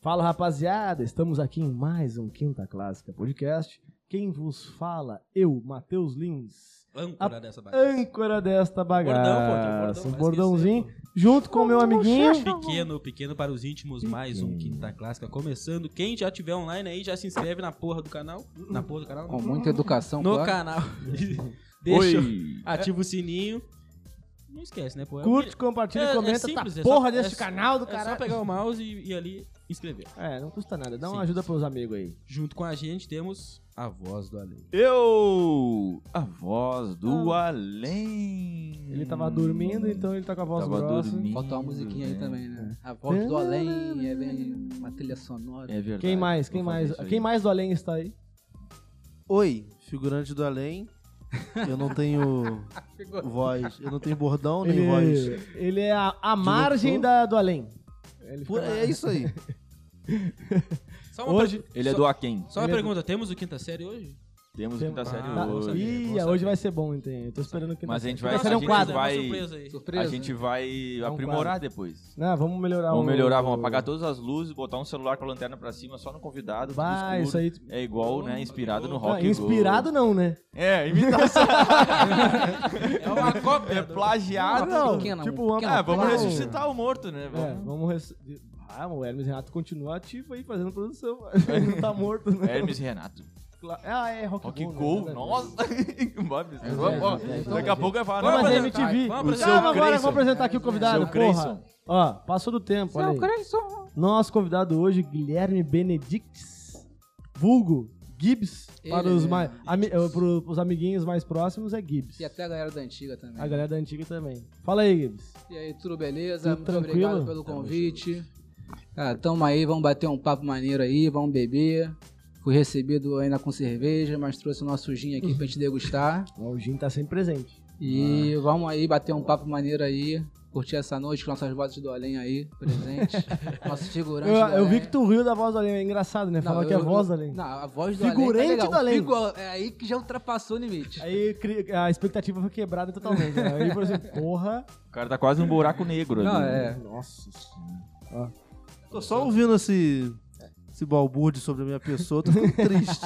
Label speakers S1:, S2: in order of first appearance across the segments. S1: Fala rapaziada, estamos aqui em mais um Quinta Clássica Podcast. Quem vos fala? Eu, Matheus Lins,
S2: âncora né,
S1: A-
S2: dessa bagaça.
S1: âncora desta
S2: bordão,
S1: bagaça.
S2: bordão,
S1: um
S2: vai
S1: bordãozinho, junto com o meu amiguinho.
S2: Pequeno, pequeno para os íntimos, mais um Quinta Clássica começando. Quem já tiver online aí, já se inscreve na porra do canal. Na porra do canal?
S3: Com muita educação,
S2: No
S3: claro.
S2: canal. Deixa,
S3: Oi.
S2: ativa o sininho. Não esquece, né, pô? É
S1: Curte,
S2: É-
S1: compartilha,
S2: é
S1: comenta
S2: simples,
S1: essa
S2: é só-
S1: porra
S2: é
S1: deste
S2: só-
S1: canal do
S2: É só
S1: caralho.
S2: pegar o mouse e, e ali inscrever.
S1: É, não custa nada, dá uma
S2: Sim.
S1: ajuda pros amigos aí.
S2: Junto com a gente temos a voz do além.
S3: Eu, a voz do além.
S1: Ah. Ele tava dormindo, então ele tá com a voz
S3: Hum. Tava
S1: grossa.
S3: dormindo,
S4: Faltou uma musiquinha aí
S3: né?
S4: também, né? A voz do além é bem uma trilha sonora.
S3: É verdade.
S1: Quem mais? Quem
S3: Vou fazer
S1: mais?
S3: isso aí.
S1: Quem mais do além está aí?
S5: Oi, figurante do além. Eu não tenho voz, eu não tenho bordão nem voz.
S1: Ele, ele é a, a margem da, do além. Ele
S5: Pô,
S1: fica-
S5: é isso aí.
S2: Só uma
S1: Hoje,
S3: Ele é
S2: só-
S3: do Aquém.
S2: Só uma
S1: Ele é do-
S2: pergunta, temos o Quinta Série hoje?
S3: Temos quinta
S2: Ah,
S3: série
S1: Tá,
S2: vou
S3: hoje.
S2: saber,
S1: Ih,
S2: vou
S1: hoje
S2: saber.
S1: vai ser bom, entende? Eu tô esperando que
S3: Mas a gente vai-
S1: fazer
S3: a
S1: um
S3: gente
S1: quadro.
S3: vai-
S2: uma surpresa aí.
S4: Surpresa.
S3: A gente
S4: né?
S3: vai
S1: um
S3: aprimorar depois.
S1: Não, né, vamos melhorar Tá
S3: Vamos
S1: o-
S3: melhorar, vamos apagar todas as luzes, botar um celular com a lanterna pra cima, só no convidado. tudo
S1: Vai, isso
S3: escuro.
S1: aí.
S3: É igual, né? Inspirado no
S2: Não,
S3: rock.
S1: Não, inspirado não, né?
S3: não. É, imitação.
S2: É uma cópia.
S3: é
S2: do-
S3: plagiado.
S4: Uma
S1: não,
S4: pequena,
S1: tipo,
S4: um
S1: uma-
S4: pequeno
S3: Ah, vamos
S1: Plágio.
S4: plágio.
S3: ressuscitar o morto, né?
S1: É,
S3: Vamos.
S1: vamos. Res... Ah, o Hermes Renato continua ativo aí fazendo produção. Ele não tá morto, né?
S3: Hermes e Renato.
S1: Cla- Ah, é Rock,
S3: Rock
S1: Go, né?
S3: Go,
S1: Verdade.
S3: nossa! Bob,
S4: É,
S3: ó, ó,
S4: é, é,
S3: Daqui
S4: é,
S3: a pouco vai falar,
S1: Não, mas é
S3: não,
S2: apresentar,
S1: MTV.
S2: vamos
S1: Calma,
S2: apresentar.
S1: agora eu vou
S3: Creyson.
S1: apresentar aqui o convidado,
S3: Seu
S1: porra.
S3: Creyson.
S1: Ó, passou do tempo, olha aí. Nosso convidado hoje, Guilherme Benedicts, vulgo Gibbs,
S4: Ele
S1: para os,
S4: é
S1: mais, ami, eh, pro- pros amiguinhos mais próximos é Gibbs.
S4: E até a galera da antiga também.
S1: A galera da antiga também. Fala aí, Gibbs.
S4: E aí, tudo beleza?
S1: Tudo
S4: Muito
S1: tranquilo?
S4: obrigado pelo convite. Ah, tamo aí, vamos bater um papo maneiro aí, vamos beber. Fui recebido ainda com cerveja, mas trouxe o nosso gin aqui pra gente degustar.
S1: Ó, O Jim tá sempre presente.
S4: E
S3: Ah.
S4: vamos aí bater um papo maneiro aí, curtir essa noite com nossas vozes do além aí, presente. Nossos
S1: Eu,
S4: figurantes. do
S1: eu vi
S4: além.
S1: que tu riu da voz do Além, é engraçado, né?
S4: Não,
S1: Falar que é
S4: eu-
S1: a voz do Além.
S4: Não, a voz do
S1: Figurante
S4: além. tá legal.
S1: do além.
S4: Figu- É aí que já ultrapassou o limite.
S1: Aí cri- a expectativa foi quebrada totalmente. Né? Aí, por exemplo, porra.
S3: O cara tá quase um buraco negro
S4: Não,
S3: ali.
S4: é.
S1: Nossa senhora.
S5: Tô só ouvindo esse, esse balbúrdio sobre a minha pessoa, tô ficando triste.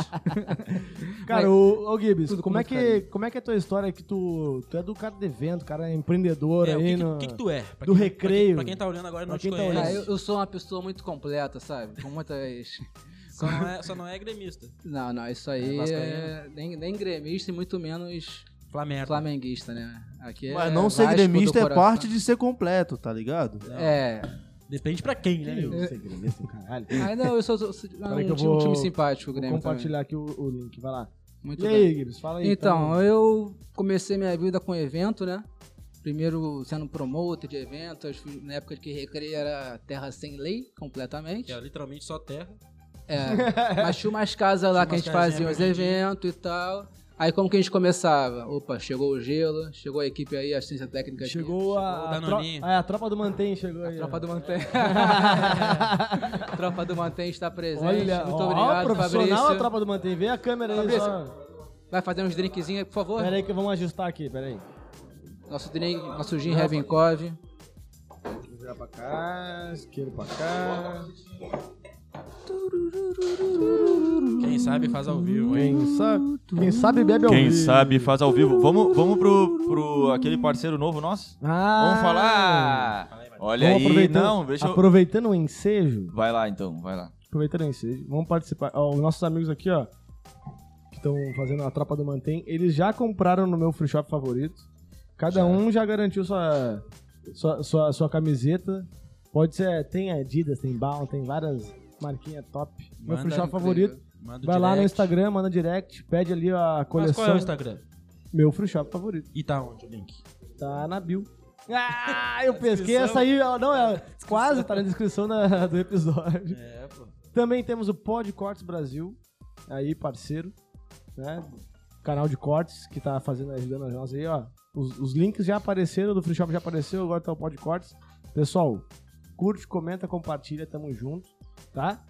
S1: Cara, ô, ô Gibbs,
S4: Tudo com
S1: como é,
S4: muito
S1: que, como é que é a tua história que tu, tu é do cara de evento, cara é empreendedor
S2: É, o
S1: aí
S2: que, que-
S1: no...
S2: que que tu é?
S1: do
S2: Pra quem- pra
S1: recreio.
S2: quem- Pra quem tá olhando agora e não
S1: Pra
S2: te
S1: quem tá
S2: conhece.
S4: Ah,
S1: olhando.
S4: eu, eu sou uma pessoa muito completa, sabe? Com muitas.
S2: Só não é, só não é gremista.
S4: Não, não, isso aí
S2: É vascaíno.
S4: é nem, nem gremista e muito menos
S2: Flamengo.
S4: flamenguista, né? Aqui é
S5: Mas não ser
S4: Vasco
S5: gremista
S4: do
S5: é
S4: coração.
S5: parte de ser completo, tá ligado?
S4: É.
S2: Depende pra quem, né? meu?
S1: Eu não sei, é gremista, caralho.
S4: Ah, não, eu sou, sou- sou- um,
S1: que eu
S4: time, um
S1: vou-
S4: time simpático, o
S1: Vou
S4: Grêmio. também.
S1: compartilhar aqui o, o link, vai lá.
S4: Muito
S1: e
S4: bem.
S1: aí, Gibbs, fala aí.
S4: Então, eu comecei minha vida com evento, né? Primeiro sendo promotor de eventos, fui- na época que recreio era terra sem lei, completamente.
S2: Que é literalmente só terra.
S4: É, mas tinha umas casas
S2: Tinha
S4: lá que a
S2: umas
S4: gente
S2: casinhas
S4: fazia os
S2: bonitinhas.
S4: eventos e tal. Aí como que a gente começava? Opa, chegou o gelo, chegou a equipe aí, a assistência técnica aqui.
S1: Chegou a, a,
S2: o Danoninho.
S1: tro- ah, é, a tropa do Mantém chegou
S4: A
S1: aí.
S4: tropa
S1: ó.
S4: do Mantém. tropa do Mantém está presente.
S1: Olha,
S4: Muito
S1: ó,
S4: obrigado,
S1: profissional
S4: Fabrício.
S1: a tropa do Mantém. Vê a câmera aí,
S4: Fabrício.
S1: só.
S4: Vai fazer uns drinkzinhos, por favor?
S1: Pera aí que vamos ajustar aqui, pera aí.
S4: Nosso drink, nosso gin Revinkov.
S1: Virar pra cá, isqueiro pra cá.
S2: Quem sabe faz ao vivo, hein?
S1: Quem sabe, quem sabe bebe ao
S3: Quem
S1: vivo.
S3: sabe faz ao vivo. Vamos, vamos pro, pro aquele parceiro novo nosso?
S1: Ah,
S3: Vamos falar! Olha
S1: Vamos
S3: aí,
S1: aproveitando-
S3: não, deixa eu...
S1: Aproveitando o ensejo,
S3: Vai lá então, vai lá.
S1: aproveitando o ensejo, vamos participar. Ó, os nossos amigos aqui, ó, que estão fazendo a tropa do Mantém, eles já compraram no meu free shop favorito. Cada um já garantiu sua, sua, sua, sua camiseta. Pode ser, tem Adidas, tem Baum, tem várias marquinhas top. Meu
S2: Manda
S1: free shop
S4: incrível.
S1: favorito.
S2: Manda o
S1: Vai lá no
S2: direct.
S1: Instagram, manda direct, pede ali a
S2: Mas
S1: coleção.
S2: qual é o Instagram?
S1: Meu free shop favorito.
S2: E tá onde o link?
S1: Tá na bio. Ah, eu pesquei
S2: descrição.
S1: essa aí, ó, não, é, quase tá na descrição da- do episódio.
S2: É, pô.
S1: Também temos o Pod Cortes Brasil, aí parceiro, né? Canal de cortes que tá fazendo, ajudando a nós aí, ó. Os, os links já apareceram, do Free Shop já apareceu, agora tá o Pod Cortes. Pessoal, curte, comenta, compartilha, tamo junto, tá?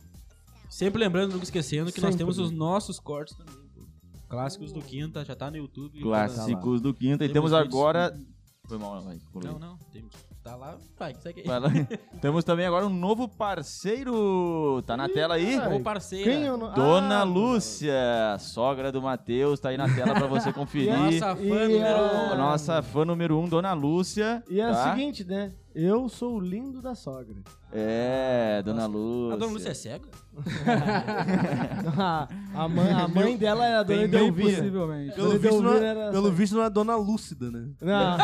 S2: Sempre lembrando, nunca esquecendo, que nós
S1: Sempre.
S2: temos os nossos cortes também. pô. Clássicos do Quinta, já tá no YouTube.
S3: Clássicos do Quinta. E
S2: Temos
S3: temos
S2: vídeos-
S3: agora. Foi mal, vai.
S2: Não, não. Tem, tá lá, vai, segue aí.
S3: Vai lá. Temos também agora um novo parceiro. Tá na tela aí?
S1: cara.
S2: Ô, parceira.
S1: Quem eu não...
S3: Dona
S1: Ah,
S3: Lúcia, sogra do Matheus, tá aí na tela pra você conferir.
S2: Nossa fã
S1: E
S2: número
S1: a-
S2: um.
S3: A Nossa fã número um, Dona Lúcia.
S1: E é
S3: tá?
S1: o seguinte, né? Eu sou o lindo da sogra.
S3: É, Dona Lúcia.
S2: A dona Lúcia é cega?
S1: a, a mãe, a mãe dela era dona
S5: Tem meio
S1: Delvira.
S4: Possivelmente.
S5: Pelo,
S1: Ele deu
S5: visto não,
S1: vira,
S5: é,
S1: era
S5: pelo
S3: assim.
S1: só-
S5: visto, não é dona Lúcida, né?
S1: Não.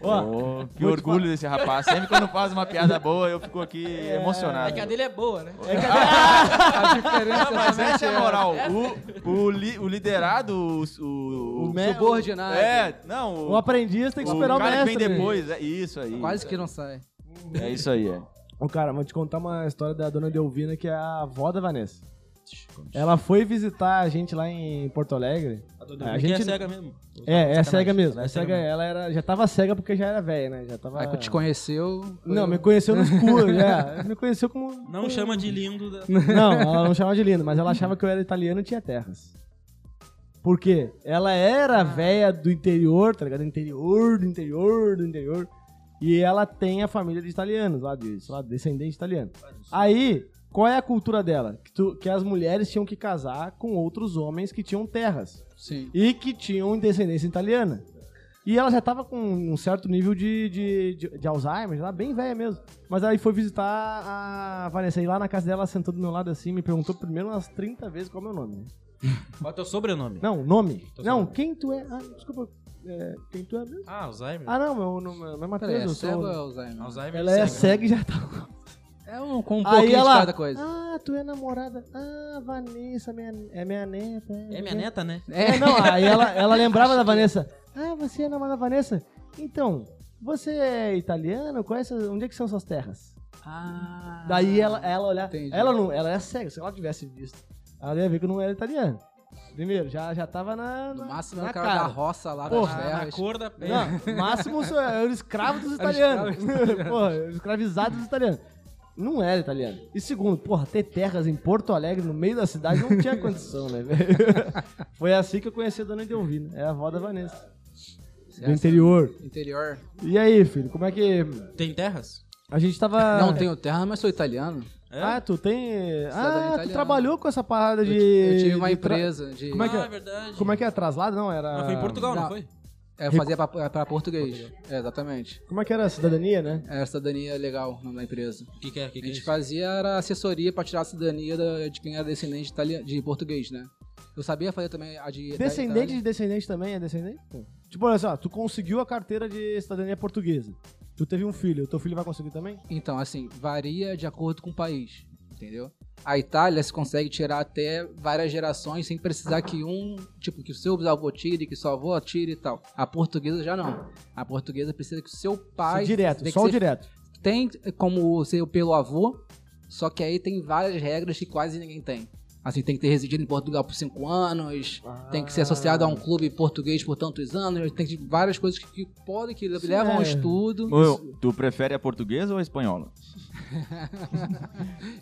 S1: Ó,
S3: Ô, que
S1: vou te
S3: orgulho desse rapaz. Sempre quando faz uma piada boa, eu fico aqui
S2: É
S3: emocionado.
S2: que a dele é boa, né?
S4: A diferença
S3: Não, mas essa é a
S4: somente
S3: moral. O, o, li- o liderado, o. o,
S1: o
S3: o-
S2: É,
S1: me-
S4: Subordinado.
S3: é, não. O,
S1: o aprendiz tem que
S3: o
S1: esperar o, né?
S3: cara que
S1: mestre.
S3: vem depois. É isso aí.
S4: Quase que não sai.
S3: É isso aí. É.
S1: Ô, cara, vou te contar uma história da dona Delvina, que é a avó da Vanessa. Ela foi visitar a gente lá em Porto Alegre.
S2: A
S1: É,
S2: dona
S1: a
S2: Lúcia é
S1: gente-
S2: cega mesmo.
S1: É, é
S2: Sacanagem.
S1: cega mesmo.
S2: Ela
S1: É
S2: é cega
S1: cega,
S2: mesmo.
S1: ela era, já tava cega porque já era velha, né? Já tava.
S4: Aí quando te conheceu. foi-
S1: Não, me conheceu no escuro, é. Me conheceu como.
S2: Não chama de lindo. da-
S1: Não, ela não chamava de lindo, mas ela achava que eu era italiano e tinha terras. Por quê? Ela era véia do interior, tá ligado? Interior, do interior, do interior. E ela tem a família de italianos lá, de, sei lá, descendente italiano. Aí, qual é a cultura dela? Que, tu- que as mulheres tinham que casar com outros homens que tinham terras
S4: Sim.
S1: e que tinham descendência italiana. E ela já tava com um certo nível de, de, de, de Alzheimer, lá bem velha mesmo. Mas aí foi visitar a Vanessa. E lá na casa dela, ela sentou do meu lado assim, me perguntou primeiro umas 30 vezes qual é o meu nome.
S2: Qual é teu sobrenome?
S1: Não, nome.
S2: Tô
S1: Não,
S2: sabendo.
S1: quem tu é? Ah, desculpa. É, quem tu é mesmo?
S2: Ah, Alzheimer.
S1: Ah, não, meu nome meu nome é
S4: Peraí,
S1: Matheus.
S4: é
S1: eu
S4: cego ou é
S1: sou...
S4: Alzheimer?
S2: Alzheimer
S1: Ela é
S2: cega.
S1: cega e já tá
S4: É um, com um pouquinho
S1: Aí
S4: de
S1: ela.
S4: cada coisa.
S1: Ah, tu é namorada. Ah, Vanessa, minha, é minha neta.
S2: É minha neta, né?
S1: É, não, aí ela, ela lembrava da Vanessa. Ah, você é namorada da Vanessa? Então, você é italiano? Conhece, onde é que são suas terras?
S4: Ah.
S1: Daí ela, ela olhar.
S4: entendi.
S1: Ela não, ela é cega, se ela tivesse visto. Ela ia ver que eu não era italiano. Primeiro, já, já tava na.
S4: No
S1: na-
S4: máximo é
S1: na
S4: o cara, da roça lá das
S1: Porra,
S2: Na
S4: terras.
S2: cor da pele.
S1: Não, máximo sou- eu era escravo dos italianos. porra, escravizado dos italianos. Não era italiano. E segundo, porra, ter terras em Porto Alegre, no meio da cidade, não tinha condição, né, velho? Foi assim que eu conheci a dona Delvina. É a avó da Vanessa. Do interior.
S4: Interior.
S1: E aí, filho, como é que.
S2: Tem terras?
S1: A gente tava.
S4: Não tenho terra, mas sou italiano.
S2: É?
S1: Ah, tu tem.
S4: Cidadania
S1: Ah, tu
S4: italiana.
S1: trabalhou com essa parada
S4: Eu,
S1: de.
S4: eu tive uma
S1: de tra-
S4: empresa Ah, de.
S1: Como é que
S2: ah,
S1: é?
S2: verdade.
S1: Como é que é? Atrasado? Não, era.
S2: Não, foi em Portugal, não,
S4: Não.
S2: foi?
S4: É, eu fazia pra, pra português. É, exatamente.
S1: Como é que era a cidadania, né?
S4: Era a cidadania legal na empresa.
S2: O que, que é? O que, que
S4: A
S2: é
S4: gente
S2: isso?
S4: fazia era assessoria pra tirar a cidadania da- de quem era descendente de, itali- de português, né? Eu sabia fazer também a de. da
S1: Descendente
S4: Itália.
S1: de descendente também é descendente? pô? Tipo, olha só, tu conseguiu a carteira de cidadania portuguesa. Tu teve um filho, o teu filho vai conseguir também?
S4: Então, assim, varia de acordo com o país, entendeu? A Itália se consegue tirar até várias gerações sem precisar que um, tipo, que o seu bisavô tire, que sua avó tire e tal. A portuguesa já não. A portuguesa precisa que o seu pai.
S1: Sim, direto,
S4: tem que
S1: só o
S4: ser-
S1: direto.
S4: Tem como ser pelo avô, só que aí tem várias regras que quase ninguém tem. Assim, tem que ter residido em Portugal por cinco anos, tem que ser associado a
S1: Ah.
S4: um clube português por tantos anos, tem que- várias coisas que, que podem, que
S1: Sim,
S4: levam ao
S1: é.
S4: estudo.
S3: Ô, tu prefere a portuguesa ou a espanhola?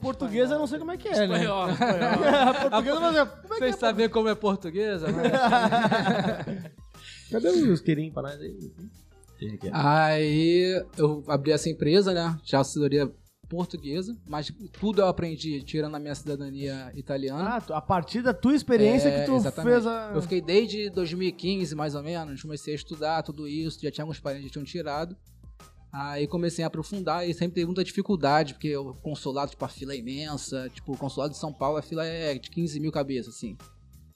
S1: Portuguesa eu não sei como é que é, né?
S2: Espanhol, espanhol.
S1: A portuguesa, mas é- como é que
S4: Vocês sabem como é portuguesa? né? mas-
S1: é? Cadê os querinhos pra nós aí?
S4: Aí eu abri essa empresa, né? Já assessoria portuguesa, mas tudo eu aprendi tirando a minha cidadania italiana.
S1: Ah, tu- a partir da tua experiência
S4: É,
S1: que tu
S4: exatamente.
S1: fez a...
S4: Eu fiquei desde 2015, mais ou menos, comecei a estudar tudo isso, já tinha alguns parentes que tinham tirado. Aí comecei a aprofundar e sempre teve muita dificuldade, porque o consulado, tipo, a fila é imensa. Tipo, o consulado de São Paulo, a fila é de 15 mil cabeças, assim.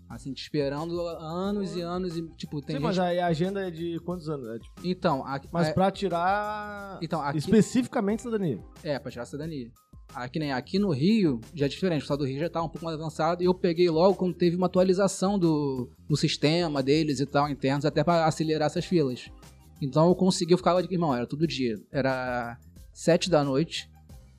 S4: Assim, te esperando anos e anos e, tipo, tem
S1: Sim,
S4: gente...
S1: mas aí a agenda é de quantos anos? É, tipo,
S4: Então, a...
S1: mas
S4: a-
S1: pra tirar
S4: então, aqui...
S1: especificamente cidadania.
S4: É, pra tirar a cidadania. Aqui, nem aqui no Rio já é diferente, o estado do Rio já tá um pouco mais avançado e eu peguei logo quando teve uma atualização do, do sistema deles e tal, internos, até pra acelerar essas filas. Então eu consegui, eu ficava, irmão, era todo dia, era sete da noite,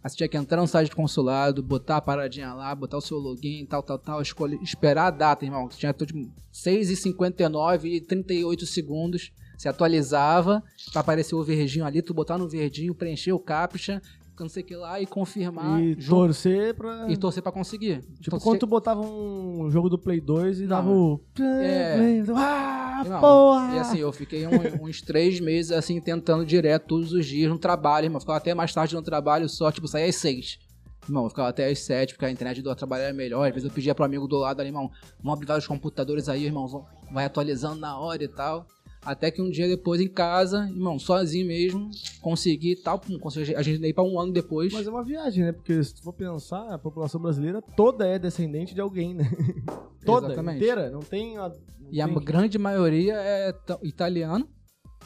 S4: aí você tinha que entrar no site do consulado, botar a paradinha lá, botar o seu login, tal, tal, tal, escolher, esperar a data, irmão, tinha tipo, 6h59 e 38 segundos Você atualizava pra aparecer o verdinho ali, tu botar no verdinho, preencher o captcha, não sei o que lá, e confirmar
S1: E
S4: junto-
S1: torcer pra.
S4: e torcer pra conseguir.
S1: Tipo,
S4: Então,
S1: quando
S4: você-
S1: tu botava um jogo do Play 2 e
S4: Não,
S1: dava o.
S4: é.
S1: Ah,
S4: Não,
S1: porra!
S4: E assim, eu fiquei um- uns três meses, assim, tentando direto todos os dias no trabalho, irmão. Ficava até mais tarde no trabalho, só, tipo, saía às seis. Irmão, eu ficava até às sete, porque a internet do trabalho era melhor. Às vezes eu pedia pro amigo do lado ali, irmão, vamos abrir vários computadores aí, irmão, vão- vai atualizando na hora e tal. Até que um dia depois, em casa, irmão, sozinho mesmo, consegui e tal. Pum, consegui, a gente pra um ano depois.
S1: Mas é uma viagem, né? Porque se tu for pensar, a população brasileira toda é descendente de alguém, né? toda,
S4: Exatamente.
S1: inteira. Não tem. A, não
S4: E a
S1: tem-
S4: grande maioria é ta- italiano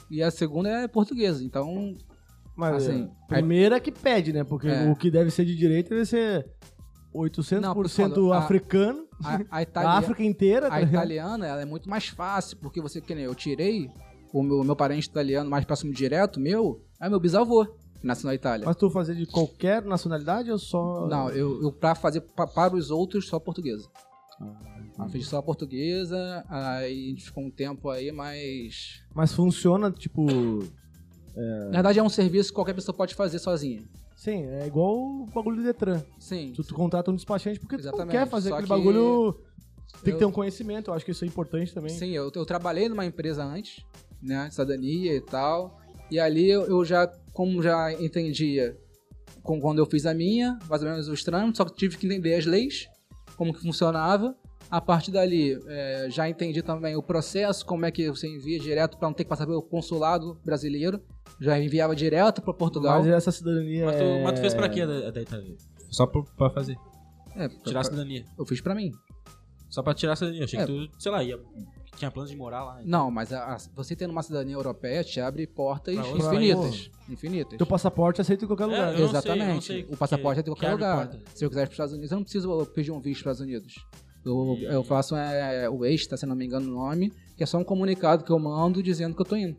S4: e a segunda é portuguesa. Então,
S1: Mas,
S4: assim,
S1: é, primeira que pede, né? Porque
S4: É.
S1: o que deve ser de direita deve ser 800%
S4: Não, por isso que eu falo, a-
S1: africano,
S4: a, a
S1: a
S4: italiana.
S1: África inteira. tá
S4: A
S1: ligado?
S4: italiana, ela é muito mais fácil, porque você, que nem eu tirei o meu, meu parente italiano mais próximo direto, meu, é meu bisavô, que nasceu na Itália.
S1: Mas tu fazer de qualquer nacionalidade ou só.
S4: Não, eu, eu pra fazer pa- para os outros, só portuguesa. Ah, fiz só portuguesa, aí a gente ficou um tempo aí, mas.
S1: Mas funciona, tipo.
S4: Na verdade, é um serviço que qualquer pessoa pode fazer sozinha.
S1: Sim, é igual o bagulho do Detran.
S4: Sim.
S1: Tu, tu contrata um despachante porque tu não
S4: Exatamente,
S1: quer fazer
S4: só
S1: aquele
S4: que
S1: bagulho. Tem
S4: eu-
S1: que ter um conhecimento, eu acho que isso é importante também.
S4: Sim, eu, eu trabalhei numa empresa antes, né? de Cidadania e tal. E ali eu, eu já, como já entendia com, quando eu fiz a minha, mais ou menos os trâmites, só que tive que entender as leis, como que funcionava. A partir dali, eh, já entendi também o processo, como é que você envia direto para não ter que passar pelo consulado brasileiro. Já enviava direto para Portugal.
S1: Mas essa cidadania.
S2: Mas, tu, mas tu fez pra
S1: é-
S2: quê da, da Itália? Só pra, pra fazer.
S4: É,
S2: Tirar a cidadania.
S4: eu fiz para mim.
S2: Só pra tirar a cidadania. Eu achei
S4: É.
S2: que tu, sei lá, ia, tinha planos de morar lá. né?
S4: Não, mas a- a- você tendo uma cidadania europeia te abre portas
S2: Pra outros
S4: infinitas. Infinitas.
S1: Teu passaporte aceita em
S4: É,
S1: qualquer lugar.
S2: eu não
S4: Exatamente.
S2: sei, eu não sei
S4: o passaporte é de
S2: que-
S4: qualquer
S2: que
S4: lugar.
S2: abre porta.
S4: Se eu quiser ir para os Estados Unidos, eu não preciso pedir um visto para os Estados Unidos. Eu,
S2: Hum.
S4: eu faço é, o extra, se eu não me engano o nome, que é só um comunicado que eu mando dizendo que eu tô indo.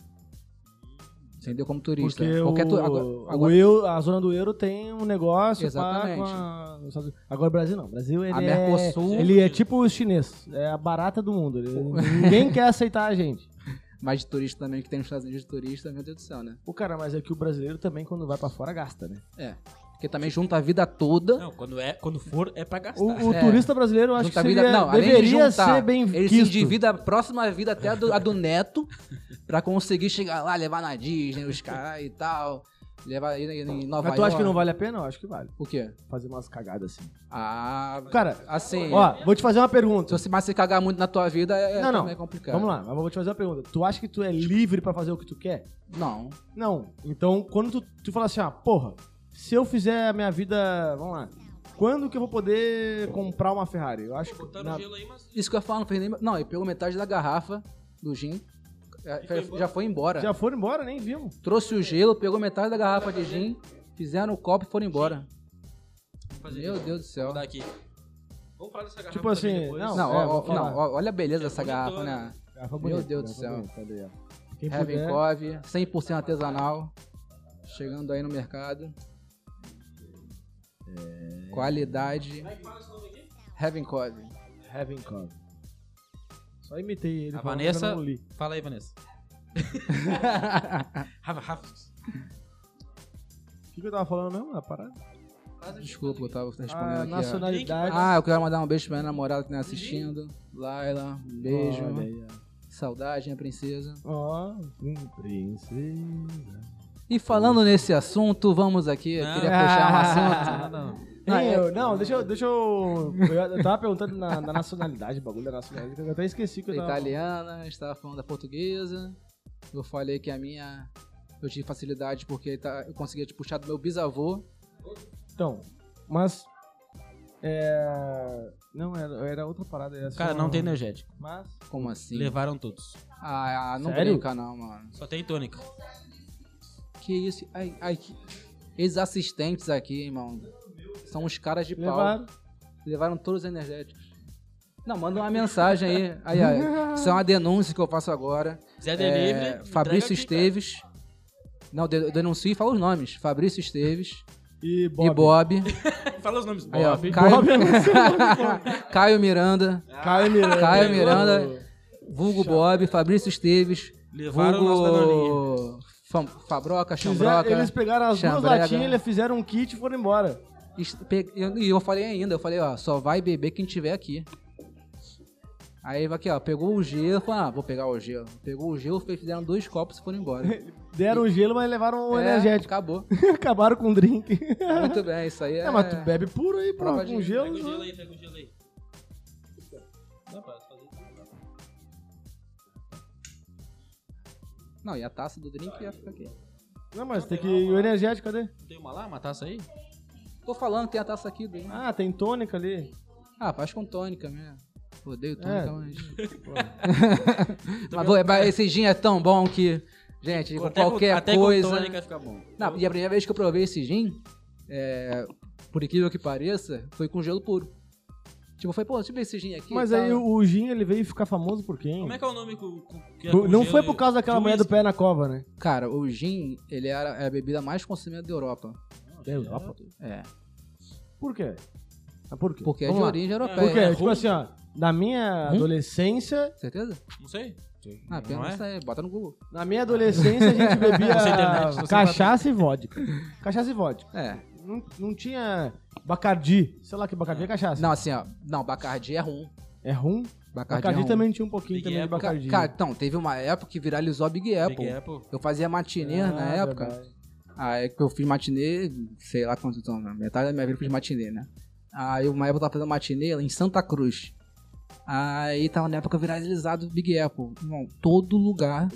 S4: Entendeu? Como turista.
S1: Porque
S4: Qualquer
S1: o,
S4: tu- agora-
S1: o
S4: agora-
S1: euro- a zona do euro tem um negócio.
S4: Exatamente.
S1: Exatamente. Agora o Brasil não. O Brasil ele
S4: a
S1: é.
S4: Mercosul.
S1: Ele é tipo os chineses, é a barata do mundo. ele- ninguém quer aceitar a gente.
S4: Mas de turista também, que tem nos Estados Unidos de turista, meu Deus do céu, né?
S1: O cara, mas é que o brasileiro também, quando vai pra fora, gasta, né?
S4: Porque também junta a vida toda.
S2: Não, quando, é, quando for é pra gastar.
S1: O, o
S4: É.
S1: turista brasileiro, eu acho
S4: junta a
S1: que
S4: vida,
S1: seria-
S4: não, além de
S1: deveria
S4: juntar,
S1: ser bem
S4: Ele se
S1: quisto.
S4: endivida a próxima vida até a do, a do neto pra conseguir chegar lá, levar na Disney, os caras e tal. Levar ele em Nova
S1: Mas tu acha que não
S4: York.
S1: vale a pena? Eu acho que vale.
S4: O quê?
S1: Fazer umas cagadas assim.
S4: Ah,
S1: Cara,
S4: assim.
S1: ó, vou te fazer uma
S4: se
S1: pergunta.
S4: você mais se cagar muito na tua vida, é
S1: Não, não.
S4: também complicado.
S1: Vamos lá, mas eu vou te fazer uma pergunta. Tu acha que tu é livre pra fazer o que tu quer?
S4: Não.
S1: Não. Então, quando tu, tu fala assim, ah, porra, se eu fizer a minha vida. Vamos lá. Quando que eu vou poder comprar uma Ferrari? Eu acho que.
S2: Botaram
S1: na-
S2: gelo aí, mas...
S4: Isso que eu ia falar, não fez nem. Não, ele pegou metade da garrafa do gin. é,
S2: E foi
S4: já-
S2: embora.
S4: já foi embora.
S1: Já foram embora, nem vimos.
S4: Trouxe o gelo, pegou metade da garrafa de gin, fizeram o copo e foram embora.
S2: Fazer
S4: Meu
S2: isso.
S4: Deus do céu.
S2: Vou dar aqui. Vamos falar dessa garrafa
S1: Tipo
S2: também
S1: assim,
S2: depois.
S1: não,
S4: Não,
S1: é,
S4: ó,
S1: vou
S4: ó,
S1: falar.
S4: não, ó, olha a beleza
S2: É
S4: dessa garrafa,
S2: bonitona.
S4: né?
S1: Garrafa
S4: Meu
S1: bonita,
S4: Deus
S1: garrafa
S4: do céu.
S1: bonita, olha aí, ó. Quem puder-
S4: Revenkov, 100% artesanal, chegando aí no mercado. É. Qualidade. Revenkov.
S1: Heaven Cove. Só imitei ele.
S2: A
S1: falando
S2: Vanessa-
S1: que eu não li.
S2: Fala aí, Vanessa. Rafa, Rafa.
S1: O que, que eu tava falando mesmo? A parada?
S4: Desculpa, eu tava Tá respondendo
S1: A
S4: aqui. ó.
S1: nacionalidade.
S4: Ah, eu quero mandar um beijo pra minha namorada que tá me assistindo. Laila, um beijo.
S1: Olha aí, ó.
S4: Saudade, minha princesa.
S1: Ó, hum, princesa.
S4: E falando nesse assunto, vamos aqui. Eu
S2: Não.
S4: queria puxar um assunto.
S1: Ah, não. Ei, eu- não, deixa eu. Deixa eu, eu tava perguntando na, na nacionalidade, o bagulho da nacionalidade, que eu até esqueci que eu
S4: da
S1: tava.
S4: italiana, a gente tava falando da portuguesa. Eu falei que a minha. Eu tive facilidade porque tá- eu conseguia te puxar do meu bisavô.
S1: Então, mas. É. Não, era, era outra parada. Era só
S2: Cara, não
S1: uma-
S2: tem energético.
S1: Mas.
S4: Como assim?
S2: Levaram todos.
S4: Ah, ah, não
S1: Sério?
S4: brinca não, mano.
S2: Só tem tônica.
S4: Que isso? Ai, ai, que... Esses assistentes aqui, irmão. São os caras de pau.
S1: Levaram.
S4: Levaram todos os energéticos. Não, manda uma mensagem aí. Aí, aí. Isso é uma denúncia que eu faço agora.
S2: Zé
S4: É,
S2: Delivery.
S4: Fabrício
S2: esteve
S4: Esteves. Não, de- denuncio e fala os nomes. Fabrício Esteves
S1: E Bob.
S4: e Bob.
S2: Fala os nomes.
S4: Aí, ó,
S2: Bob.
S4: Caio...
S1: Bob, eu não sei
S4: Caio Miranda,
S1: Caio Miranda.
S4: Caio Miranda. vulgo Bob, Fabrício Esteves,
S2: Levaram o nosso da Berlinha.
S4: Vulgo fam- Fabroca,
S1: Fizeram,
S4: Chambroca.
S1: eles pegaram as duas
S4: chambrega.
S1: latinhas, eles fizeram um kit e foram embora.
S4: Est- pe- E eu- e eu falei ainda, eu falei, ó, só vai beber quem tiver aqui. Aí ele aqui, ó, pegou o gelo, falou, ah, vou pegar o gelo. Pegou o gelo, fe- fizeram dois copos e foram embora.
S1: Deram o gelo, mas levaram o
S4: É,
S1: Um energético.
S4: Acabou.
S1: Acabaram com o drink.
S4: Muito bem, isso aí é.
S1: É, mas tu bebe puro aí, pô.
S4: Prova de-
S1: Com
S2: Pega
S1: gelo. né?
S2: o gelo aí, pega o gelo aí. Dá pra fazer isso.
S4: Não, e a taça do drink ia ficar aqui.
S1: Não, mas tem que. O energético, né? cadê?
S2: Tem uma lá, uma taça aí?
S4: Tô falando, tem a taça aqui do drink.
S1: Ah, tem tônica ali.
S4: Ah, faz com tônica mesmo. Odeio
S1: É.
S4: tônica, mas. mas, vou- mas esse gin é tão bom que. Gente, com
S2: Até com-
S4: qualquer
S2: até
S4: coisa.
S2: com tônica fica bom.
S4: Não, e a primeira vez que eu provei esse gin, é, por incrível que pareça, foi com gelo puro. Tipo, foi, pô, deixa eu ver esse gin aqui.
S1: Mas
S4: e
S1: aí
S4: tal.
S1: o o Gin, ele veio ficar famoso por quem?
S2: Como é que é o nome com, com, que é
S1: Por-
S2: com
S1: Não
S2: gelo
S1: foi
S2: e-
S1: por causa daquela
S2: de
S1: mulher do
S2: uísque?
S1: pé na cova, né?
S4: Cara, o gin, ele era, era a bebida mais consumida da Europa. É.
S1: Por quê? Ah, Por quê?
S4: Porque é de
S1: Vamos lá.
S4: origem europeia. né?
S1: Por quê?
S2: É
S1: tipo
S2: ruim?
S1: assim, ó. Na minha
S4: Hum?
S1: adolescência.
S4: Certeza?
S2: Não sei.
S4: Ah,
S2: Não
S4: pena
S2: é?
S4: isso aí. Bota no Google.
S1: Na minha adolescência a gente bebia
S2: Você internet, você
S1: cachaça e vodka. Cachaça e vodka.
S4: É.
S1: Não, não tinha Bacardi. Sei lá que Bacardi é cachaça.
S4: Não, assim, ó. Não, Bacardi é rum.
S1: É rum.
S4: Bacardi, é
S1: Bacardi
S4: rum.
S1: também tinha um pouquinho
S2: Big
S1: também de
S2: Apple.
S4: Ca-
S1: Bacardi.
S4: Cara, então, teve uma época que viralizou a Big Apple.
S2: Big Apple.
S4: Eu fazia matinê
S1: Ah,
S4: na época.
S1: verdade.
S4: Aí é que eu fiz matinê, sei lá quanto então, na metade da minha vida eu fiz matinê, né? Aí uma época eu tava fazendo matinê lá em Santa Cruz. Aí tava na época viralizado o Big Apple. Irmão, todo lugar.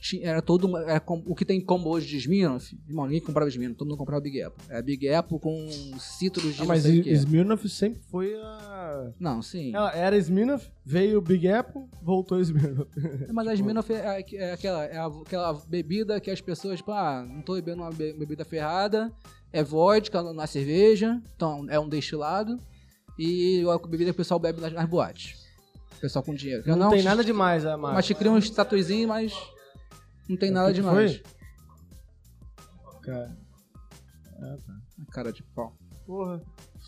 S4: ti- Era todo. Era com- o que tem como hoje de Smirnoff. Irmão, ninguém comprava Smirnoff, todo mundo comprava Big Apple. É Big Apple com citros de
S1: Ah,
S4: não
S1: mas
S4: sei o é. quê.
S1: Smirnoff sempre foi a.
S4: Não, sim.
S1: Ela era Smirnoff, veio o Big Apple, voltou Smirnoff.
S4: Mas
S1: tipo,
S4: a Smirnoff é, é- é aquela, é a- aquela bebida que as pessoas, tipo, ah, não tô bebendo uma be- bebida ferrada, é vodka, não é cerveja, então é um destilado, e é a bebida que o pessoal bebe nas, nas boates. O pessoal com dinheiro.
S1: Não, tem nada demais né, a marca.
S4: Mas te cria um estatuizinho, mas não tem nada
S1: É, que que
S4: demais.
S1: Cara,
S4: Cara de pau.
S1: porra,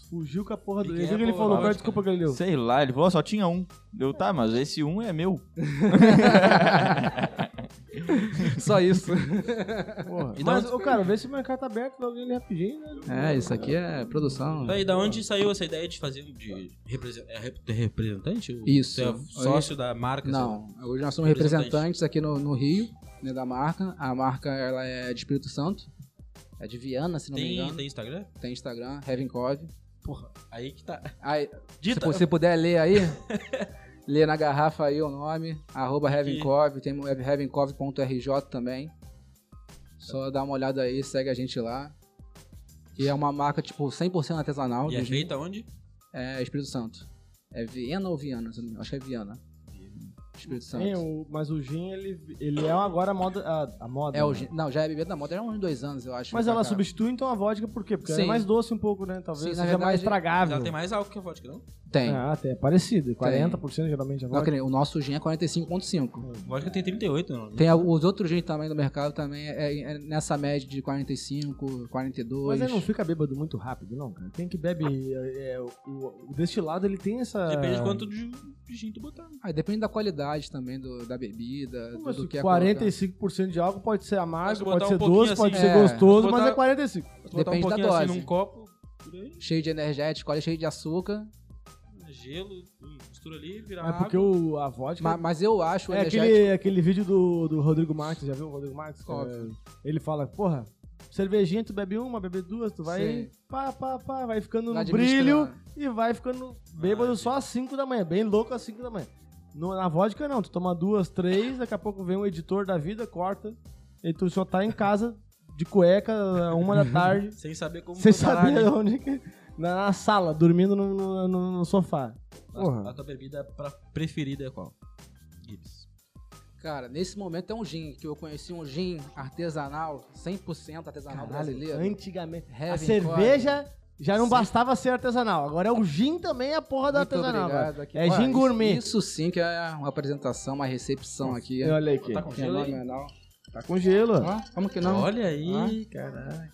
S1: fugiu com a porra do. O que
S2: Big
S1: que ele
S2: Apple,
S1: falou? Qual é a
S2: vodka.
S1: desculpa que ele deu?
S3: Sei lá, ele falou, só tinha um. Eu, tá, mas esse um é meu.
S4: Só isso.
S1: Porra.
S2: E da
S1: Mas,
S2: onde-
S1: ô, cara, vê se o mercado tá aberto pra alguém ali rapidinho, né?
S4: é, isso aqui é produção.
S2: Tá, e da onde saiu essa ideia de fazer um de represen- é rep- de representante? O-
S4: Isso.
S2: Você é sócio da marca?
S4: Não, hoje nós somos representantes aqui no, no Rio, né, da marca. A marca, ela é de Espírito Santo. É de Viana, se
S2: sei
S4: não
S2: lá?
S4: me engano.
S2: Tem, tem Instagram?
S4: Tem Instagram, Heaven Cove.
S2: Aí que tá.
S4: Aí, se
S2: Dita.
S4: você puder ler aí, lê na garrafa aí o nome, arroba Heaven
S2: Aqui.
S4: Cove, tem o heavencove.rj também. Só dá uma olhada aí, segue a gente lá. E é uma marca, tipo, 100% artesanal.
S2: E é
S4: do gin.
S2: feita onde?
S4: É Espírito Santo. É Viena ou Viana? Se eu não me engano, Acho que é Viana. Espírito Santo.
S1: Tem, um- o- mas o gin, ele, ele é agora a moda. A, a moda
S4: É o
S1: né?
S4: gin- Não, já é bebida da moda, era uns dois anos, eu acho.
S1: Mas
S4: pra
S1: ela
S4: cá.
S1: substitui então a vodka por quê? Porque ela é
S4: Sim.
S1: mais doce um pouco, né? Talvez
S4: Sim, na
S1: seja mais
S2: Mas
S4: verdade,
S1: tragável.
S2: ela tem mais álcool que a vodka, não?
S4: Tem.
S1: Ah, tem. É parecido. 40% geralmente a
S4: Não,
S1: vodka.
S4: que nem- o nosso gin é 45,5.
S2: Vodka tem 38, não.
S1: Uhum.
S4: Tem a- os outros gin também do mercado também é, é nessa média de 45, 42.
S1: Mas aí não fica bêbado muito rápido, não, cara. Tem que bebe. é, é, o, o destilado ele tem essa.
S2: Depende de quanto de de gin tu botar.
S4: Aí depende da qualidade também do- da bebida,
S1: Não,
S4: do,
S1: mas
S4: do que é
S1: 45% de álcool pode ser
S2: Posso
S1: amargo,
S2: botar
S1: pode
S2: um
S1: ser
S2: pouquinho
S1: doce, pode
S2: assim?
S1: ser
S4: É.
S1: gostoso,
S2: Posso
S1: mas é
S2: botar-
S1: 45.
S2: Se botar um
S4: Depende da
S2: pouquinho assim
S4: dose.
S2: num copo, grande,
S4: colocado. cheio de energético, olha cheio de açúcar.
S2: gelo, hum, mistura ali, vira
S1: É
S2: água.
S1: porque o, a vodka.
S4: Ma- Mas, eu acho
S1: Tipo,
S4: o
S1: é
S4: energético.
S1: aquele, aquele vídeo do, do Rodrigo Marques, já viu o Rodrigo Marques?
S4: Qual?
S1: É, ele fala, porra, cervejinha, tu bebe uma, bebe duas, tu vai.
S4: Sim. né?
S1: Pá, pá, pá, vai ficando
S4: Vai
S1: no brilho.
S4: administrando.
S1: e vai ficando bêbado
S2: Ah,
S1: só às 5 da manhã, bem louco às 5 da manhã. No- na vodka não, tu toma duas, três, daqui a pouco vem um editor da vida, corta, e tu só tá em casa de cueca, uma da tarde,
S2: Sem saber como
S1: sem
S2: preparar,
S1: saber
S2: né?
S1: onde que. Na, na sala, dormindo no, no- no- no sofá.
S2: A,
S1: Porra.
S2: a tua bebida pra- preferida é qual? Gibbs.
S4: Cara, nesse momento é um gin, que eu conheci um gin artesanal, 100% artesanal brasileiro.
S1: então antigamente.
S4: Heaven
S1: a cerveja já não
S4: Sim.
S1: bastava ser artesanal, agora é o gin também a porra
S4: Muito
S1: é da artesanal. velho.
S4: obrigado aqui.
S1: É
S4: Olha,
S1: gin
S4: isso-
S1: gourmet.
S4: Isso sim que é uma apresentação, uma recepção aqui. é
S1: E Olha aqui.
S2: Tá com gelo aí?
S4: Fenomenal.
S1: Tá com gelo.
S4: Ó, como que não?
S2: Olha aí, caralho.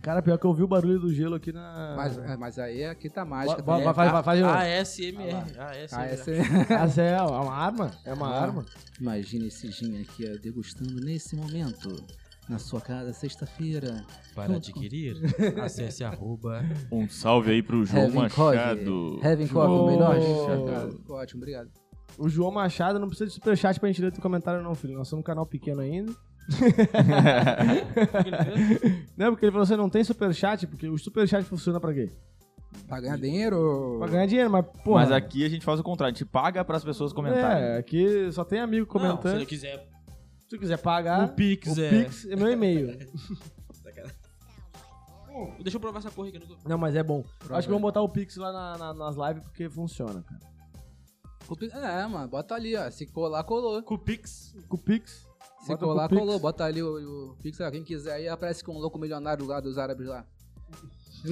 S1: Cara, pior que eu ouvi o barulho do gelo aqui na.
S4: Mas, é, mas aí aqui tá mágica.
S1: Vai- vai-
S4: também.
S1: vai- vai de novo.
S2: ASMR.
S1: É
S4: Ah,
S2: ASMR.
S4: essa...
S1: Essa é, é uma arma? É uma
S4: Ah.
S1: arma?
S4: Imagina esse gin aqui ó, degustando nesse momento. Na sua casa, sexta-feira.
S2: Para adquirir, acesse arroba.
S3: Um salve aí pro João
S4: Heaven
S3: Machado.
S4: Coffee. Heaven
S1: João
S4: Coffee, o melhor
S1: Machado.
S4: gin. Ótimo, obrigado.
S1: O João Machado não precisa de superchat pra gente ler teu comentário, não, filho. Nós somos um canal pequeno ainda. Não, porque ele falou assim: não tem superchat, porque o superchat funciona pra quê?
S4: Pra ganhar dinheiro.
S1: Pra ganhar dinheiro, mas, pô.
S3: Mas aqui a gente faz o contrário, a gente paga pras pessoas comentarem.
S1: É, aqui só tem amigo
S2: Não, se
S1: comentando.
S2: ele quiser,
S1: se tu quiser pagar,
S2: o Pix
S1: o
S2: é...
S1: Pix é meu e-mail.
S2: Deixa eu provar essa porra aqui. eu não tô-
S1: Não, mas é bom. Eu Acho que vamos botar o Pix lá na- na- nas lives porque funciona, cara.
S4: É, mano, bota ali, ó. Se colar, colou.
S2: Com o Pix,
S1: Com o Pix.
S4: Se
S1: Bota
S4: colar,
S1: pro Pix.
S4: colou. Bota ali o, o Pix, ó, quem quiser aí, aparece com um louco milionário lá dos árabes lá.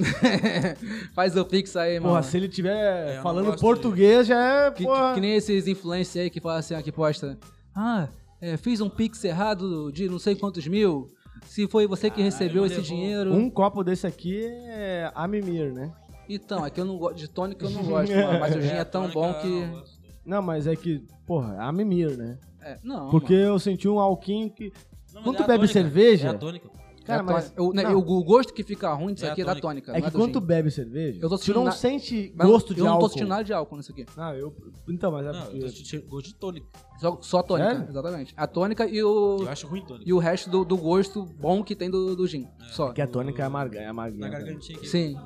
S4: Faz o Pix aí, mano.
S1: Porra, se ele
S4: É,
S1: tiver
S2: eu não
S1: falando
S2: gosto
S1: português, já é.
S4: Que,
S1: porra.
S4: que- que nem esses influencers aí que falam assim, ó, que posta. Ah, é, fiz um Pix errado de não sei quantos mil. Se foi você que
S2: Ah,
S4: recebeu
S2: ele
S4: esse
S2: levou
S4: dinheiro.
S1: Um copo desse aqui é a mimir, né?
S4: Então, é que eu não gosto. De tônico eu não gosto, mano, mas o gin é tão bom
S2: Mônica, eu não
S4: que.
S2: gosto.
S1: Não, mas é que, porra, a mimir, né?
S4: É, não.
S1: Porque
S4: mano.
S1: eu senti um alquinho que.
S2: Não, mas
S1: Quando
S2: é
S1: tu
S2: a
S1: bebe
S2: tônica,
S1: cerveja-
S2: É a tônica.
S1: Cara,
S4: É
S1: mas.
S4: tônica. O, né,
S1: não,
S4: o gosto que fica ruim disso
S2: É a
S4: aqui é da
S2: tônica.
S4: tônica.
S1: é
S4: não
S1: que
S4: do
S1: quando tu
S4: gin.
S1: bebe cerveja,
S4: Eu
S1: tu não
S4: tô sentindo na-
S1: sente
S4: Mas
S1: gosto de
S4: eu não
S1: álcool.
S4: tô sentindo nada de álcool nisso aqui.
S1: Não, eu. Então, mas é
S2: Não,
S1: porque.
S2: eu tô sentindo gosto de tônica.
S4: Só, só a tônica,
S1: Sério?
S4: exatamente. A tônica e o,
S2: Eu acho ruim tônica.
S4: e o resto do, do gosto bom que tem do, do gin. Só.
S1: Que a tônica é amarga, é amarguinha.
S2: Na
S1: cara.
S2: gargantinha aqui.
S4: Sim.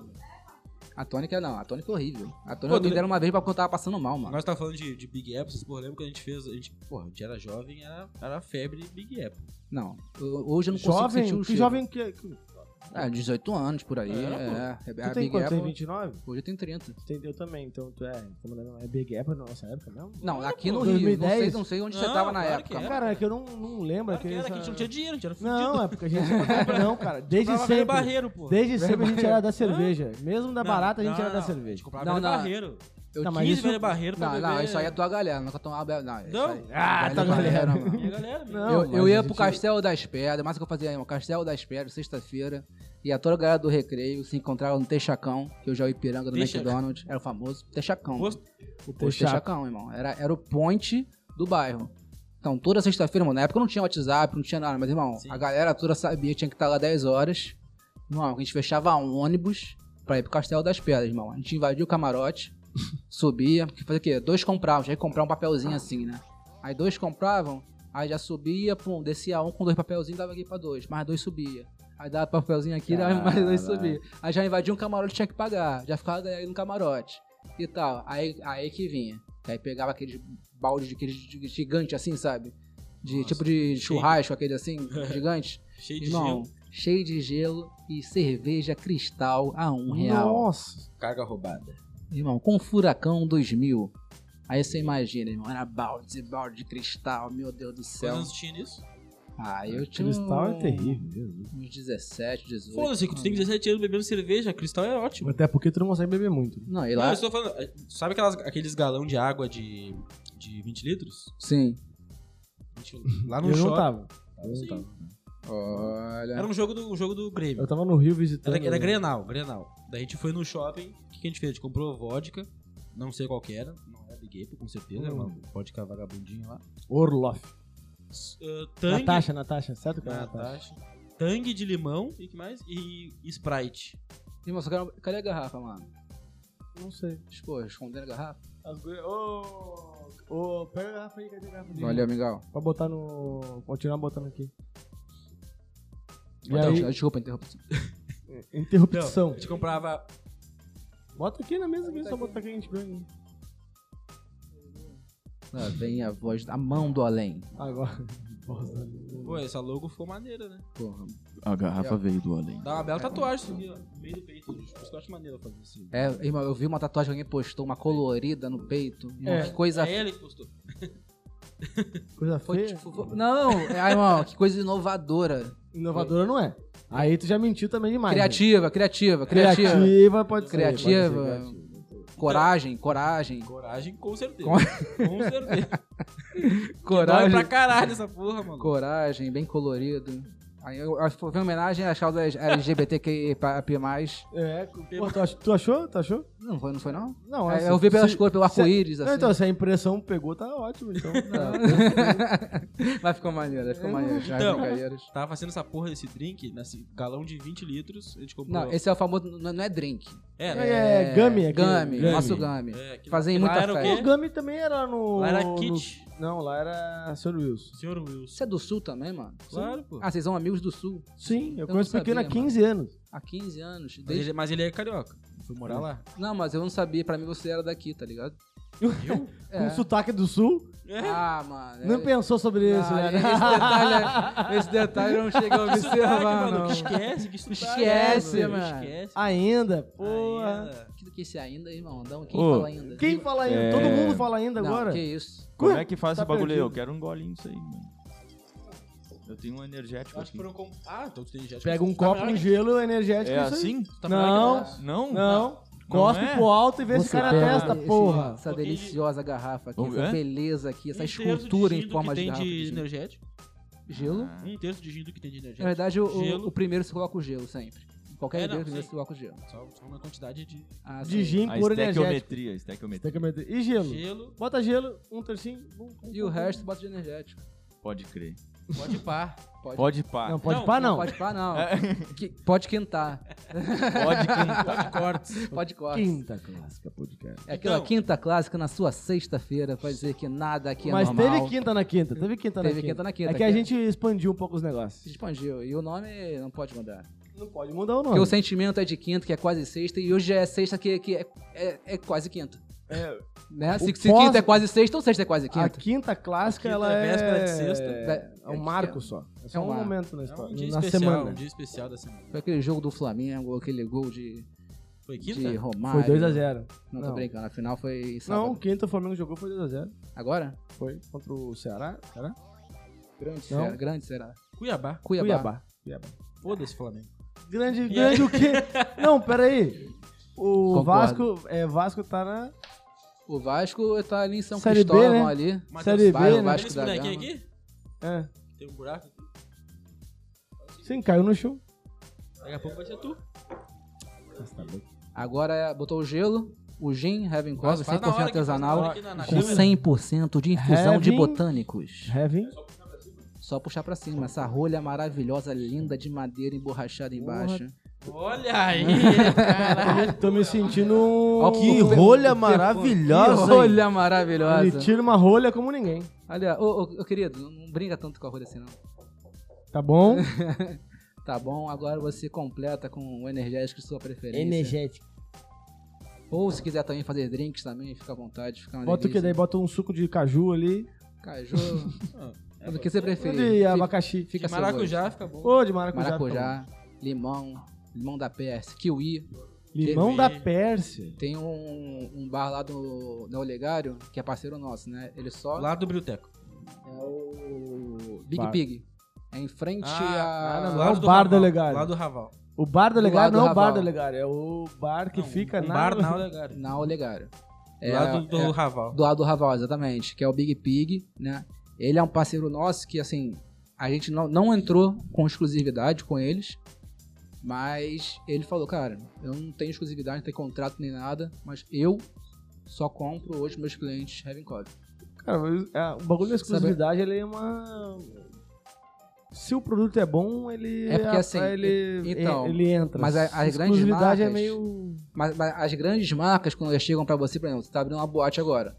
S4: A tônica não, a tônica é horrível. A tônica
S2: Pô,
S4: me
S2: tu-
S4: deram uma vez pra quando eu tava passando mal, mano.
S2: Nós tava falando de, de Big Apple, vocês porra, lembram que a gente fez. A gente, porra, a gente era jovem, era, era febre Big Apple.
S4: Não, eu- hoje eu não consigo sentir
S1: Jovem? Que
S4: o cheiro.
S1: jovem que. que-
S4: É, 18 anos por aí.
S2: É, pô.
S4: É, é, é
S1: Tu
S4: a
S1: tem
S4: Big
S1: quanto? Tem
S4: Apple.
S1: 29?
S4: Hoje eu tenho 30.
S1: Tu tem- Eu também, então tu é. tá mandando- É Big Apple na nossa época mesmo?
S4: Não, aqui no
S1: 2010?
S4: Rio. Não sei, não sei onde você
S2: Não,
S4: tava na
S2: claro
S4: época.
S2: que é.
S4: mano.
S1: Cara, é que eu não, não lembro.
S2: Claro que era, que a gente não tinha dinheiro, a gente era fudido.
S1: Não, é porque a gente. não, cara. Desde
S2: Comprava velho
S1: sempre.
S2: barreiro, pô.
S1: Desde sempre a gente era da cerveja. Mesmo da
S2: Não,
S1: barata, a gente
S2: não,
S1: era da
S2: não, A
S1: cerveja.
S2: gente comprava
S4: Não,
S2: velho
S4: não.
S2: barreiro.
S4: Eu
S1: Não,
S4: tinha-
S1: mas
S2: 15
S1: isso-
S2: velho barreiro pra
S4: Não,
S2: beber.
S4: não, isso aí é tua galera, nunca tomava bela. Não, isso
S2: Não?
S4: aí.
S1: Ah,
S4: velha
S1: tua galera.
S4: mano.
S2: Minha galera, velho.
S1: Não,
S4: Eu, eu
S1: mas a
S4: ia pro
S1: gente-
S4: Castelo das Pedras, mas o que eu fazia aí? Castelo das Pedras, sexta-feira, e a toda a galera do recreio se encontrava no Teixacão, que hoje é o Ipiranga do
S2: Teixa-
S4: McDonald's, era o famoso Teixacão.
S2: Posto-
S4: O posto
S1: Teixaco.
S4: Teixacão, irmão. Era, era o ponte do bairro. Então, toda sexta-feira, mano, na época não tinha WhatsApp, não tinha nada, mas, irmão,
S2: Sim.
S4: a galera toda sabia que tinha que estar lá 10 horas. Irmão, a gente fechava um ônibus pra ir pro Castelo das Pedras, irmão. A gente invadia o camarote, subia, porque fazia o quê? Dois compravam, já ia comprar um papelzinho assim, né? Aí dois compravam, aí já subia, pum, descia um com dois papelzinhos, dava aqui pra dois, mais dois subia. Aí dava papelzinho aqui, dava mais dois subia. Aí já invadia um camarote, tinha que pagar, já ficava aí no camarote e tal. Aí, aí que vinha. Aí pegava aqueles balde de aqueles gi- gigante assim, sabe? De
S2: Nossa,
S4: tipo de churrasco, aquele assim, gigante.
S2: Cheio de
S4: Irmão,
S2: gelo.
S4: cheio de gelo e cerveja cristal a um real.
S1: Nossa.
S2: Carga roubada.
S4: Irmão, com Furacão 2000. Aí você imagina, irmão, era balde e balde de cristal, meu Deus do
S2: Quantos
S4: céu.
S2: anos tinha nisso?
S4: Ah, eu tinha
S1: Cristal
S4: um-
S1: é terrível. Jesus.
S4: uns 17, 18.
S2: Foda-se, que tu tem 17 anos bebendo cerveja, cristal é ótimo.
S1: Até porque tu não consegue beber muito.
S4: Não, e
S2: Não,
S4: lá...
S2: eu estou falando. eh, Sabe aquelas, aqueles galão de água de, de 20 litros?
S4: Sim.
S2: 20 Lá no
S1: Eu não
S2: shopping.
S1: tava. Eu não
S2: Sim.
S1: tava.
S4: Olha...
S2: Era um jogo do, um jogo do Grêmio.
S1: É. Eu tava no Rio visitando.
S2: Era, era Grenal, Grenal. Daí a gente foi no shopping, o que, que a gente fez? A gente comprou vodka, não sei qual que era, não era Big Apple, com certeza, era uma
S1: Hum.
S2: vodka vagabundinha lá.
S1: Orloff.
S2: S- eh, Tang,
S1: Natasha, Natasha, certo que era Natasha?
S2: Natasha. Tang de limão e que mais? E Sprite.
S4: Irmão, só quero... Cadê a garrafa, mano?
S1: Não sei.
S4: Pô, escondendo a garrafa?
S1: As gurias. Ô! Ô, pega a garrafa aí, cadê a garrafa dele?
S4: Valeu, amigão.
S1: Pra botar no. Continuar botando aqui. E
S4: Então,
S1: aí,
S4: desculpa a interrupção.
S1: interrupção.
S2: A
S4: tipo,
S2: gente comprava.
S1: Bota aqui na mesa
S4: é
S1: aqui, só botar aqui a gente ganha.
S4: Lá Ah, vem a voz da mão do além.
S1: Agora. Bosta.
S2: Pô, essa logo ficou maneira, né?
S4: Porra.
S3: A garrafa veio do além.
S2: Dá uma bela tatuagem isso aqui, ó. É, No meio do peito. Por isso que eu acho maneiro fazer assim. isso.
S4: É, irmão, eu vi uma tatuagem que alguém postou, uma colorida no peito. Irmão,
S1: É.
S4: Que coisa
S2: Aí ele postou.
S1: Coisa
S4: Foi,
S1: feia.
S4: tipo, foi- Não, é, irmão, que coisa inovadora.
S1: Inovadora não é. Aí tu já mentiu também demais. né?
S4: Criativa, criativa, criativa.
S1: Criativa. pode ser.
S4: Criativa.
S1: pode ser criativa.
S4: Coragem, coragem.
S2: Coragem, com certeza.
S4: Com-
S2: Com, certeza. Dói
S4: Coragem.
S2: pra caralho essa porra, mano.
S4: Coragem, bem colorido. Aí eu, eu- foi uma homenagem às causas LGBTQIAP+.
S1: É, pô, tu, ach- tu achou? Tu achou?
S4: Não foi, não foi, não?
S1: Não,
S4: É,
S1: assim,
S4: eu vi pelas
S1: se-
S4: cores, pelo
S1: se-
S4: arco-íris,
S1: Não,
S4: assim.
S1: então, se a impressão pegou, tá ótimo. Então, tá.
S4: Mas ficou maneiro, ficou maneiro. As
S2: Então.
S4: brincadeiras.
S2: Tava fazendo essa porra desse drink, nesse galão de 20 litros, a gente comprou.
S4: Não, esse é o famoso, não não é drink.
S2: É, né?
S1: É, gummy aqui.
S4: Gummy,
S2: Gummy.
S4: nosso gummy.
S2: É, que-
S4: Fazem
S2: lá
S4: muita
S2: era o
S4: festa.
S2: quê?
S1: O Gummy também era no.
S2: Lá era
S1: no-
S2: kit.
S1: Não, lá era Sr. Wilson.
S2: Senhor Wilson.
S4: Você é do sul também, mano?
S2: Claro, pô.
S4: Ah, vocês são amigos do sul.
S1: Sim, eu,
S4: Eu
S1: conheço
S4: não
S1: pequeno há
S4: sabia,
S1: 15 anos.
S4: Há 15 anos.
S2: Mas
S4: Desde...
S2: ele, mas ele é carioca. Foi morar lá.
S4: Não, mas eu não sabia. Pra mim você era daqui, tá ligado?
S2: Eu?
S4: É.
S1: Um sotaque do sul.
S4: Ah, mano.
S1: Não
S4: é-
S1: pensou sobre isso,
S4: Ah,
S1: né?
S4: Esse detalhe, é- esse detalhe eu não chega a
S2: Sotaque,
S4: observar,
S2: maluco,
S4: não.
S2: Esquece, é que sotaque,
S4: Esquece,
S2: mano,
S4: mano.
S2: Esquece. é.
S1: Ainda, porra.
S2: Porra.
S4: Que do que esse ainda, irmão? Dá um quem
S3: Ô,
S4: fala ainda?
S1: Quem fala ainda? Todo mundo fala ainda
S4: não,
S1: agora?
S4: Que isso?
S3: Como é que faz
S1: Tá
S3: esse bagulho aí?
S1: perdido.
S3: Eu quero um golinho disso aí, mano. Eu tenho um energético
S2: Acho que
S3: aqui.
S2: foram com... Ah, então tu tem gente.
S1: Pega um copo de gelo energético
S3: É
S1: e isso aí.
S3: assim?
S2: Tá
S1: Não.
S2: melhor que
S3: Não?
S1: Não. Cospe
S3: é?
S1: pro alto e vê se
S4: Você
S1: cai na
S4: pega
S1: testa,
S4: esse-
S1: porra.
S4: Essa deliciosa garrafa aqui,
S3: Vamos
S4: essa
S3: ver?
S4: beleza aqui, essa
S2: Um terço de
S4: escultura
S2: gin
S4: em
S2: do
S4: forma
S2: que
S4: de
S2: tem
S4: garrafa.
S2: de
S1: assim.
S4: de gin.
S2: energético.
S4: Gelo?
S3: Ah,
S2: Um terço de gin do que tem de
S4: Na
S2: energético.
S4: verdade, o, o-
S2: Gelo.
S4: o primeiro você coloca o gelo sempre. Em Qualquer
S2: É,
S4: ideia,
S2: não,
S4: o primeiro
S2: sim.
S4: você coloca o gelo.
S2: Só só uma quantidade de
S4: Ah,
S1: De
S4: sim.
S1: gin
S3: A
S1: puro energético. é
S3: estequiometria, a estequiometria.
S1: Estequiometria. E gelo.
S2: gelo.
S1: Bota gelo, um tercinho. bum, bum,
S4: E o
S1: bum, bum.
S4: resto bota de energético.
S3: Pode crer.
S2: Pode par.
S3: Pode pá.
S1: Não, pode
S2: Não,
S1: pá, não. É.
S4: Pode pá, não. Que- pode quintar.
S3: Pode quintar.
S2: Cortes. É
S4: Pode corte.
S1: Quinta clássica podcast.
S4: É aquela
S2: Então.
S4: quinta clássica na sua sexta-feira pra dizer que nada aqui é
S1: Mas
S4: normal.
S1: teve quinta na quinta. Teve quinta na
S4: Teve
S1: quinta.
S4: quinta na quinta,
S1: É que a
S4: que é-
S1: gente expandiu um pouco os negócios.
S4: Expandiu. E o nome não pode mudar.
S1: Não pode mudar o nome.
S4: Porque o sentimento é de quinta, que é quase sexta, e hoje é sexta que, que é, é- é quase quinta.
S2: É.
S4: Né? Se,
S1: O
S4: se
S1: pós-
S4: quinta é quase sexta, ou sexta é quase
S1: A
S4: quinta. Né?
S1: quinta clássica,
S2: A quinta
S1: ela
S2: é
S1: é...
S2: véspera de sexta.
S1: É, é um marco só. É só
S4: É um
S1: um,
S4: marco.
S1: momento na
S2: É um
S1: história.
S2: dia
S1: na
S2: especial,
S1: semana.
S2: um dia especial da semana.
S4: Foi aquele jogo do Flamengo, aquele gol de,
S2: Foi quinta?
S4: de Romário.
S1: Foi 2x0.
S4: Não,
S1: Não.
S4: tô brincando, afinal foi sábado.
S1: Não, quinta o Flamengo jogou, foi 2x0.
S4: Agora?
S1: Foi contra o Ceará. Ceará?
S4: Grande
S1: Não.
S4: será, grande será.
S2: Cuiabá.
S4: Cuiabá.
S1: Cuiabá.
S2: Foda-se, Flamengo.
S1: Grande,
S2: E
S1: grande o quê? Não, peraí. O
S4: Concordo.
S1: Vasco, é, Vasco tá na.
S4: O Vasco tá ali em São
S1: Série B,
S4: Cristóvão
S1: né?
S4: ali.
S1: Série B,
S4: Vai,
S1: né?
S4: o Vasco
S2: Esse
S4: da
S2: bonequinho
S4: Gama.
S2: aqui?
S1: É.
S2: Tem um buraco.
S1: Sim, caiu no chão.
S2: Daqui a pouco vai ser tu.
S4: Agora é, botou o gelo, o gin, Heaven
S2: Faz-
S4: Coffee,
S2: faz na
S4: 100%
S2: hora aqui, faz na hora
S4: artesanal,
S2: aqui na- na
S4: com
S2: câmera.
S4: 100% de infusão de
S1: Heaven-
S4: botânicos.
S1: Heaven.
S4: Só puxar pra cima, essa rolha maravilhosa, linda, de madeira emborrachada embaixo.
S2: Olha aí,
S1: Eu
S2: caralho.
S1: Tô me sentindo. um-
S4: Ó,
S5: Que
S4: o-
S5: rolha
S4: o-
S5: maravilhosa,
S4: Que
S5: hein?
S4: rolha
S1: Ele
S4: maravilhosa.
S1: tira uma rolha como ninguém.
S4: Olha, ô, ô, ô, querido, não brinca tanto com a rolha assim não.
S1: Tá bom?
S4: Tá bom, agora você completa com o energético de sua preferência.
S1: Energético.
S4: Ou se quiser também fazer drinks também, fica à vontade, fica uma
S1: Bota o que daí?
S4: delícia.
S1: Bota um suco de caju ali.
S4: Caju, do que você
S1: Ou
S4: preferir.
S1: de
S4: Fica-
S1: abacaxi.
S4: Fica a seu
S2: Maracujá fica bom.
S1: Ou de maracujá.
S4: maracujá, limão, limão da Pérsia, kiwi.
S1: então. Limão da
S2: Kiwi.
S1: Pérsia.
S4: Tem um, um bar lá do, do Olegário, que é parceiro nosso, né? Ele só
S2: Lá do Brioteco.
S4: é o Big
S1: Bar.
S4: Pig. É em frente
S2: Ah,
S4: a...
S1: não,
S2: Lá
S1: é o bar do
S2: Raval,
S1: Olegário.
S2: Lá do Raval.
S1: O bar do Olegário
S4: Do lado do
S1: não é o bar
S4: Raval.
S1: do Olegário, é o bar que
S2: Não,
S1: fica
S2: um
S1: na.
S2: bar na Olegário.
S4: na Olegário. É,
S2: lá do, do
S4: é,
S2: Raval.
S4: do lado do Raval, exatamente, que é o Big Pig, né? Ele é um parceiro nosso que, assim, a gente não, não entrou com exclusividade com eles, mas ele falou, cara, eu não tenho exclusividade, não tenho contrato nem nada, mas eu só compro hoje meus clientes Heaven Coffee.
S1: Cara, mas, é, o bagulho da exclusividade, ele é uma. Se o produto é bom, ele.
S4: É porque, assim,
S1: ele,
S4: e- então,
S1: é- ele entra.
S4: mas a- as
S1: a
S4: grandes
S1: exclusividade é
S4: marcas-
S1: meio.
S4: Mas, mas as grandes marcas, quando elas chegam pra você, por exemplo, você tá abrindo uma boate agora,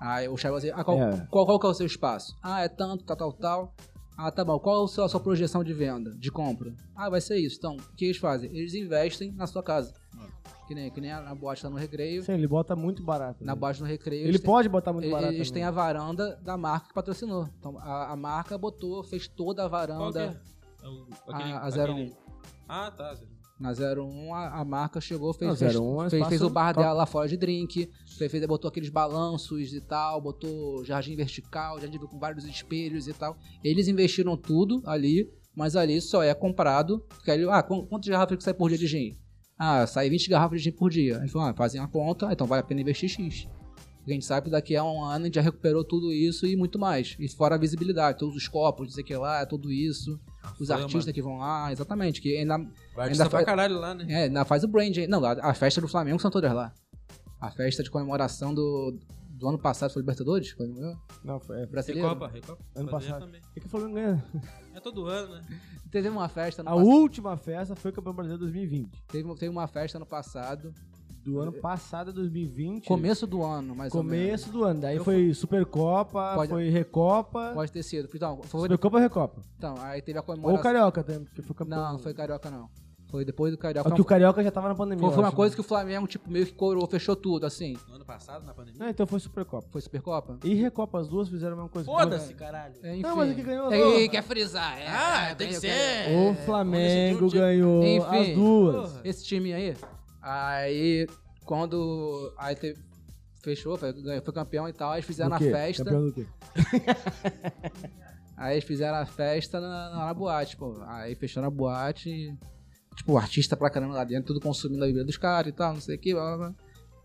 S4: aí eu chego assim, ah, qual,
S1: É.
S4: qual, qual que é o seu espaço? Ah, é tanto, tal, tal, tal. Ah, tá bom. Qual é o seu- a sua projeção de venda, de compra? Ah, vai ser isso. Então, o que eles fazem? Eles investem na sua casa. Que nem, que nem a- na boate lá no recreio.
S1: Sim, ele bota muito barato.
S4: Na
S1: né?
S4: boate no recreio.
S1: Ele
S4: eles têm-
S1: pode botar muito barato.
S4: Eles
S1: né?
S4: têm a varanda da marca que patrocinou. Então, a, a marca botou, fez toda a
S2: Qual que é?
S4: varanda
S2: É o-
S4: a, a
S2: aquele-
S4: 01.
S2: Ah, tá. 01.
S4: Na 01, a, a marca chegou, fez,
S1: Não,
S4: fez,
S1: 01 é
S4: fez, fez o
S1: espaço
S4: bar
S1: top.
S4: dela lá fora de drink, fez, fez- botou aqueles balanços e tal, botou jardim vertical, jardim com vários espelhos e tal. Eles investiram tudo ali, mas ali só é comprado. Porque ali, ah, qu- quantas garrafas que sai por dia de gin? Ah, sai 20 garrafas de gin por dia. Aí falou, ah, fazem a conta, então vale a pena investir X. Porque a gente sabe que daqui a um ano a gente já recuperou tudo isso e muito mais. E fora a visibilidade, todos os copos, não sei o que lá, tudo isso.
S2: A
S4: os
S2: fama.
S4: artistas que vão lá, exatamente. Que ainda,
S2: Vai artista pra
S4: ainda faz-
S2: caralho lá, né?
S4: é, ainda faz o branding. Não, a, a festa do Flamengo são todas lá. A festa de comemoração do, do ano passado foi Libertadores? Foi né?
S1: Não, foi- é,
S4: brasileiro?
S2: Recopa, Recopa.
S1: Ano
S2: Fazer
S1: passado.
S2: também.
S1: é que o Flamengo ganha.
S2: É todo ano, né?
S4: Teve uma festa ano
S1: A
S4: passado.
S1: última festa foi o Campeão Brasileiro 2020.
S4: Teve, teve uma festa ano passado.
S1: Do ano passado, 2020.
S4: Começo do ano, mais ou menos.
S1: Começo do ano. Daí foi Supercopa,
S4: Pode-
S1: foi Recopa.
S4: Pode ter sido. Então, foi,
S1: Supercopa ou Recopa?
S4: então aí teve a
S1: Ou
S4: comemoração.
S1: Carioca também, porque foi campeão.
S4: Não, não foi Carioca, não. Foi depois do Carioca.
S1: É que o Carioca já tava na pandemia.
S4: Foi, foi
S1: eu
S4: uma
S1: acho,
S4: coisa
S1: né?
S4: que o Flamengo, tipo, meio que coroou, fechou tudo, assim.
S2: No ano passado, na pandemia.
S1: Não, então foi Supercopa.
S4: Foi Supercopa?
S1: E Recopa, as duas fizeram a mesma coisa.
S2: É, Foda-se, caralho.
S4: É,
S1: Não, mas o que ganhou,
S4: É,
S1: não.
S4: ele quer frisar, é.
S2: Ah,
S4: é,
S2: tem que
S4: eu
S2: ser.
S4: quero-
S1: Então, O
S2: Vamos decidir
S1: Flamengo
S2: o dia-
S1: ganhou
S4: Enfim.
S1: as duas.
S2: Porra.
S4: Esse time aí, aí, quando. Aí teve, fechou, foi, ganhou- foi campeão e tal, aí eles fizeram
S1: Do
S4: a
S1: quê?
S4: festa.
S1: Campeão do quê?
S4: Aí eles fizeram a festa na, na- na boate, pô. Aí fecharam a boate. e, Tipo, o artista pra caramba lá dentro, tudo consumindo a bebida dos caras e tal, não sei o que, blá, blá, blá.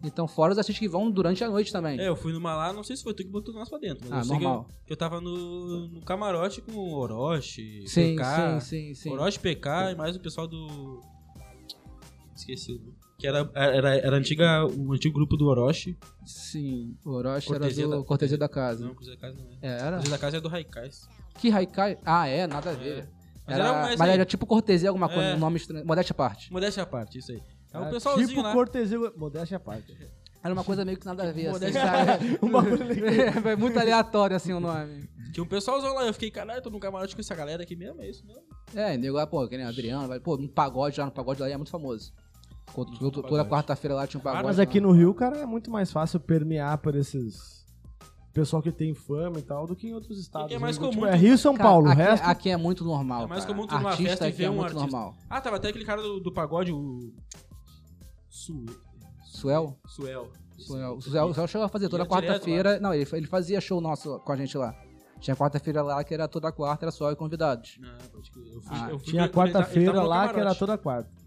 S4: Então, fora os artistas que vão durante a noite também.
S2: É, eu fui numa lá, não sei se foi tu que botou nós pra dentro. Mas
S4: Ah,
S2: eu sei que
S4: normal.
S2: eu, que eu tava no, no camarote com o Orochi,
S4: sim,
S2: PK.
S4: sim, sim, sim.
S2: Orochi, PK e mais o pessoal do... Esqueci o nome. Que era, era, era a antiga, o antigo grupo do Orochi.
S4: Sim, o Orochi
S2: Cortesia
S4: era do
S2: da-
S4: Cortesia da Casa.
S2: Não, Cruzeiro da Casa não é.
S4: É, era?
S2: Cruzeiro da Casa é do Raikais.
S4: Que Haikai? Ah, é, nada a ver.
S2: Mas
S4: Era-
S2: era
S4: mas
S2: mais aí.
S4: era tipo cortesia alguma coisa,
S2: É.
S4: um nome estranho. Modéstia à parte.
S2: Modéstia à parte, isso aí. É um
S1: Ah,
S2: pessoalzinho
S1: tipo
S4: né?
S2: lá.
S1: cortesia. Modéstia à parte.
S4: Era uma coisa meio que nada a ver, assim,
S2: modéstia
S4: sabe?
S1: Um bagulho legal.
S4: Foi muito aleatório, assim, o nome.
S2: Tinha um pessoalzão lá. Eu fiquei, caralho, tô num camarote com essa galera aqui mesmo, é isso mesmo.
S4: É, nego lá, pô, que nem Adriano, vai, pô, um pagode lá, no pagode lá ele é muito famoso. Ficou tu- tu- Toda
S2: Pagode.
S4: quarta-feira lá tinha um pagode.
S1: Ah, Mas
S4: lá.
S1: aqui no Rio, cara, é muito mais fácil permear por esses. Pessoal que tem fama e tal, do que em outros estados.
S2: é mais
S1: né?
S2: comum
S1: Tipo, é
S2: tu-
S1: Rio e São
S4: Cara,
S1: Paulo.
S4: aqui,
S1: o resto.
S4: Aqui é muito normal.
S2: É mais
S4: cara.
S2: comum tu ir numa
S4: artista
S2: festa e
S4: aqui
S2: ver
S4: é
S2: um
S4: muito
S2: artista.
S4: normal.
S2: Ah, tava até aquele cara do, do pagode, o. Su...
S4: Suel?
S2: Suel.
S4: Suel- O Suel, o Suel chegou a fazer toda
S2: Ia direto
S4: quarta-feira. Não, ele, ele fazia show nosso com a gente lá. Tinha quarta-feira lá que era toda quarta, era só e convidados.
S2: Não, pode crer. Eu fui,
S4: Ah,
S2: eu fui
S1: Tinha
S2: ver- ele tá- ele
S1: quarta-feira
S2: tava no
S1: lá, que era
S2: camarote.
S1: toda quarta.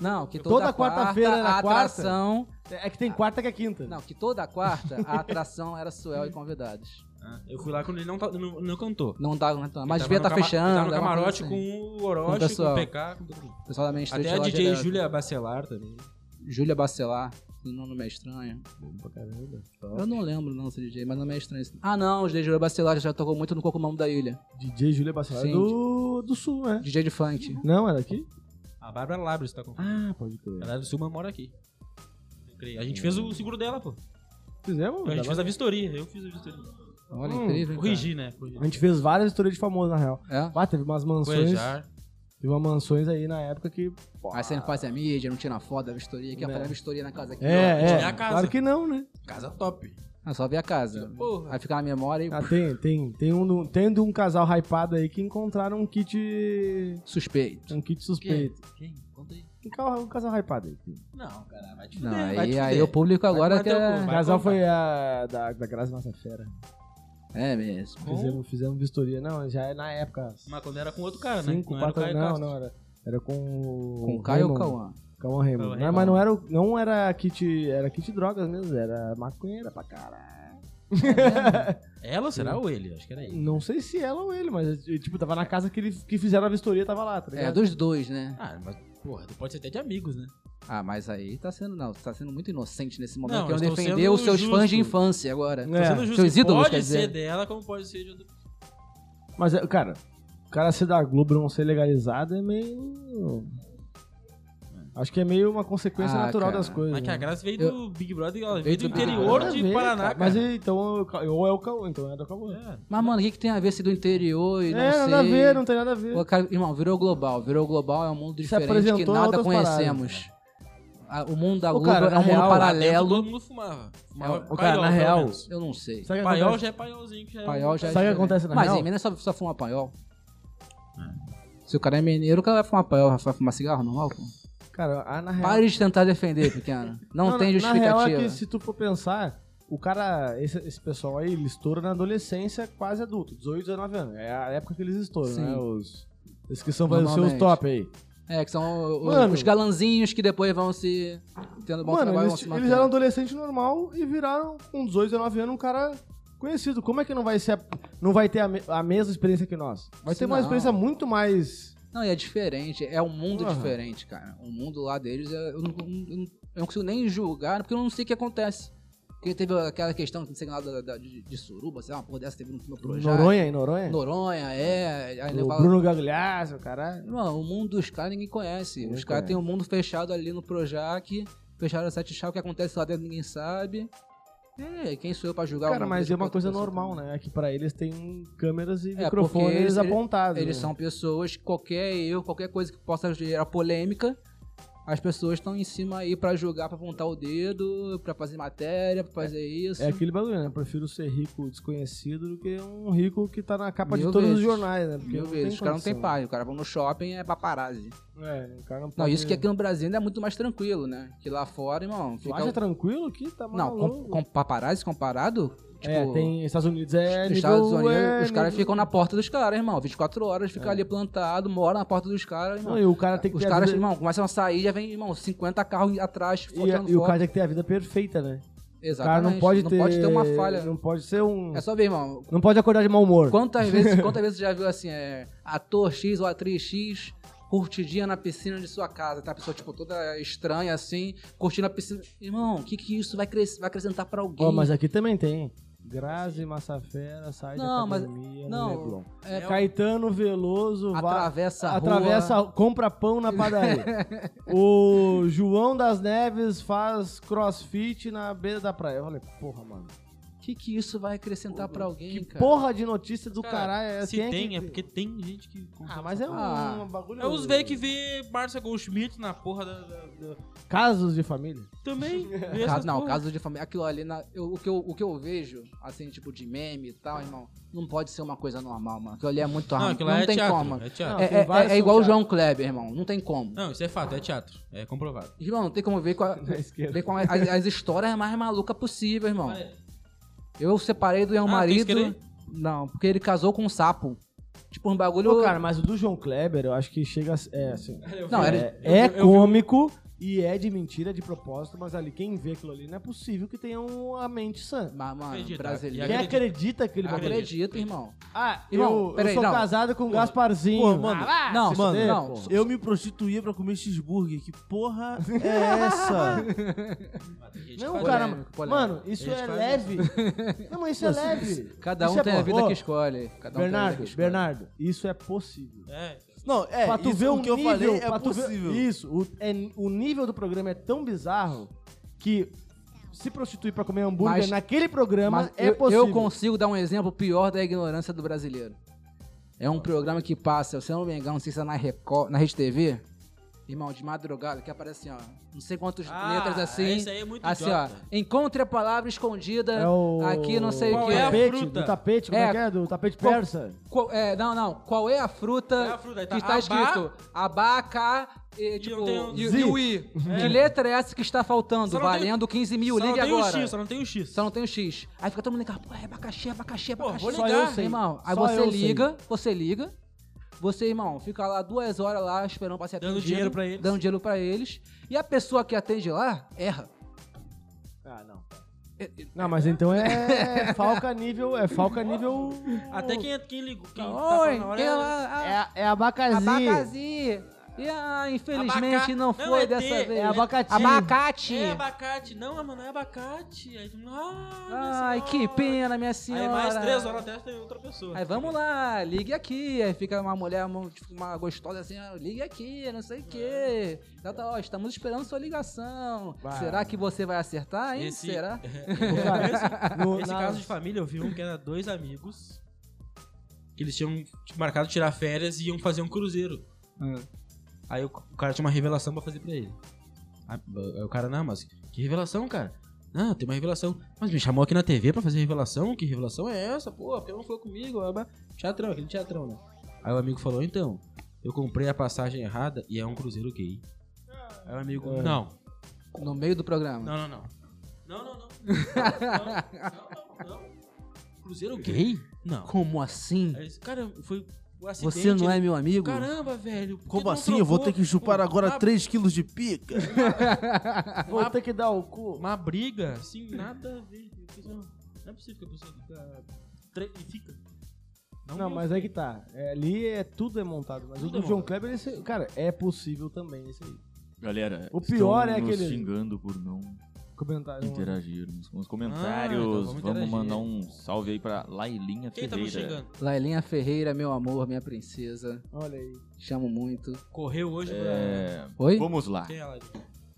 S4: Não, que toda,
S1: Toda quarta-feira
S4: quarta,
S1: era
S4: a
S1: quarta?
S4: atração.
S1: É que tem quarta que é quinta.
S4: Ah. Não, que toda quarta a atração era Suel e convidados.
S2: Ah, eu fui lá quando ele não, tá- não, não cantou.
S4: Não dá, não dá.
S2: Ele tava
S4: Mas devia
S2: no
S4: tá
S2: cama-
S4: fechando.
S2: ele Tava no
S4: é uma
S2: camarote
S4: coisa assim.
S2: com o
S4: Com o
S2: Orochi, com
S4: pessoal.
S2: o PK. Com todo mundo.
S4: O pessoal é da Main Street.
S2: Até a
S4: lá
S2: DJ
S4: direto.
S2: Júlia Bacelar também.
S4: Júlia Bacelar. O nome é estranho.
S1: Bom pra caramba.
S4: Eu não lembro não, esse DJ, mas o nome é estranho. Ah, não, o DJ Júlia Bacelar já tocou muito no Cocumão da Ilha.
S1: DJ Júlia Bacelar
S4: Sim.
S1: do, do Sul, né?
S4: DJ de funk.
S1: Não, era aqui?
S2: A Bárbara Labres tá com.
S1: Ah, pode crer.
S2: Ela é do Sul, mas mora aqui. Eu creio. A gente fez o seguro dela, pô.
S1: Fizemos?
S2: A gente
S1: cara?
S2: fez a vistoria. Eu fiz a vistoria.
S4: Olha,
S1: Hum,
S4: incrível. hein,
S2: Corrigi, né? Corrigi.
S1: A gente fez várias histórias de famoso, na real.
S4: cara. É?
S1: Ah, teve umas mansões.
S2: Cuejar.
S1: Teve umas mansões aí na época que. pô,
S4: Aí você não faz a mídia, não tira foto da vistoria. Quer
S1: Né.
S4: fazer a vistoria na casa aqui? ó.
S1: É,
S2: tem
S1: é.
S2: a casa.
S1: Claro que não, né?
S2: Casa top.
S4: Ah, só ver a casa.
S2: Porra.
S4: Aí fica na memória e
S1: Ah, tem, tem, tem um, do- tem de um casal hypado aí que encontraram um kit.
S4: suspeito.
S1: Um kit suspeito.
S2: Quem? Conta aí.
S1: Um ca- um casal hypado aí.
S2: Não, cara, vai te
S4: Não,
S2: fuder. É, vai te
S4: aí,
S2: fuder.
S4: aí o público agora
S2: tomar
S4: quer...
S2: teu cu,
S1: O
S2: Vai
S1: casal
S2: contar.
S1: foi a. Da, da Graça Nossa Fera.
S4: É mesmo.
S2: Com-
S1: Fizemos, fizemos vistoria. Não, já é na época.
S2: Mas quando era com outro cara, né?
S1: Cinco,
S2: não
S1: quatro
S2: era o Caio
S1: Não,
S2: Castro.
S1: não, era. Era com.
S4: Com o Caio ou
S1: Raymond.
S4: Cauã? É,
S1: Calma, Raymond.
S2: Calma,
S1: Não, mas não era, o- não era kit. Era kit drogas mesmo, era maconheira pra caralho.
S2: Ela ou será ou ele? Acho que era ele.
S1: Não sei se ela ou ele, mas tipo, tava na casa que, ele, que fizeram a vistoria, tava lá, tá
S4: É,
S1: ligado?
S4: dos dois, né?
S2: Ah, mas, porra, tu pode ser até de amigos, né?
S4: Ah, mas aí tá sendo, não, tá sendo muito inocente nesse momento.
S2: Não,
S4: Não,
S2: eu
S4: querendo
S2: estou
S4: defender
S2: sendo
S4: os seus fãs de
S2: justo.
S4: infância agora.
S1: É,
S2: Tô sendo justo.
S4: seus ídolos, quer
S2: pode ser
S4: dizer.
S2: dela, como pode ser de outro.
S1: Mas, é, cara, o cara ser da Globo e não ser legalizado é meio. Acho que é meio uma consequência
S4: Ah,
S1: natural
S4: cara.
S1: das coisas.
S2: Mas que a
S1: né?
S2: Graça veio
S4: Eu-
S2: do Big Brother, ela veio do
S4: do Big
S2: interior
S1: Nada a
S2: de
S1: ver,
S2: Paraná,
S1: cara.
S2: cara.
S1: Mas então, eu- ou é o Cauã, então é do Cauã. É,
S4: Mas, mano, o que, que tem a ver se do interior e não sei?
S1: nada a ver, não tem nada a ver.
S4: Pô, cara, irmão, virou global. Virou global é um mundo diferente que
S1: apresentou
S4: nada
S1: outras
S4: conhecemos. A- O mundo da
S1: Ô,
S4: Globo
S1: cara,
S4: é
S1: na
S4: um mundo
S1: real, lá
S2: Tá Dentro,
S4: paralelo.
S2: todo mundo fumava.
S4: É,
S2: Fumava
S1: o cara,
S2: paiol,
S1: na
S2: pelo
S1: real,
S2: menos.
S4: Eu não sei.
S1: Sabe o que
S2: Paiol
S1: acontece?
S2: já é paiolzinho. Que já é
S4: Paiol já
S1: Sabe
S4: é
S1: o que
S4: diferente.
S1: acontece na
S4: Mas
S1: real?
S4: em Minas só, só fuma paiol. Se o cara é mineiro, o cara vai fumar paiol, vai fumar cigarro normal, pô.
S1: Cara, ah, na real.
S4: Pare de tentar defender, pequeno. Não,
S1: na-
S4: tem justificativa.
S1: Na real é que se tu for pensar, o cara, esse, esse pessoal aí, ele estoura na adolescência quase adulto, 18, 19 anos. É a época que eles estouram,
S4: Sim.
S1: né? Os, esses que são os seus
S4: Normalmente.
S1: top aí.
S4: É, que são o- o-
S1: Mano.
S4: os galanzinhos que depois vão se. tendo bom
S1: Mano,
S4: trabalho, é vão
S1: eles,
S4: se
S1: eles
S4: manter.
S1: eram adolescente normal e viraram com 18, 19 anos um cara conhecido. Como é que não vai ser a- não vai ter a, me- a mesma experiência que nós? Vai
S4: Sim,
S1: ter uma
S4: não.
S1: experiência muito mais.
S4: Não, e é diferente. É um mundo
S1: Porra.
S4: diferente, cara. O mundo lá deles, é- eu não, eu não- eu não consigo nem julgar, porque eu não sei o que acontece. Porque teve aquela questão, não sei lá, da, da- de, de suruba, sei lá, uma porra dessa, teve no, no projeto.
S1: Noronha, em Noronha?
S4: Noronha, é. Aí
S1: o
S4: levaram-
S1: Bruno Gagliasso, caralho.
S4: Irmão, o mundo dos caras ninguém conhece.
S1: Ninguém
S4: Os caras
S1: conhece.
S4: têm um mundo fechado ali no Projac, fecharam a sete chaves, o que acontece lá dentro ninguém sabe. É, quem sou eu pra julgar?
S1: Cara, mas
S4: coisa
S1: é uma
S4: que outra
S1: coisa
S4: pessoa
S1: normal,
S4: também.
S1: né? É que pra eles tem câmeras e
S4: É,
S1: microfones
S4: porque eles-
S1: apontados.
S4: Eles
S1: né?
S4: são pessoas, que qualquer erro, qualquer coisa que possa gerar polêmica, as pessoas estão em cima aí pra julgar, pra apontar o dedo, pra fazer matéria, pra fazer isso.
S1: É aquele bagulho, né? Eu prefiro ser rico desconhecido do que um rico que tá na capa
S4: Mil
S1: de todos os
S4: vezes.
S1: jornais, né? Porque
S4: Mil
S1: não
S4: vezes,
S1: tem
S4: os caras não
S1: condição.
S4: têm pai, o cara vão no shopping é paparazzi.
S1: É, o cara não
S4: Não,
S1: pode-
S4: isso que aqui no Brasil ainda é muito mais tranquilo, né? Que lá fora, irmão,
S1: Tu
S4: fica.
S1: acha tranquilo aqui? Tá
S4: Não, com,
S1: maluco.
S4: com paparazzi comparado?
S1: É,
S4: tipo,
S1: tem Estados Unidos é
S4: Nos
S1: nível-
S4: Estados Unidos,
S1: é
S4: os caras
S1: nível- É.
S4: ficam na porta dos caras, irmão. 24 horas, fica ali plantado, mora na porta dos caras, irmão.
S1: Não, e o cara tem que
S4: os
S1: ter a
S4: caras,
S1: vida-
S4: irmão, começam a sair, já vem, irmão, 50 carros atrás,
S1: E,
S4: tirando
S1: e o
S4: foto.
S1: cara tem que ter a vida perfeita, né? O cara
S4: Exatamente.
S1: não pode ter...
S4: uma falha.
S1: Não pode ser um...
S4: É só ver, irmão.
S1: Não pode acordar de mau humor.
S4: Quantas vezes, quantas vezes você já viu assim, é, ator X ou atriz X curtidinha na piscina de sua casa, tá? A pessoa, tipo, toda estranha assim, curtindo a piscina. Irmão, o que que isso vai, cres- vai acrescentar pra alguém?
S1: Ó, mas aqui também tem. Grazi, Massafera, sai
S4: Não,
S1: da
S4: mas-
S1: academia
S4: não,
S1: no Leblon.
S4: é-
S1: Caetano Veloso vai-
S4: Atravessa a rua.
S1: atravessa, compra pão na padaria. o João das Neves faz crossfit na beira da praia. Eu falei, porra, mano.
S4: O que que isso vai acrescentar pra alguém,
S1: Que
S4: cara?
S1: porra de notícia do
S2: Cara,
S1: caralho é essa?
S2: Se
S1: Quem
S2: tem,
S1: que-
S2: é porque tem gente que.
S1: Ah, mas é um,
S4: Ah.
S1: bagulho.
S2: É os velhos que vê Márcia Goldschmidt na porra da. da- da-
S1: Casos de família.
S2: Também.
S1: é
S2: vê
S4: Ca-
S2: essas
S4: não,
S2: porra.
S4: caso de família. Aquilo ali, na- eu- o, que eu, o que eu vejo, assim, tipo, de meme e tal, irmão, não pode ser uma coisa normal, mano. Aquilo ali é muito
S2: Não,
S4: arma.
S2: aquilo
S4: Não,
S2: lá é
S4: tem
S2: teatro.
S4: como.
S2: É teatro.
S1: Não,
S4: É,
S1: tem
S4: é-
S1: vários
S4: é igual o
S1: teatros.
S4: João Kleber, irmão. Não tem como.
S2: Não, isso é fato, é teatro. É comprovado.
S4: Irmão, não tem como ver com, a-
S1: Na esquerda.
S4: ver com a- as, as histórias mais malucas possível, irmão.
S2: Olha,
S4: Eu separei do meu
S2: Ah, tem
S4: marido.
S2: isso que
S4: Não, porque ele casou com um sapo. Tipo, um bagulho.
S1: Pô, cara, mas o do João Kleber, eu acho que chega. a ser- É, assim.
S2: eu
S4: Não,
S2: vi- um
S4: era-
S1: É,
S2: eu-
S1: é
S2: eu- eu-
S1: cômico e é de mentira, de propósito, mas ali, quem vê aquilo ali, não é possível que tenha uma mente sã.
S4: Mas, mano,
S2: Acredita,
S4: brasileiro.
S2: e
S1: Quem acredita que ele
S4: Acredita,
S1: bagulho?
S2: Acredita.
S4: irmão.
S1: Ah,
S4: Irmão,
S1: eu, eu
S4: peraí,
S1: sou
S4: não.
S1: casado com o Gasparzinho.
S5: Pô, mano,
S1: Ah,
S4: não,
S1: se
S5: mano,
S1: fuder,
S4: não.
S1: pô.
S5: Eu me prostituía pra comer cheeseburger. Que porra é essa?
S2: Tem gente que
S1: Não, é um
S2: faz
S1: cara,
S2: isso.
S4: Polêmico, polêmico.
S1: mano, isso
S2: Eles
S1: é
S2: fazem
S1: leve. Não, mas isso é leve.
S4: Cada um
S1: Isso é
S4: tem a
S1: po-
S4: vida
S1: Ô,
S4: que escolhe. Cada um tem a vida que
S1: Bernardo,
S4: escolhe.
S1: Bernardo, isso é possível.
S2: É.
S5: Não, é,
S1: pra tu
S5: isso
S1: ver
S5: o
S1: o
S5: que eu
S1: nível,
S5: falei é
S1: pra tu ver-
S5: possível.
S1: isso, o, é- o nível do programa é tão bizarro que se prostituir pra comer hambúrguer
S4: Mas-
S1: naquele programa
S4: Mas
S1: é
S4: eu,
S1: possível.
S4: eu consigo dar um exemplo pior da ignorância do brasileiro. É um programa que passa, se eu não me engano, não sei se é na Record, na Rede TV, irmão, de madrugada, que aparece assim, ó, não sei quantas
S2: Ah,
S4: letras assim.
S2: esse aí é muito
S4: assim,
S2: idiota.
S4: ó, encontre a palavra escondida
S1: É o-
S4: aqui, não sei o
S2: Qual
S4: que.
S2: é a
S1: tapete,
S2: fruta?
S1: Do tapete, como é,
S4: É,
S1: que é? Do tapete
S4: qual-
S1: persa.
S4: não, não. Qual é a fruta,
S2: Qual é a fruta? Aí tá
S4: que está
S2: abá-
S4: escrito abaca e, tipo,
S2: não tem um
S4: e,
S1: zi.
S4: e o i? Que letra é essa que está
S2: Só
S4: faltando?
S2: não tem-
S4: Valendo 15 mil,
S2: Só não
S4: ligue
S2: tem o
S4: agora.
S2: X, só não tem o X.
S4: Só não tem o X. Aí fica todo mundo ligado, pô, é abacaxi, abacaxi,
S2: Pô,
S4: abacaxi.
S2: vou
S1: Só
S2: ligar,
S1: eu sei.
S4: Irmão, aí
S1: Só
S4: você
S1: eu
S4: liga,
S1: sei.
S4: você liga. Você, irmão, fica lá duas horas lá esperando pra ser
S2: Dando
S4: atendido.
S2: dinheiro pra eles.
S4: Dando dinheiro pra eles. E a pessoa que atende lá, erra.
S1: Ah, não. Não, mas então é é falca nível, é falca nível...
S2: Até quem, quem ligou. Quem tá
S4: Oi,
S2: falando na hora
S4: quem
S2: é-
S4: é,
S1: É, é abacaxi.
S4: abacaxi. E, ah, infelizmente
S2: Abaca-
S4: não
S2: não,
S4: foi
S2: é
S4: dessa
S2: T,
S4: vez.
S1: é abacati.
S4: Abacate.
S2: É abacate. Não, mano, não é abacate. Aí, ah,
S4: Ai, que pena, minha senhora.
S2: Aí mais três horas até tem outra pessoa.
S4: Aí vamos lá, ligue aqui. Aí fica uma mulher, uma, tipo, uma gostosa assim, ó, ligue aqui, não sei o quê. Ela tá, ó, estamos esperando sua ligação.
S1: Vai.
S4: Será que você vai acertar, hein?
S2: Esse-
S4: Será?
S1: Cara, no-
S2: Nesse
S1: na-
S2: caso de família, eu vi um que era dois amigos que eles tinham tipo, marcado tirar férias e iam fazer um cruzeiro.
S1: É.
S2: Aí o, o cara tinha uma revelação pra fazer pra ele. Aí, o cara, não, mas que revelação, cara? Não, tem uma revelação. Mas me chamou aqui na TV pra fazer revelação? Que revelação é essa? Pô, porque não foi comigo? Blá, blá. Teatrão, aquele teatrão, né? Aí o amigo falou, então, eu comprei a passagem errada e é um cruzeiro gay. Aí o amigo,
S1: É.
S2: não,
S4: No meio do programa.
S2: não, não, não. Não, não, não. Não, não, não. Cruzeiro gay? Não.
S4: Como assim?
S2: Aí eles, Cara, foi o acidente.
S4: Você não é meu amigo?
S2: Caramba, velho. por que
S5: Como
S2: não
S5: assim? Eu vou ter
S2: trocou?
S5: que chupar
S1: um
S2: Pô,
S5: agora
S2: uma-
S5: 3 quilos de pica?
S1: Vou ter que dar o cu.
S2: Uma briga, assim, nada a ver. Eu fiz uma- Não é possível que a pessoa tá- tre- e fica.
S1: Não, mas aí que tá. É, ali é tudo é montado. Mas
S2: Tudo
S1: o do
S2: é
S1: João
S2: montado.
S1: Kleber, esse- cara, é possível também esse aí.
S3: Galera,
S1: O pior
S3: estão
S1: é
S3: nos
S1: aquele-
S3: xingando por não
S1: Comentário.
S3: interagir nos, nos
S2: Ah,
S3: comentários.
S2: então vamos
S3: vamos
S2: interagir.
S3: mandar um salve aí pra Lailinha
S2: Quem tá me
S3: Ferreira.
S2: xingando?
S4: Lailinha Ferreira, meu amor, minha princesa.
S1: Olha aí.
S4: Te amo muito.
S2: Correu hoje Tá
S3: É,
S4: Oi?
S3: vamos lá.
S2: pra. Quem é a live?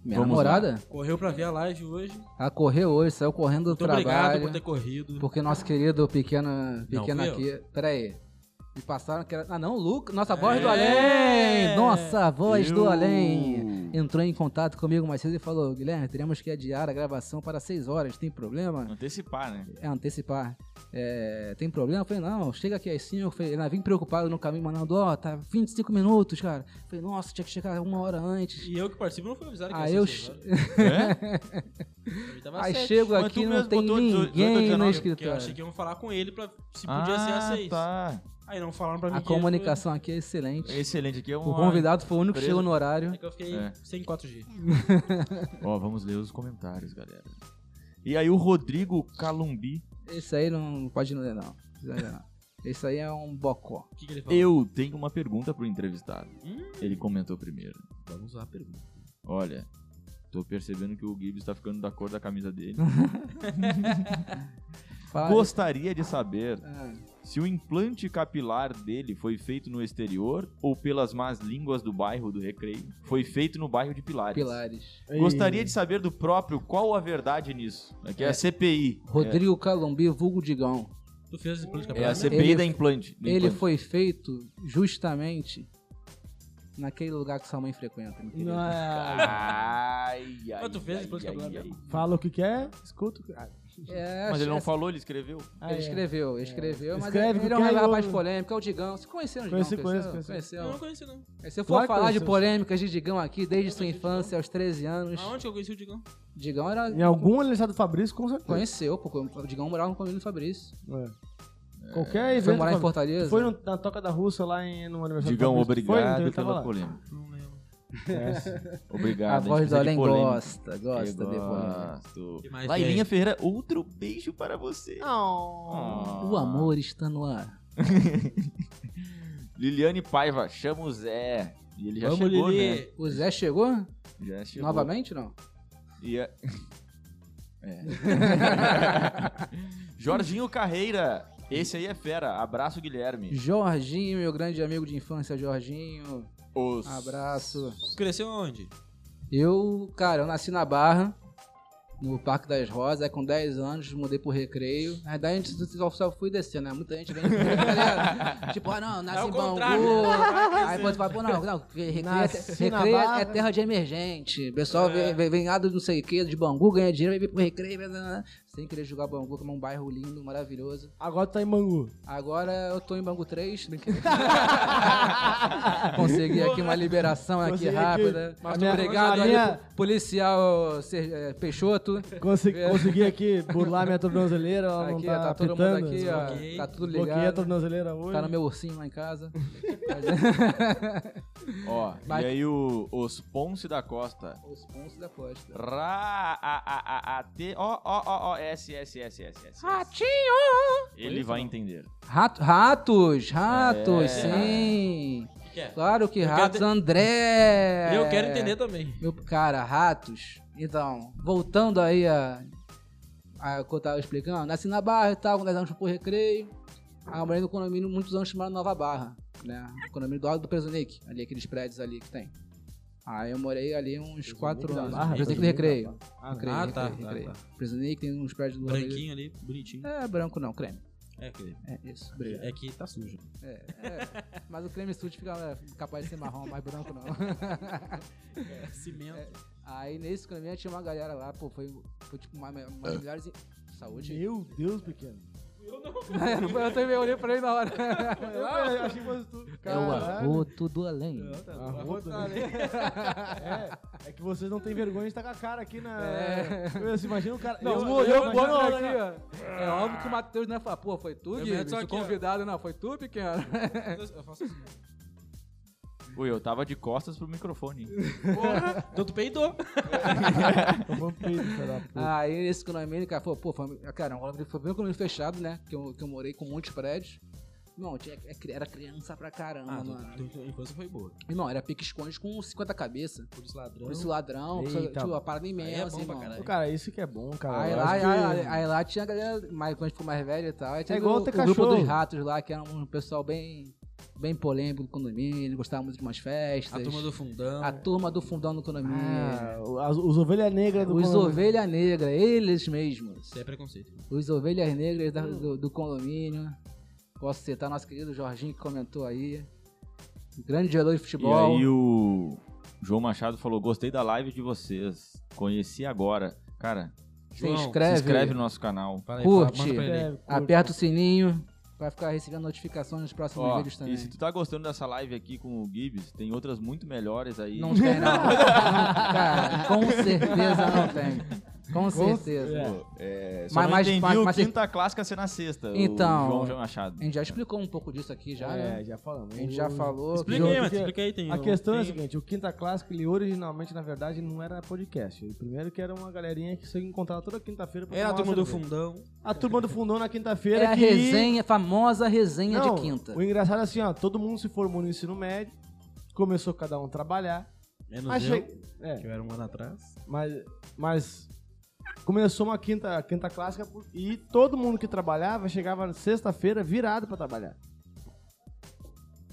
S4: Minha
S3: Vamos
S4: namorada?
S2: Correu pra ver a live hoje.
S4: Ela correu hoje, saiu correndo do
S2: Muito
S4: trabalho.
S2: obrigado por ter corrido.
S4: Porque nosso querido pequeno, pequeno
S2: fui
S4: aqui. Pera aí. Me passaram que era. Ah, não, Lucas. Nossa voz do
S2: É!
S4: além! Nossa voz do
S3: Eu-
S4: além! Entrou em contato comigo mais cedo e falou: Guilherme, teremos que adiar a gravação para 6 horas, tem problema?
S3: Antecipar, né?
S4: É, antecipar. É, tem problema? Eu falei: não, chega aqui às 5. Eu falei, ela vim preocupado no caminho, mandando: ó, tá 25 minutos, cara. Eu falei: nossa, tinha que chegar uma hora antes.
S2: E eu que participo não fui avisado que
S4: Aí
S2: ia ser
S4: eu
S2: seis
S4: che-
S2: horas.
S3: É?
S2: Pra mim tava
S4: Aí
S2: sete.
S4: chego
S3: Mas
S4: aqui
S3: tu
S4: não
S3: mesmo
S4: tem
S3: botou 18,
S4: ninguém no
S3: 19,
S2: Porque eu achei
S4: escritório.
S2: que iam falar com ele pra se podia ser às seis.
S3: tá.
S2: Aí não falaram pra mim
S4: A
S2: que ele foi-
S4: comunicação aqui é excelente.
S3: Excelente, aqui é um.
S4: O convidado foi o único que
S3: Beleza.
S4: chegou no horário.
S2: É que eu fiquei
S3: É.
S2: sem 4G.
S3: Ó, vamos ler os comentários, galera. E aí o Rodrigo Calumbi.
S4: Esse aí não pode não ler, não. Esse aí não. Esse aí é um bocó.
S2: O que, que ele falou?
S3: Eu tenho uma pergunta pro entrevistado.
S2: Hum.
S3: Ele comentou primeiro.
S2: Vamos lá, pergunta.
S3: Olha, tô percebendo que o Gibbs tá ficando da cor da camisa dele.
S4: Fala-
S3: Gostaria de saber
S4: Ah,
S3: se o implante capilar dele foi feito no exterior ou pelas más línguas do bairro do Recreio, foi feito no bairro de Pilares.
S4: Ah, Pilares.
S3: Gostaria de saber do próprio qual a verdade nisso. Aqui é a CPI.
S4: Tá Rodrigo Calumbi, vulgo Digão.
S2: Tu fez esse plano de
S3: É a
S2: campeonato?
S3: CPI
S4: Ele-
S3: da implante. do
S4: Ele
S3: implante.
S4: foi feito justamente naquele lugar que sua mãe frequenta. meu querido.
S3: Ai, ai,
S2: Mas tu fez depois que
S3: ai,
S2: eu
S3: ai,
S2: falei.
S3: ai.
S1: ah, Fala o que quer, escuta o que. Ah,
S4: É,
S3: Mas ele não
S4: acho-
S3: falou, ele escreveu.
S1: ah,
S4: ele
S1: é.
S4: escreveu, ele escreveu, mas
S1: Escreve
S4: ele
S1: que
S4: é um
S1: quem
S4: rapaz
S1: ouve.
S4: polêmico, é o Digão. Vocês conheceram o Digão?
S1: Conheci, conheci,
S4: conheceu?
S1: conheci.
S2: Eu não
S4: Conheceu?
S2: conheci, não.
S4: Se eu for
S1: Claro que
S4: falar de
S1: conheceu.
S4: polêmicas de Digão aqui desde sua
S2: Conheci o Digão.
S4: infância aos 13 anos,
S2: Aonde que eu conheci o Digão?
S4: Digão era.
S1: Em algum aniversário do Fabrício, com certeza.
S4: Conheceu, pô. O Digão morava no condomínio do Fabrício.
S1: É. Qualquer evento.
S4: Foi morar em
S1: Fabrício.
S4: Fortaleza.
S1: Foi no- na Toca da Russa lá em, no aniversário
S3: Digão,
S1: do Fabrício. Foi,
S3: obrigado
S1: então ele tava
S3: pela
S1: lá.
S3: polêmica.
S2: Não lembro.
S3: Obrigado. é
S4: A voz do
S3: do
S4: além gosta, gosta de polêmica.
S2: Que
S3: polêmica.
S2: mais
S3: Lailinha Ferreira, outro beijo para você. Ah.
S4: O amor está no ar.
S3: Liliane Paiva, chama o Zé. E ele já
S2: Vamos,
S3: chegou,
S2: Lili.
S4: O Zé chegou?
S3: né? Já chegou.
S4: Novamente, não?
S3: E a- É. Jorginho Carreira. Esse aí é fera. Abraço, Guilherme.
S4: Jorginho, meu grande amigo de infância, Jorginho.
S3: Os...
S4: Abraço.
S2: Cresceu aonde?
S4: Eu, cara, eu nasci na Barra, no Parque das Rosas, aí com 10 anos mudei pro Recreio. Na verdade, a gente só- só fui descendo, né? Muita gente vem galera, tipo, ah, não, nasci
S2: É o
S4: em Bangu.
S2: contrário, né?
S4: Aí depois fala, pô, não, não, porque Recreio, é,
S1: Nasci na
S4: Recreio é-
S1: Barra.
S4: é terra de emergente. O
S2: É.
S4: pessoal vem, vem, vem lá do não sei o que, de Bangu, ganha dinheiro, vem pro Recreio, blá, blá, blá. sem querer jogar Bangu, que é um bairro lindo, maravilhoso.
S1: Agora tá em Mangu.
S4: Agora eu tô em Bangu 3, brincadeira. Consegui aqui uma liberação aqui
S1: Consegui aqui.
S4: rápida.
S1: Mas
S4: Muito
S1: minha-
S4: obrigado,
S1: a
S4: ali,
S1: minha-
S4: po- policial Ser- eh, Peixoto.
S1: Consegui,
S4: É.
S1: consegui aqui burlar minha tornozeleira. Ela não
S4: Aqui,
S1: tá,
S4: ó, tá todo mundo
S1: apitando.
S4: aqui, ó.
S2: Desbloqueei.
S4: Tá tudo
S1: Bloqueei a
S4: ligado.
S1: tornozeleira hoje.
S4: Tá no meu ursinho lá em casa.
S3: Ó,
S4: Vai-
S3: e aí o, os Ponce da Costa.
S4: Os pontos da costa.
S3: Ra, a, a, a, a, T, ó, ó, ó, ó, S, S, S, S, S.
S4: Ah, tá
S3: Ratinho! Ele vai entender.
S4: Rato- ratos, ratos,
S3: É.
S4: sim.
S2: O que que é?
S4: Claro que
S2: quero
S4: ratos,
S2: te-
S4: André.
S2: Eu quero entender também.
S4: Meu, cara, ratos. Então, voltando aí a, a o que eu tava explicando, nasci na Barra e tal, com 10 anos fui pro recreio. Aí eu morei no condomínio muitos anos chamado Nova Barra, né? O condomínio do lado do Presonic, ali, aqueles prédios ali que tem. Aí eu morei ali uns 4
S1: da
S4: anos.
S1: Barra,
S4: Presonic
S1: Presonic
S4: do
S1: da
S4: recreio.
S1: Ah,
S4: recreio,
S2: Ah, tá,
S4: recreio,
S2: tá,
S4: recreio.
S2: tá.
S4: Presonic tem uns prédios do lado ali.
S2: Branquinho ali, bonitinho.
S4: É, branco não, creme.
S2: É, que-
S4: É isso, obrigado.
S2: é que tá sujo.
S4: Mas o creme sujo fica é, capaz de ser marrom, mas branco não.
S2: É, cimento.
S4: Aí nesse condomínio tinha uma galera lá, pô, foi, foi tipo uma, uma das melhores. em- Saúde?
S1: Meu Deus, pequeno.
S4: eu também olhei pra ele na hora.
S1: Eu achei que fosse
S4: É
S1: tu. Caralho.
S4: tudo além.
S2: tá.
S1: Arroto, né? É, é que vocês não têm vergonha de estar com a cara aqui na.
S4: É.
S1: Eu, você imagina o cara.
S4: Não, eu,
S1: eu-
S4: eu,
S1: imagina o cara aqui,
S4: aqui, ó. É óbvio que o Matheus não ia falar, pô, foi tu,
S2: Eu
S4: Guilherme?
S2: meto só
S4: Se
S2: aqui, ó.
S4: convidado, não, foi tu, pequeno.
S2: Eu faço assim.
S3: Ui, eu tava de costas pro microfone.
S2: Porra, então tu peidou.
S1: Eu vou pro peito, cara. pô.
S4: Aí esse condomínio, cara, falou, pô, foi, cara, foi, foi bem um condomínio fechado, né? Que eu, que eu morei com muitos prédios. Irmão, tinha, é cri- era criança pra caramba,
S2: Ah, tu-
S4: mano.
S2: tu- tua infância foi boa.
S4: Irmão, era pique-esconde com 50 cabeças.
S2: Por isso ladrão.
S4: Por isso ladrão,
S1: Eita.
S4: pessoa- tipo, uma parada
S2: Aí é
S4: imensa,
S2: bom pra
S4: irmão.
S2: caralho.
S1: Pô, Cara, isso que é bom, cara.
S4: Aí
S1: Eu
S4: lá,
S1: acho que- É
S4: aí, aí- aí lá tinha a galera, mais, quando ficou mais velha e tal. Aí teve
S1: igual
S4: o,
S1: ter
S4: o grupo
S1: cachorro.
S4: dos ratos lá, que era um pessoal bem, bem polêmico do condomínio, gostava muito de umas festas.
S2: A turma do fundão.
S4: A turma do fundão do condomínio.
S1: Ah, o- as- os ovelhas negras do
S4: os
S1: condomínio.
S4: ovelha negra, eles mesmos.
S2: Isso é preconceito.
S4: Os ovelhas negras da- do, do condomínio. Posso citar nosso querido Jorginho que comentou aí. Um Grande jogador de
S3: E
S4: futebol.
S3: aí o João Machado falou: gostei da live de vocês. Conheci agora. Cara,
S4: se
S2: João,
S4: inscreve,
S3: se inscreve no nosso canal.
S2: Fala
S4: Curte.
S2: fala- manda pra ele aí.
S1: É,
S4: aperta o sininho pra ficar recebendo notificações dos próximos
S3: Ó,
S4: vídeos também.
S3: e se tu tá gostando dessa live aqui com o Gibbs, tem outras muito melhores aí.
S4: Não tem, né? não. Cara, com certeza não tem. Com certeza.
S1: é.
S3: Pô, é, só
S4: Mas-
S3: não
S4: mas-
S3: entendi
S4: mas-
S3: o
S4: mas-
S3: quinta clássica ser na sexta.
S4: Então-
S3: O João João Machado.
S4: A gente já explicou um pouco disso aqui já, né?
S1: É, já falamos.
S4: A gente já falou.
S2: Explica
S1: João,
S2: aí,
S1: tu
S2: mas
S1: quer-
S2: explica aí. Tem, um
S1: A questão é a
S2: tem-
S1: seguinte, o Quinta Clássico, ele originalmente, na verdade, não era podcast. O primeiro que era uma galerinha que se encontrava toda quinta-feira pra
S2: Era um- É, a
S1: tomar uma
S2: turma do
S1: cerveja.
S2: fundão.
S1: A turma do fundão na quinta-feira
S4: É a
S1: que...
S4: resenha, a famosa resenha
S1: Não,
S4: de quinta.
S1: O engraçado é assim, ó, todo mundo se formou no ensino médio, começou cada um a trabalhar.
S2: Menos
S1: mas
S2: eu,
S1: che- É,
S2: que eu era um ano atrás.
S1: mas, mas começou uma quinta, quinta clássica por- e todo mundo que trabalhava chegava sexta-feira virado pra trabalhar.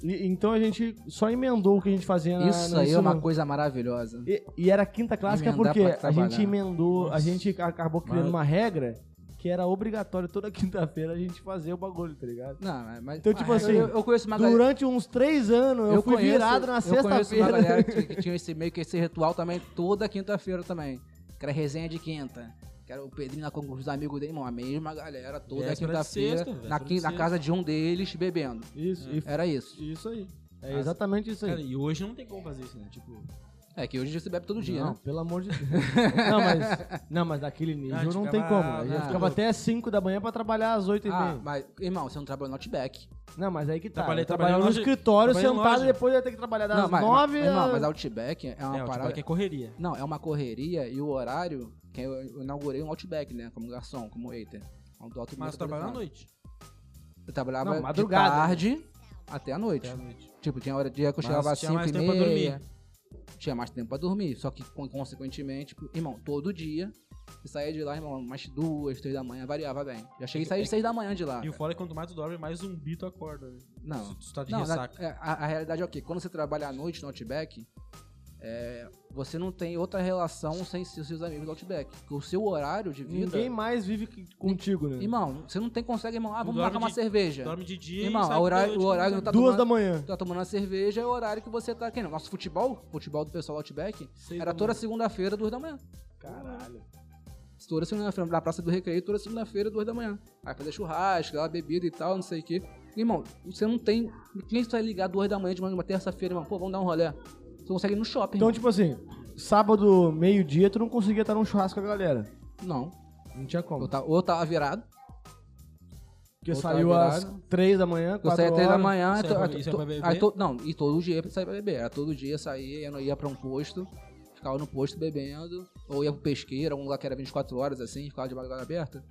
S1: E- então a gente só emendou o que a gente fazia na,
S4: Isso
S1: no
S4: aí é
S1: ensino
S4: uma coisa maravilhosa.
S1: E, e era quinta clássica
S4: Emendar
S1: porque
S4: pra
S1: a
S4: trabalhar.
S1: gente emendou, a
S2: Nossa.
S1: gente acabou criando
S2: Mas-
S1: uma regra que era obrigatório toda quinta-feira a gente fazer o bagulho, tá ligado?
S4: Não, mas
S1: Então, tipo
S4: eu-
S1: assim,
S4: eu, eu conheço uma galera-
S1: Durante uns três anos eu, fui
S4: conheço-
S1: virado na
S4: Eu conheço uma
S1: sexta-feira.
S4: galera que, que tinha esse meio que esse ritual também toda quinta-feira também. Que era resenha de quinta. Que era o Pedrinho lá com os amigos dele, irmão. A mesma galera toda
S2: Véspera de
S4: quinta-feira
S2: sexta,
S4: na,
S2: véspera de
S4: quin- na
S2: sexta.
S4: casa de um deles bebendo.
S1: Isso, e f-
S4: Era isso.
S1: isso aí. É exatamente isso
S2: Cara,
S1: aí.
S2: e hoje não tem como fazer isso, né? Tipo,
S4: É que hoje em dia você bebe todo dia,
S1: não,
S4: né?
S1: pelo amor de Deus. não, mas, não, mas daquele nível
S2: a gente
S1: não tem
S2: ficava-
S1: como. A gente
S4: ah,
S1: ficava até 5 da manhã pra trabalhar às 8 e
S4: Ah,
S1: meia.
S4: mas, irmão, você não trabalhou no Outback.
S1: Não, mas aí que tá.
S2: Trabalhei-
S1: Eu trabalhava
S2: trabalhei
S1: no
S2: loja-
S1: escritório,
S2: trabalhei
S1: sentado,
S2: loja.
S1: e depois ia ter que trabalhar das
S4: não, mas,
S1: 9
S4: mas, irmão, mas Outback é uma
S2: é,
S4: parada.
S2: tipo, é correria.
S4: Não, é uma correria e o horário. Que eu eu inaugurei um Outback, né? Como garçom, como waiter. Um do Outback
S2: Mas tu trabalha à noite.
S4: Eu trabalhava
S1: Não,
S4: de
S1: madrugada, né?
S4: tarde até a noite.
S2: Até à noite.
S4: Tipo, tinha hora de dia que eu
S2: Mas
S4: chegava às
S2: tinha
S4: 5
S2: mais
S4: e
S2: tempo pra
S4: meia. Tinha mais tempo pra dormir. Só que, con- consequentemente, tipo, irmão, todo dia, eu saía de lá, irmão, umas duas, três da manhã, variava bem. Já cheguei a sair de seis da manhã de lá.
S2: E o fora é que quanto mais tu dorme, mais zumbi tu acorda, né?
S4: Não.
S2: Tu, tu tá de
S4: Não, na,
S2: ressaca.
S4: é, a, a realidade é o quê? Quando você trabalha à noite no Outback, é, você não tem outra relação sem se- seus amigos do Outback. Porque o seu horário de vida...
S1: Ninguém mais vive que- contigo, né?
S4: Irmão, você não tem, consegue, irmão, ah,
S2: Tu
S4: vamos
S2: dorme
S4: marcar uma
S2: de-
S4: cerveja.
S2: Dorme de dia e
S4: Irmão,
S2: sai
S4: a horário-
S2: de noite,
S4: o horário
S2: né?
S4: não tá
S1: Duas
S4: tomando-
S1: da manhã.
S4: tá tomando a cerveja, é o horário que você tá. Quem? Nosso futebol, futebol do pessoal do Outback,
S2: Seis
S4: era
S2: da
S4: toda segunda-feira, duas da manhã.
S1: Caralho.
S4: Toda segunda-feira, na Praça do Recreio, toda segunda-feira, duas da manhã. Aí fazer churrasco, dar uma bebida e tal, não sei o quê. Irmão, você não tem. Quem vai ligar duas da manhã de uma, uma terça-feira, irmão? Pô, vamos dar um rolê. Você consegue ir no shopping.
S1: Então,
S4: irmão.
S1: tipo assim, sábado, meio-dia, tu não conseguia estar num churrasco com a galera.
S4: Não.
S1: Não tinha
S4: Eu
S1: como.
S4: ta- ou eu tava virado,
S1: Porque
S4: eu tava
S1: saiu às
S4: virado.
S1: três da manhã,
S4: eu
S1: quatro
S4: saía
S1: horas.
S4: três da manhã.
S2: Isso
S4: to-
S2: é pra-
S4: to-
S2: isso é pra
S4: to-
S2: beber?
S4: aí to- não, e todo dia saía pra beber. Era todo dia saía, eu não ia pra um posto, ficava no posto bebendo, ou ia pro pesqueiro, algum lugar que era 24 horas assim, ficava de madrugada aberta.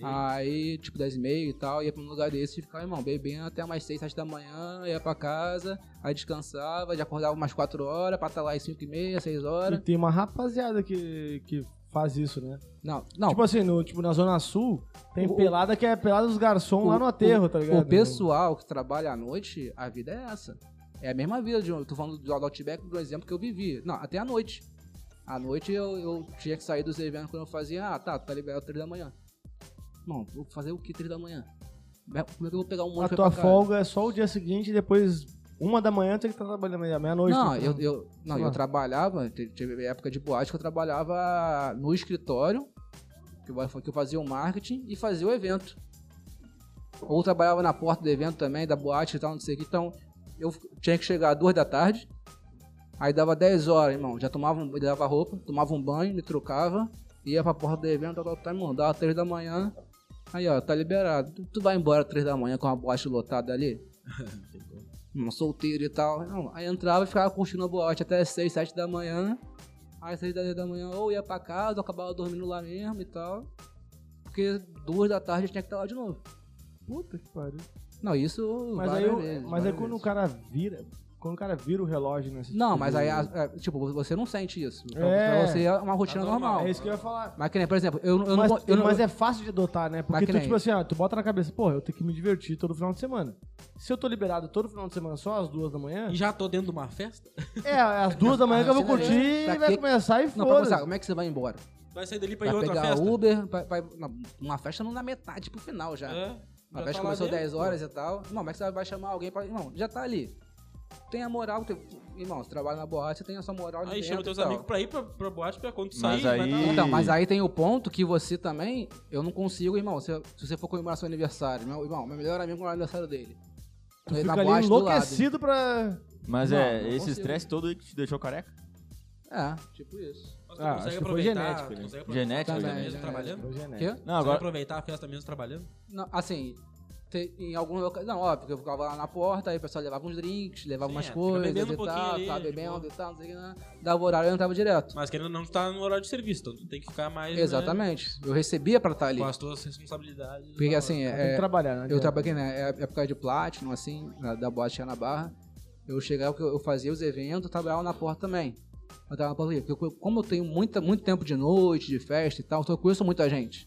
S4: Aí, tipo, 10 e meia e tal, ia pra um lugar desse e ficava, irmão, bebendo até umas 6, 7 da manhã, ia pra casa, aí descansava, já acordava umas 4 horas pra estar lá às 5 e meia, 6
S1: E
S4: horas.
S1: tem uma rapaziada que, que faz isso, né?
S4: Não, não.
S1: Tipo assim, no, tipo, na Zona Sul, tem
S4: O-
S1: pelada que é pelada dos garçons lá no aterro, tá ligado?
S4: O pessoal que trabalha à noite, a vida é essa. É a mesma vida de um. Tô falando do Outback, do exemplo que eu vivi. Não, até à noite. À noite eu, eu tinha que sair dos eventos quando eu fazia. Ah, tá, tá liberado 3 da manhã. Não, vou fazer o que 3 da manhã? Como é que eu vou pegar um
S1: A
S4: ônibus pra
S1: tua
S4: ir pra casa?
S1: folga é só o dia seguinte, depois uma da manhã tu tem que estar trabalhando meia- meia-noite.
S4: Não,
S1: tem que-
S4: eu, eu, não,
S1: Sei
S4: eu
S1: lá.
S4: trabalhava, te- teve época de boate que eu trabalhava no escritório, que eu- que eu fazia o marketing e fazia o evento. Ou trabalhava na porta do evento também, da boate e tal, não sei o que. Então, eu f- tinha que chegar às duas da tarde, aí dava 10 horas, irmão. Já tomava, um- dava roupa, tomava um banho, me trocava, ia pra porta do evento, tal, tal, tal, irmão, dava 3 da manhã. Aí, ó, tá liberado. Tu, tu vai embora três da manhã com a boate lotada ali? um solteiro e tal. Não, aí entrava e ficava curtindo a boate até 6, 7 da manhã. Aí 6 da, da manhã ou ia pra casa, ou acabava dormindo lá mesmo e tal. Porque duas da tarde eu tinha que estar lá de novo.
S1: Puta que pariu.
S4: Não, isso
S1: Mas aí,
S4: várias
S1: eu-
S4: vezes,
S1: mas aí
S4: várias
S1: quando o
S4: vezes.
S1: cara vira. Quando o cara vira o relógio nesse
S4: Não,
S1: tipo
S4: mas
S1: de-
S4: aí, a- é, tipo, você não sente isso. Pra-
S1: É.
S4: Pra você é uma rotina
S2: Tá normal.
S4: normal.
S1: É isso que eu ia falar.
S4: Mas que nem, por exemplo, eu, eu
S1: mas,
S4: não... Eu não
S1: mas é fácil de adotar, né?
S4: Mas
S1: Porque
S4: que
S1: tu,
S4: nem-
S1: tipo assim, ó, tu bota na cabeça, porra, eu tenho que me divertir todo final de semana. Se eu tô liberado todo final de semana só às duas da manhã,
S2: E já tô dentro de uma festa?
S1: é às duas da manhã que eu vou
S4: Ah, Pra
S1: curtir
S4: quê?
S1: e vai começar e
S4: Não, pra
S1: foda
S4: pensar, como é que você vai embora?
S2: Vai sair dali pra ir em
S4: Vai
S2: outra
S4: pegar
S2: festa?
S4: Uber, vai, vai- não, uma festa não na metade pro final já.
S2: Hã?
S4: Uma
S2: Já
S4: festa
S2: tá lá
S4: começou
S2: dentro,
S4: 10 horas e tal. Não, mas você vai chamar alguém pra. Não, já tá ali. Tem a moral, tem... irmão, você trabalha na boate, você tem a sua moral ali
S2: Aí
S4: dentro
S2: chama
S4: e
S2: teus
S4: tal.
S2: amigos pra ir pra, pra boate pra quando tu sair.
S3: Mas
S2: vai
S3: aí-
S2: tá lá.
S4: Então, mas aí tem o ponto que você também, eu não consigo, irmão. Se, se você for comemorar seu aniversário, meu irmão, meu melhor amigo comemora o aniversário dele.
S1: Tu
S4: Ele
S1: fica
S4: na
S1: ali
S4: boate do lado.
S1: enlouquecido pra.
S3: Mas
S4: Não,
S3: é
S4: não
S3: esse
S4: consigo.
S3: estresse todo aí que te deixou careca?
S4: É, tipo isso.
S2: Mas tu
S1: Ah, acho
S2: consegue
S1: que foi
S2: aproveitar.
S1: genético,
S2: tu
S1: né?
S2: consegue aproveitar
S3: Genética,
S2: a festa
S4: Também,
S3: genética.
S2: mesmo
S4: genético.
S2: trabalhando? Consegue
S1: Né?
S4: Quê?
S3: Não, agora.
S2: aproveitar a festa mesmo trabalhando?
S4: Não, assim, tem- em algum local. Não, óbvio, porque eu ficava lá na porta, aí o pessoal levava uns drinks, levava
S2: Sim, é,
S4: umas
S2: fica
S4: coisas
S2: bebendo
S4: e
S2: um pouquinho
S4: tal,
S2: ali,
S4: tava
S2: de
S4: bebendo
S2: boa.
S4: e tal, não sei o que, né? Dava horário eu entrava direto.
S2: Mas querendo ou não, tu tá no horário de serviço, então tu tem que ficar mais. né,
S4: Exatamente. Eu recebia pra estar ali.
S2: com as tuas responsabilidades.
S4: Porque assim,
S1: Tem que
S4: é,
S1: trabalhar, né?
S4: eu trabalhei na época de Platinum, assim, na- da boate na Barra. Eu chegava, eu eu fazia os eventos, eu trabalhava na porta também. Eu trabalhava na porta, porque eu- como eu tenho muita, muito tempo de noite, de festa e tal, então eu conheço muita gente.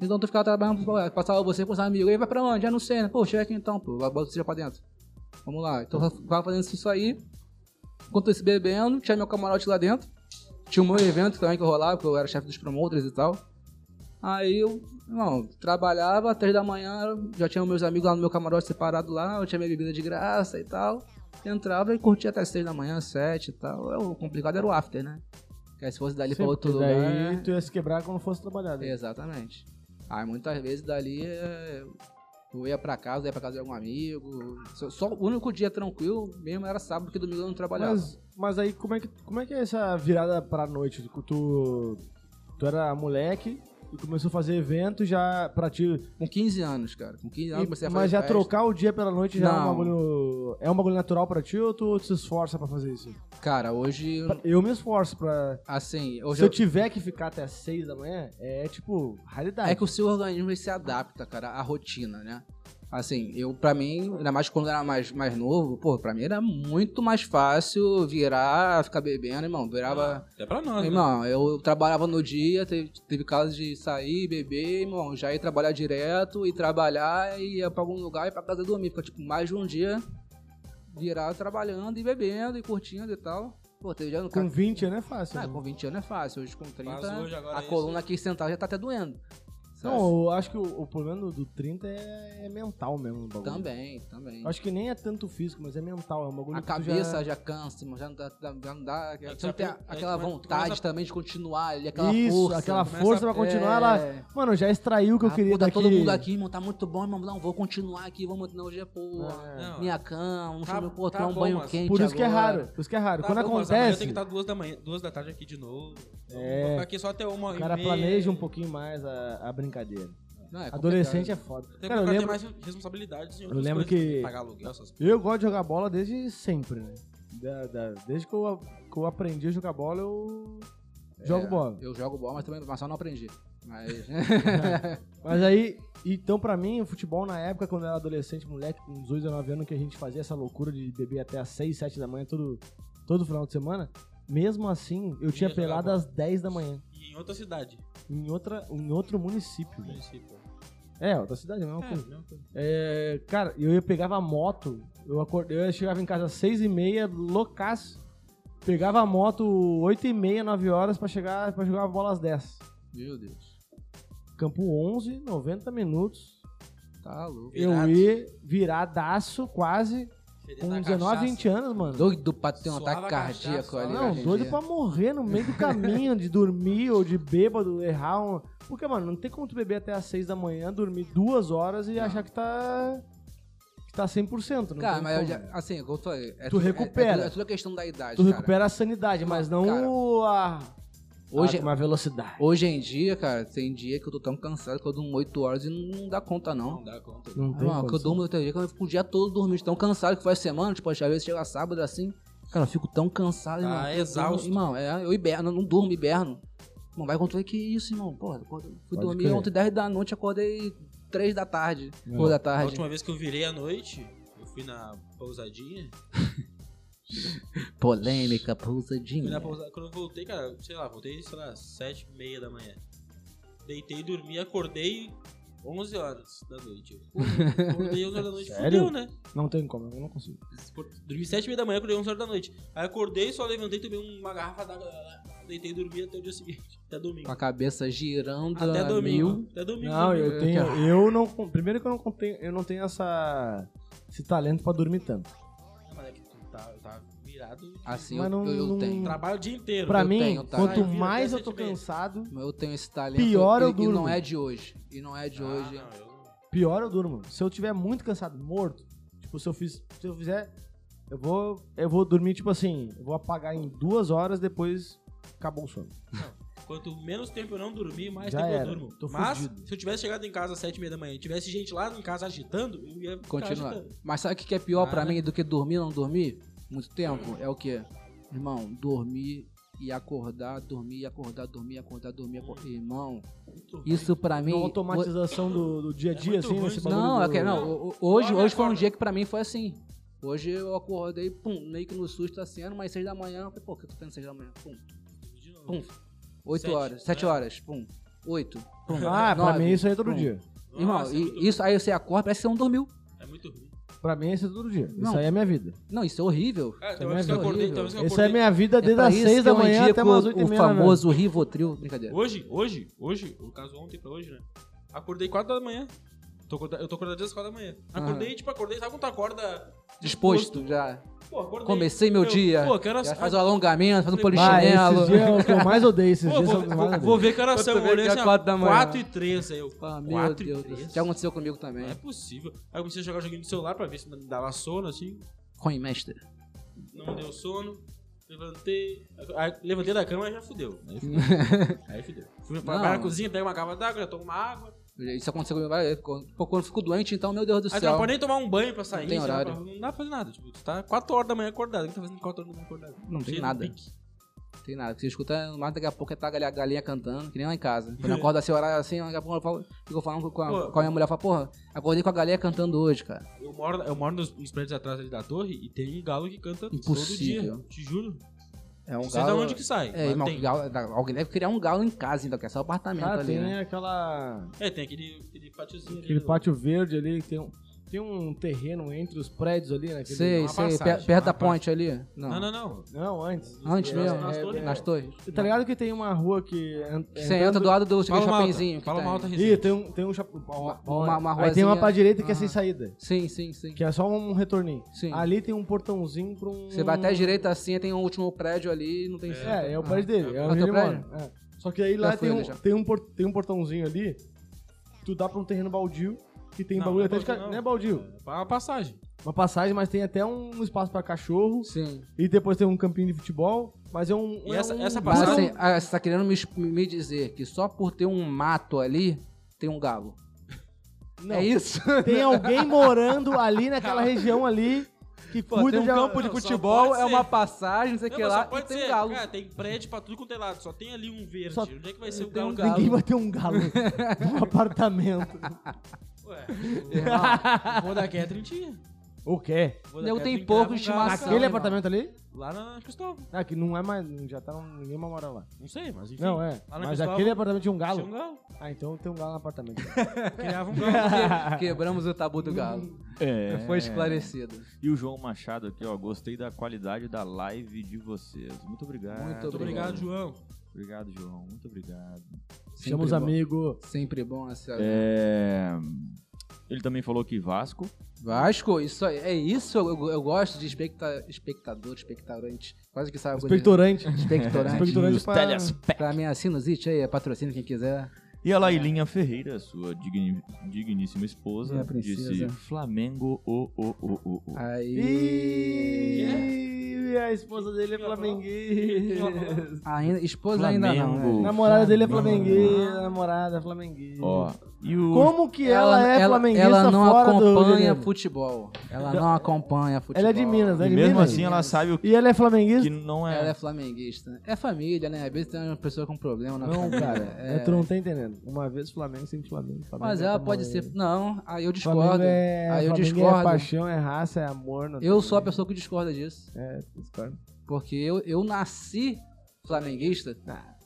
S4: Então tu ficava trabalhando, passava você com os amigos, aí vai pra onde? Já não sei, né? Pô, chega aqui então, pô, lá bota você já pra dentro. Vamos lá. Então eu ficava fazendo isso aí, enquanto eu se bebendo, tinha meu camarote lá dentro. Tinha o meu evento também que eu rolava, porque eu era chefe dos promoters e tal. Aí eu, não, trabalhava, três da manhã, já tinha meus amigos lá no meu camarote separado lá, eu tinha minha bebida de graça e tal. Entrava e curtia até seis da manhã, sete e tal. É, O complicado era o after, né? Porque aí se fosse dali
S1: ali
S4: pra outro
S1: daí
S4: lugar.
S1: tu ia se quebrar quando fosse trabalhar.
S4: É,
S1: né?
S4: Exatamente. Aí muitas vezes dali é, eu ia pra casa, ia pra casa de algum amigo. Só, só o único dia tranquilo mesmo era sábado, porque domingo eu não trabalhava.
S1: Mas, mas aí, como é, que, como é que é essa virada pra noite? Tu- Tu, tu era moleque e começou a fazer evento já pra ti.
S4: Com 15 anos, cara. Com 15 anos
S1: E-
S4: eu comecei a fazer
S1: mas já
S4: festa.
S1: trocar o dia pela noite já é um
S4: Não.
S1: bagulho. É um bagulho natural pra ti ou tu se esforça pra fazer isso?
S4: Cara, hoje. eu-
S1: Eu me esforço pra.
S4: Assim,
S1: se
S4: hoje
S1: eu
S4: eu,
S1: tiver que ficar até as seis da manhã, é tipo, raridade.
S4: É que o seu organismo ele se adapta, cara, à rotina, né? Assim, eu, pra mim, ainda mais quando eu era mais, mais novo, pô, pra mim era muito mais fácil virar, ficar bebendo, irmão. Virava.
S2: Até pra nós. né?
S4: Irmão, eu trabalhava no dia, teve, teve caso de sair, beber, irmão, já ia trabalhar direto, e trabalhar, e ia pra algum lugar, e pra casa dormir. Fica, tipo, mais de um dia virado trabalhando e bebendo e curtindo e tal. Pô, teve já no
S1: Com
S4: cara.
S1: 20 não é fácil.
S4: Ah,
S1: né?
S4: com 20 anos é fácil, hoje com 30,
S2: Mas hoje, agora
S4: a
S2: isso-
S4: coluna aqui sentada já tá até doendo. sabe?
S1: Não, eu acho que o, o problema do, do 30 é, é mental mesmo. o bagulho.
S4: Também, também.
S1: Eu acho que nem é tanto físico, mas é mental. É um bagulho
S4: A
S1: que tu
S4: cabeça
S1: já...
S4: já cansa, irmão, já não dá, dá- já não dá-
S2: tu
S4: você não
S2: É já
S4: tem
S2: pe- aí
S4: aquela
S2: tu come-
S4: vontade
S2: começa-
S4: também de continuar ali, aquela
S1: Isso,
S4: força.
S1: aquela
S2: começa
S1: força
S2: a-
S1: pra continuar. Ela,
S4: É.
S1: mano, já extraiu o que eu
S4: Ah,
S1: queria
S4: pô, tá
S1: daqui.
S4: todo mundo aqui, irmão, tá muito bom, irmão, não, vou continuar aqui, vamos, não, hoje é porra.
S1: É.
S2: Não,
S4: Minha cama, vamos
S2: Tá-
S4: tá, meu
S2: tá
S4: portão, um
S2: bom,
S4: banho
S2: mas-
S4: quente
S1: Por isso que é
S4: agora.
S1: raro. Por isso que é raro.
S2: Tá
S1: Quando
S2: bom, mas amanhã Eu
S1: acontece,
S2: tenho que estar duas da manhã, duas da tarde aqui de novo. Então,
S1: É.
S2: Vou ficar aqui só até uma
S1: o cara
S2: e meia.
S1: planeja um pouquinho mais a, a brincadeira.
S4: Não, é
S1: Adolescente é foda.
S2: Até porque
S1: Cara, eu
S2: o cara
S1: lembro,
S2: tem mais responsabilidades. em
S1: eu
S2: outras
S1: lembro
S2: coisas,
S1: que-
S2: tem Pagar aluguel, essas coisas.
S1: eu gosto de jogar bola desde sempre, né? Da- da- desde que eu, que eu aprendi a jogar bola, eu jogo
S4: É,
S1: bola.
S4: Eu jogo bola, mas também mas só não aprendi. Mas.
S1: Mas aí, então pra mim, o futebol na época, quando eu era adolescente, moleque, com 18, 19 anos, que a gente fazia essa loucura de beber até as 6, 7 da manhã todo, todo final de semana, mesmo assim, eu tinha
S2: Ia jogar
S1: pelado
S2: bola.
S1: às 10 da manhã,
S2: E em outra cidade.
S1: em, outra, em outro município. velho.
S2: município.
S1: É, outra cidade, não
S2: É,
S1: é
S2: mesma coisa.
S1: é, Cara, eu ia- pegava a moto, eu, acordei, eu chegava em casa às 6 e meia, loucaço, pegava a moto 8 e meia, 9 horas pra, chegar, pra jogar a bola às 10.
S4: Meu Deus.
S1: Campo 11, 90 minutos,
S4: Tá louco.
S1: Eu
S2: Virado.
S1: ia viradaço, quase,
S2: Fedendo
S1: com
S2: a
S1: 19,
S2: cachaça.
S1: 20 anos, mano.
S4: Doido pra ter um
S2: Suava
S4: ataque
S2: cachaça,
S4: cardíaco ali.
S1: Não,
S4: hoje em
S1: doido
S4: dia.
S1: pra morrer no meio do caminho, de dormir ou de bêbado, errar um... Porque, mano, não tem como tu beber até as 6 da manhã, dormir duas horas e achar que tá... Que tá 100%, não
S4: Cara,
S1: tem
S4: mas eu
S1: como.
S4: já, assim, como eu falei, é
S1: Tu
S4: tudo- é-
S1: recupera.
S4: É, tudo- é tudo a questão da idade,
S1: Tu
S4: cara.
S1: recupera a sanidade, mas não
S4: Cara.
S1: o- a...
S4: Hoje, é-
S1: Ah, com uma velocidade.
S4: hoje em dia, cara, tem dia que eu tô tão cansado que eu durmo 8 horas e não dá conta,
S1: um.
S4: não.
S2: Não dá conta.
S1: Não
S4: Ah,
S1: tem
S4: mano, que eu
S1: condição.
S4: durmo outro dia, que eu fico o dia todo dormindo. Tão cansado que faz semana, tipo, às vezes chega sábado assim. Cara, eu fico tão cansado,
S2: Tá
S4: irmão. que eu
S2: exausto.
S4: durmo- Irmão, é, eu hiberno, eu não durmo, hiberno. Irmão, vai controlar que isso, irmão. Porra, acorda- fui
S1: Pode
S4: dormir
S1: crer.
S4: ontem 10 da noite, acordei 3 da tarde.
S1: É.
S4: 4 da
S2: A
S4: tarde.
S2: última vez que eu virei à noite, eu fui na pousadinha.
S4: Polêmica,
S2: Fui
S4: pousadinha.
S2: na pousa- Quando eu voltei, cara, sei lá, voltei, sei lá, sete e meia da manhã. Deitei, dormi, acordei 11 horas da noite. Pô, Acordei 11 horas da noite,
S1: Sério?
S2: fudeu, né?
S1: Não tem como, eu não consigo.
S2: Dormi sete e meia da manhã, acordei 11 horas da noite. Aí acordei, só levantei, tomei uma garrafa d'água, deitei e dormi até o dia seguinte, até domingo.
S4: Com a cabeça girando
S2: Até
S4: a mil.
S2: domingo. Até domingo.
S1: Não,
S2: domingo.
S1: eu tenho. Eu não. con- Primeiro que eu não con- tenho, eu não tenho essa. Esse talento pra dormir tanto.
S2: Ah, mas é que tu tá, eu tava virado.
S4: Assim,
S1: Mas
S4: eu,
S1: não-
S4: eu
S1: não-
S4: tenho.
S2: Trabalho o dia inteiro.
S1: Pra
S4: Eu
S1: mim,
S4: tenho, tá.
S1: quanto
S2: Eu viro
S1: mais
S2: até
S1: eu tô
S2: sete e meia.
S1: cansado,
S4: Eu tenho esse talento.
S1: Pior
S4: e,
S1: eu
S4: e
S1: durmo.
S4: não é de hoje. E não é de
S2: Ah,
S4: hoje.
S2: não, eu-
S1: pior eu durmo. Se eu tiver muito cansado, morto, tipo, se eu fiz. Se eu fizer. Eu vou. Eu vou dormir, tipo assim, eu vou apagar em duas horas, depois acabou o sono.
S2: Quanto menos tempo eu não dormir, mais
S1: Já
S2: tempo
S1: era,
S2: eu durmo.
S1: tô
S2: Mas,
S1: fudido.
S2: se eu tivesse chegado em casa às sete e meia da manhã e tivesse gente lá em casa agitando, eu ia ficar
S4: Continuar.
S2: agitando.
S4: Mas sabe o que que é pior pra
S2: Ah,
S4: mim do que dormir ou não dormir? Muito tempo. É o quê? Irmão, dormir e acordar, dormir e acordar, dormir e acordar, dormir e
S2: Hum.
S4: acordar. Irmão,
S2: Muito ruim.
S4: isso pra mim.
S1: Não automatização do, do dia a
S2: É
S1: dia,
S2: muito
S1: assim,
S2: ruim
S1: esse
S2: isso.
S1: bagulho
S4: Não,
S1: do-
S4: é que- não, o- o- hoje,
S2: Dorme,
S4: hoje foi um
S2: acorda.
S4: dia que pra mim foi assim. Hoje eu acordei, pum, meio que no susto assim, era umas seis da manhã. Eu falei, pô, o que eu tô fazendo seis da manhã? Pum,
S2: De novo.
S4: pum. Oito
S2: Sete,
S4: horas, sete
S2: né?
S4: horas, pum, oito. Pum,
S1: Ah, pra
S4: nove,
S1: mim isso aí é todo
S4: pum.
S1: dia.
S2: Nossa,
S4: Irmão,
S2: é muito
S4: e, isso aí você acorda, parece que você não dormiu.
S2: ruim. É muito ruim.
S1: Pra mim isso é todo dia.
S4: Não.
S1: Isso aí é minha vida.
S4: Não, isso é horrível.
S2: Cara, tem
S1: Também
S2: uma vez que eu
S4: é
S2: acordei,
S4: horrível.
S2: tem uma vez que eu
S1: Essa é a
S2: acordei.
S1: minha vida desde
S4: pra
S1: as
S4: isso
S1: 6 da
S4: que eu
S1: manhã até
S4: indico
S1: umas 8 e
S4: O
S1: meia. né, da noite.
S4: famoso Rivotril. Brincadeira.
S2: Hoje, hoje, hoje, no caso ontem pra hoje, né? Acordei 4 da manhã. Tô acorda- eu tô acordado desde as 4 da manhã. Acordei, tipo, acordei, sabe quando tu acorda?
S4: Disposto, já.
S2: Pô, acordei.
S4: Comecei meu
S2: Eu-
S4: dia.
S2: Pô, que horas.
S4: Já faz o alongamento, faz um
S2: Falei,
S1: Ah,
S4: polichinelo.
S1: esses dias é o que eu mais odeio. Esses
S2: Pô,
S1: dias são
S2: vou,
S1: os que eu
S2: vou-
S1: mais odeio.
S2: vou ver que horas
S4: Eu
S2: são.
S4: também
S2: Olhei
S4: que é
S2: assim,
S4: quatro da manhã.
S2: 4 e 3, aí eu.
S4: Ah, meu
S2: Quatro e
S4: Deus do céu.
S2: três?
S4: Já aconteceu comigo também.
S2: Não é possível. Aí eu comecei a jogar joguinho no celular pra ver se me dava sono, assim.
S4: Coin Master.
S2: Não deu sono. Levantei. Aí, levantei da cama e já fudeu. Aí fudeu. Aí fudeu. Fui pra,
S4: Não.
S2: pra cozinha, pego uma garrafa d'água, já tomo uma água.
S4: Isso aconteceu comigo várias vezes. Quando- Pô, quando eu fico doente, então, meu Deus do
S2: Aí tu não
S4: céu.
S2: pode nem tomar um banho pra sair.
S4: Não tem
S2: sei lá,
S4: horário.
S2: pra- Não dá pra fazer nada. Tipo, tu tá 4 horas da manhã acordado. O que tu tá fazendo 4 horas da manhã acordado?
S4: Não tem
S2: Cheio de
S4: nada.
S2: pique.
S4: Não tem nada. Você escuta no mar, daqui a pouco tá a galinha, a galinha cantando, que nem lá em casa. Quando eu acordo assim, horário assim, daqui a pouco eu falo, fico falando com a,
S2: Pô.
S4: com a minha mulher. Eu falo, porra, acordei com a galinha cantando hoje, cara.
S2: Eu moro, eu moro nos, nos prédios atrás ali da torre e tem um galo que canta
S4: Impossível.
S2: todo dia. Te juro.
S4: É
S2: Não
S4: um
S2: sei de
S4: galo.
S2: onde que sai.
S4: É,
S2: mas
S4: irmão,
S2: tem.
S4: galo- alguém deve criar um galo em casa, então, que é só apartamento
S1: Ah,
S4: ali,
S1: tem
S4: né?
S1: aquela...
S2: É, tem aquele, aquele pátiozinho
S1: Aquele
S2: ali.
S1: pátio verde ali, tem um, tem um terreno entre os prédios ali, né? Aquele-
S4: Sei,
S2: uma
S4: sei,
S2: passagem,
S4: per- perto
S2: uma
S4: da ponte ali. Não,
S2: Não, não, não.
S1: Não, antes.
S4: antes
S1: É,
S4: mesmo,
S2: nas torres,
S4: é, nas
S2: não.
S4: torres.
S1: Tá ligado que tem uma rua que... é an-
S4: Que Você entra do lado do aquele
S2: Fala uma alta.
S4: shoppingzinho. que tá
S2: Fala
S4: tem.
S2: uma alta
S1: Ih,
S2: resenha.
S1: tem um... Tem um chap- uma,
S4: uma- uma
S1: Aí tem uma
S4: ruazinha.
S1: pra direita que é
S4: Aham.
S1: sem saída.
S4: Sim, sim, sim.
S1: Que é só um retorninho.
S4: Sim.
S1: Ali tem um portãozinho pra
S2: é
S1: um...
S4: Você vai até a direita assim, tem um último prédio ali, não tem
S1: É, é o
S4: Ah.
S1: prédio dele. É,
S4: Ah,
S1: onde
S4: teu
S1: ele
S4: prédio?
S1: mora. É. Só que
S2: Tá
S1: aí lá
S4: Já fui
S1: tem um,
S4: ali, já.
S1: tem, um por- tem um portãozinho ali. Tu dá pra um terreno baldio. Que tem
S2: Não,
S1: bagulho
S2: não é
S1: até de.
S2: baldio,
S1: ca-
S2: não.
S1: Não é baldio.
S2: É uma passagem.
S1: Uma passagem, mas tem até um espaço pra cachorro.
S4: Ah, Sim.
S1: E depois tem um campinho de futebol. Mas é um.
S2: E
S1: é
S2: essa-
S1: um-
S2: essa
S4: Mas
S2: Passar-
S4: assim, ah, você tá querendo me, me dizer que só por ter um mato ali, tem um galo.
S1: Não.
S4: É isso?
S1: Tem alguém morando ali naquela região ali. Que cuida de
S2: um de Não, só futebol, pode é ser. uma
S4: passagem, não sei
S2: Não, mas só pode
S4: um
S2: ser. Cara, tem prédio pra tudo quanto é lado. Só tem ali um verde.
S1: Só
S2: Onde é que vai ser o
S1: Tem um-
S2: galo?
S1: Ninguém vai ter um galo num apartamento.
S2: Ué,
S1: Ah.
S2: o vou da Catherine tinha.
S1: O quê?
S2: Vou
S4: Nego tem
S2: criava
S4: pouco de
S2: um galo.
S4: estimação.
S1: Aquele
S4: irmão.
S1: apartamento ali?
S2: Lá na Cristóvão.
S1: Ah, que não é mais. Já tá. Ninguém mais mora lá.
S2: Não sei, mas enfim.
S1: Não, é.
S2: lá na
S1: Mas
S2: Cristóvão
S1: aquele apartamento tinha um galo.
S2: Tinha um galo.
S1: Ah, então tem um galo no apartamento.
S2: Criava um galo.
S4: Quebramos o tabu do galo.
S3: É.
S4: Foi esclarecido.
S3: E o João Machado aqui, ó. Gostei da qualidade da live de vocês. Muito obrigado.
S4: Muito
S2: Muito obrigado, João.
S3: Obrigado, João. Muito obrigado.
S4: Sempre
S1: Chama os
S4: bom.
S1: amigos.
S4: Sempre bom essa.
S3: É, Ele também falou que Vasco.
S4: Vasco, isso aí, é isso. Eu, eu gosto de especta, espectador, espectadorante. Quase que sabe.
S1: Espectorante.
S4: né? Espectorante.
S1: Espectorante
S3: E os
S1: pra-
S3: telespe-
S4: Pra minha sinusite aí, é patrocínio quem quiser.
S3: E a Lailinha Ferreira, sua digni- digníssima esposa,
S4: Minha princesa.
S3: disse Flamengo, o, o, o, o, o.
S4: Aí.
S1: Ih, é. e a esposa dele é flamenguês.
S4: Ainda, esposa ainda não.
S3: Flamengo.
S4: né?
S1: Namorada dele é flamenguês, namorada é flamenguês.
S3: Ó, e o...
S1: Como que ela, é flamenguista
S4: ela não
S1: fora do Rio de
S4: acompanha
S1: Janeiro? futebol.
S4: futebol. Ela não acompanha futebol.
S1: Ela é de Minas, é
S3: E
S1: de
S3: mesmo
S1: Minas.
S3: assim ela sabe o que
S1: E ela é flamenguista?
S3: não
S4: Ela
S3: é.
S4: é flamenguista. É família, né? Às vezes tem uma pessoa com problema na
S1: Não,
S4: família.
S1: cara.
S4: É.
S1: é, Tu não tá entendendo. Uma vez Flamengo, sempre Flamengo. Flamengo
S4: Mas
S1: é
S4: ela
S1: como
S4: pode
S1: é.
S4: ser. Não, aí
S1: Flamengo
S4: eu discordo.
S1: É...
S4: Aí eu
S1: Flamengo É
S4: discordo.
S1: paixão, é raça, é amor. não
S4: Eu
S1: tem-
S4: sou a pessoa que discorda disso.
S1: É, discordo.
S4: Porque eu, eu nasci flamenguista.
S1: Ah.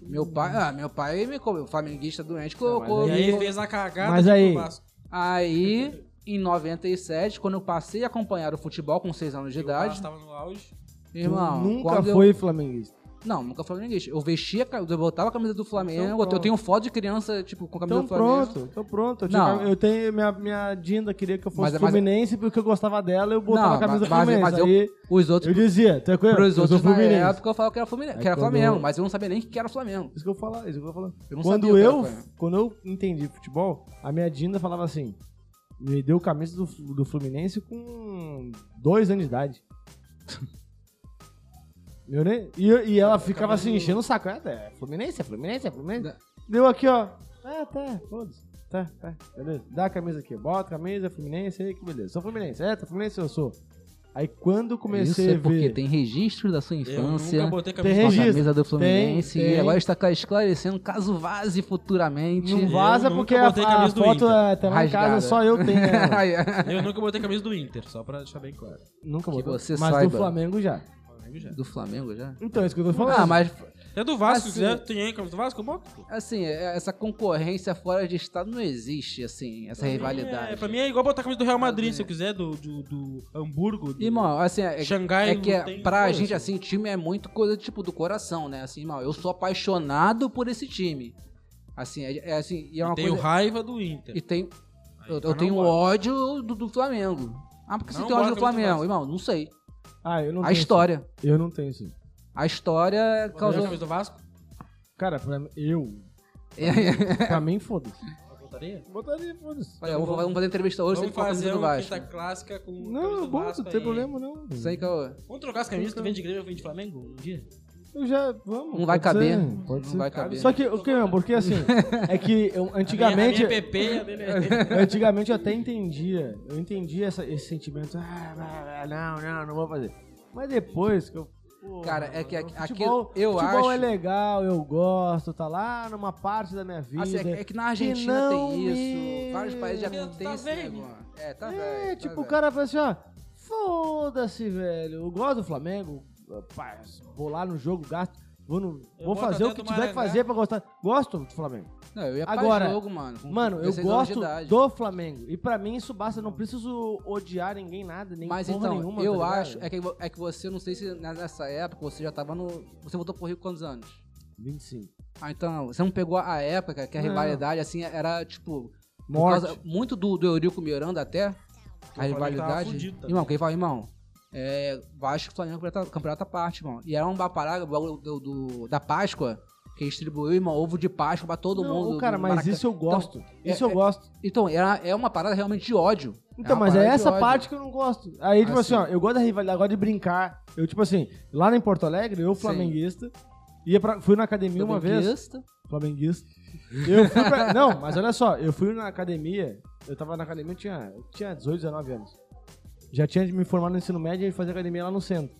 S4: Meu pai, ah, meu pai me colocou flamenguista doente, colocou.
S2: E aí fez a cagada
S1: Mas
S2: de
S1: aí-
S2: Vasco.
S4: Aí, em 97, quando eu passei a acompanhar o futebol com 6 anos de
S2: E o Vasco
S4: idade,
S2: tava no auge.
S4: irmão.
S1: tu nunca
S4: quando eu-
S1: foi flamenguista.
S4: Não, nunca fui flamenguista. Eu vestia, a ca- eu botava a camisa do
S1: Então
S4: Flamengo.
S1: pronto.
S4: eu tenho foto de criança, tipo, com a camisa
S1: Então
S4: do Flamengo.
S1: pronto, então pronto. Eu, tinha-
S4: Não.
S1: eu tenho. Minha, minha Dinda queria que eu fosse
S4: Mas- mas-
S1: Fluminense porque eu gostava dela eu botava
S4: Não,
S1: a camisa
S4: mas- mas- é-
S1: Fluminense.
S4: mas eu-
S1: Aí
S4: Os
S1: eu,
S4: outros,
S1: dizia, tranquilo, eu
S4: pros
S1: sou
S4: outros na
S1: Fluminense.
S4: época eu falava que era Fluminense,
S1: Aí
S4: que era
S1: quando-
S4: Flamengo, mas eu não sabia nem que era Flamengo.
S1: Isso que eu falo, isso que eu falo.
S4: Eu não
S1: Quando
S4: sabia
S1: eu,
S4: que era Flamengo.
S1: quando eu entendi futebol, a minha Dinda falava assim: me deu camisa do, do Fluminense com dois anos de idade. Eu nem- e, eu- e ela ficava assim, enchendo o saco. "Ah, É Fluminense, é Fluminense, é Fluminense. Deu aqui, ó. Ah, tá, foda-se. Tá, tá, beleza. Dá a camisa aqui, bota a camisa, é Fluminense, aí que beleza. Sou Fluminense, é, tá Fluminense eu sou. Aí quando eu comecei
S4: Isso
S1: a
S4: é porque
S1: ver.
S4: tem registro da sua
S2: Eu nunca
S4: infância.
S2: botei
S1: Tem
S4: Com a
S2: camisa
S1: registro.
S4: camisa do Fluminense
S1: Tem, tem.
S4: e agora está cá esclarecendo caso vaze futuramente.
S1: Não
S2: Eu
S1: vaza
S2: nunca
S1: porque a,
S2: botei
S1: a
S2: camisa do
S1: foto
S2: Inter.
S1: até lá em casa
S4: Rasgada.
S1: só eu tenho. né?
S4: Ai, ai.
S2: Eu nunca botei camisa do Inter, só pra deixar bem claro.
S1: Nunca
S4: Que
S1: botou.
S4: você
S1: mas do
S4: saiba.
S1: Flamengo já.
S2: Flamengo já.
S4: do Flamengo já?
S1: Então, é isso que eu tô falando.
S4: Ah, mas
S2: É do Vasco,
S4: Assim-
S2: se quiser, tem aí camisa do Vasco, eu boto. pô.
S4: assim, é- essa concorrência fora de estado não existe, assim, essa rivalidade.
S2: É, pra mim é igual botar a camisa do Real Madrid, se eu quiser, do, do, do Hamburgo, do
S4: Irmão, assim, é,
S2: Xangai.
S4: é que
S2: não tem-
S4: pra
S2: Pô,
S4: gente, assim, time é muito coisa, tipo, do coração, né? Assim, irmão, eu sou apaixonado por esse time. Assim, é, é assim, e é uma
S2: Tenho
S4: coisa...
S2: raiva do Inter.
S4: E tem,
S2: Aí,
S4: eu, eu
S2: então não
S4: tenho
S2: bota.
S4: ódio do, do Flamengo. Ah, por que você
S2: Não
S4: tem ódio
S2: bota
S4: do
S2: a camisa do
S4: Flamengo?
S2: Vasco.
S4: Irmão, não sei.
S1: Ah, eu não
S4: A
S1: tenho
S4: história.
S1: isso. Eu não tenho isso.
S4: A história
S2: Botei a
S4: causou...
S2: camisa do Vasco?
S1: Cara, pra mim, eu.
S4: um
S1: pra mim, foda-se.
S2: Eu botaria?
S1: Botaria, foda-se.
S4: Olha, vamos, fazer- um vamos fazer entrevista hoje sem
S2: Vamos
S4: falar a camisa
S1: um
S2: fazer
S4: do
S2: uma
S4: Vasco.
S1: tá
S2: quinta clássica com
S1: Não, eu boto, não tem problema não.
S4: Sem caô.
S2: Vamos trocar as camisas, tu vem de Grêmio, eu venho de Flamengo um dia?
S1: Eu já. Vamos.
S4: Não vai
S1: pode
S4: caber.
S1: ser, Pode
S4: Não
S1: ser.
S4: vai caber.
S1: Só que, o que, meu, porque assim. é que eu, antigamente.
S2: A minha, a minha PP, a minha...
S1: Antigamente eu até entendia. Eu entendia essa- esse sentimento. Ah, ah, ah, não, não, não vou fazer. Mas depois que eu. pô,
S4: Cara, é que aqui-
S1: futebol,
S4: eu
S1: futebol é
S4: acho-
S1: legal, eu gosto, tá lá numa parte da minha vida.
S4: Assim, é, é que na Argentina
S1: não
S4: tem isso.
S1: me-
S4: Vários países já
S2: Porque
S4: tem
S2: tá
S4: esse
S2: velho.
S4: negócio. É, tá velho.
S1: É,
S4: tá
S1: tipo, o
S4: velho.
S1: cara fala assim, ó, foda-se, velho. Eu gosto do Flamengo, pá, vou lá no jogo, gasto, vou, no-
S2: Eu
S1: vou
S2: boto
S1: fazer
S2: até
S1: o que
S2: do né?
S1: tiver que
S2: Maringá.
S1: fazer pra gostar. Gosto do Flamengo.
S4: Não, eu ia
S1: Agora,
S4: pra jogo, mano. com
S1: Mano, eu
S4: 16 anos de
S1: gosto
S4: idade.
S1: do Flamengo. E pra mim isso basta, não preciso odiar ninguém, nada, nem
S4: Mas
S1: porra
S4: então,
S1: nenhuma. tá
S4: eu
S1: ligado?
S4: acho. É que, é que você, não sei se na- nessa época você já tava no. Você voltou pro Rio com quantos anos?
S1: 25.
S4: Ah, então, você não pegou a época que a
S1: Não.
S4: rivalidade, assim, era tipo. por
S1: Morte.
S4: causa muito do, do Eurico Miranda até. A
S2: Flamengo tava
S4: rivalidade.
S2: fudido
S1: Tá
S2: também.
S4: irmão, quem fala, irmão. É, Vasco e Flamengo campeonato, campeonato à parte, irmão. E era uma parada o bagulho do, do- da Páscoa que distribuiu, irmão, ovo de Páscoa pra todo
S1: Não,
S4: mundo.
S1: cara,
S4: no
S1: mas
S4: Maracanã.
S1: isso eu gosto.
S4: é-
S1: isso eu
S4: é-
S1: gosto.
S4: Então, era, é uma parada realmente de ódio.
S1: Então,
S4: uma
S1: mas é
S4: parada de
S1: essa
S4: ódio.
S1: parte que eu não gosto. Aí, tipo
S4: Ah,
S1: assim,
S4: sim.
S1: ó, eu gosto da rivalidade, eu gosto de brincar. Eu, tipo assim, lá em Porto Alegre, eu,
S4: Sim.
S1: flamenguista, ia pra, fui na academia uma vez.
S4: Flamenguista.
S1: Flamenguista. Eu fui pra... Não, mas olha só, eu fui na academia, eu tava na academia, eu tinha, eu tinha 18, 19 anos. Já tinha me formado no ensino médio e fazia academia lá no centro.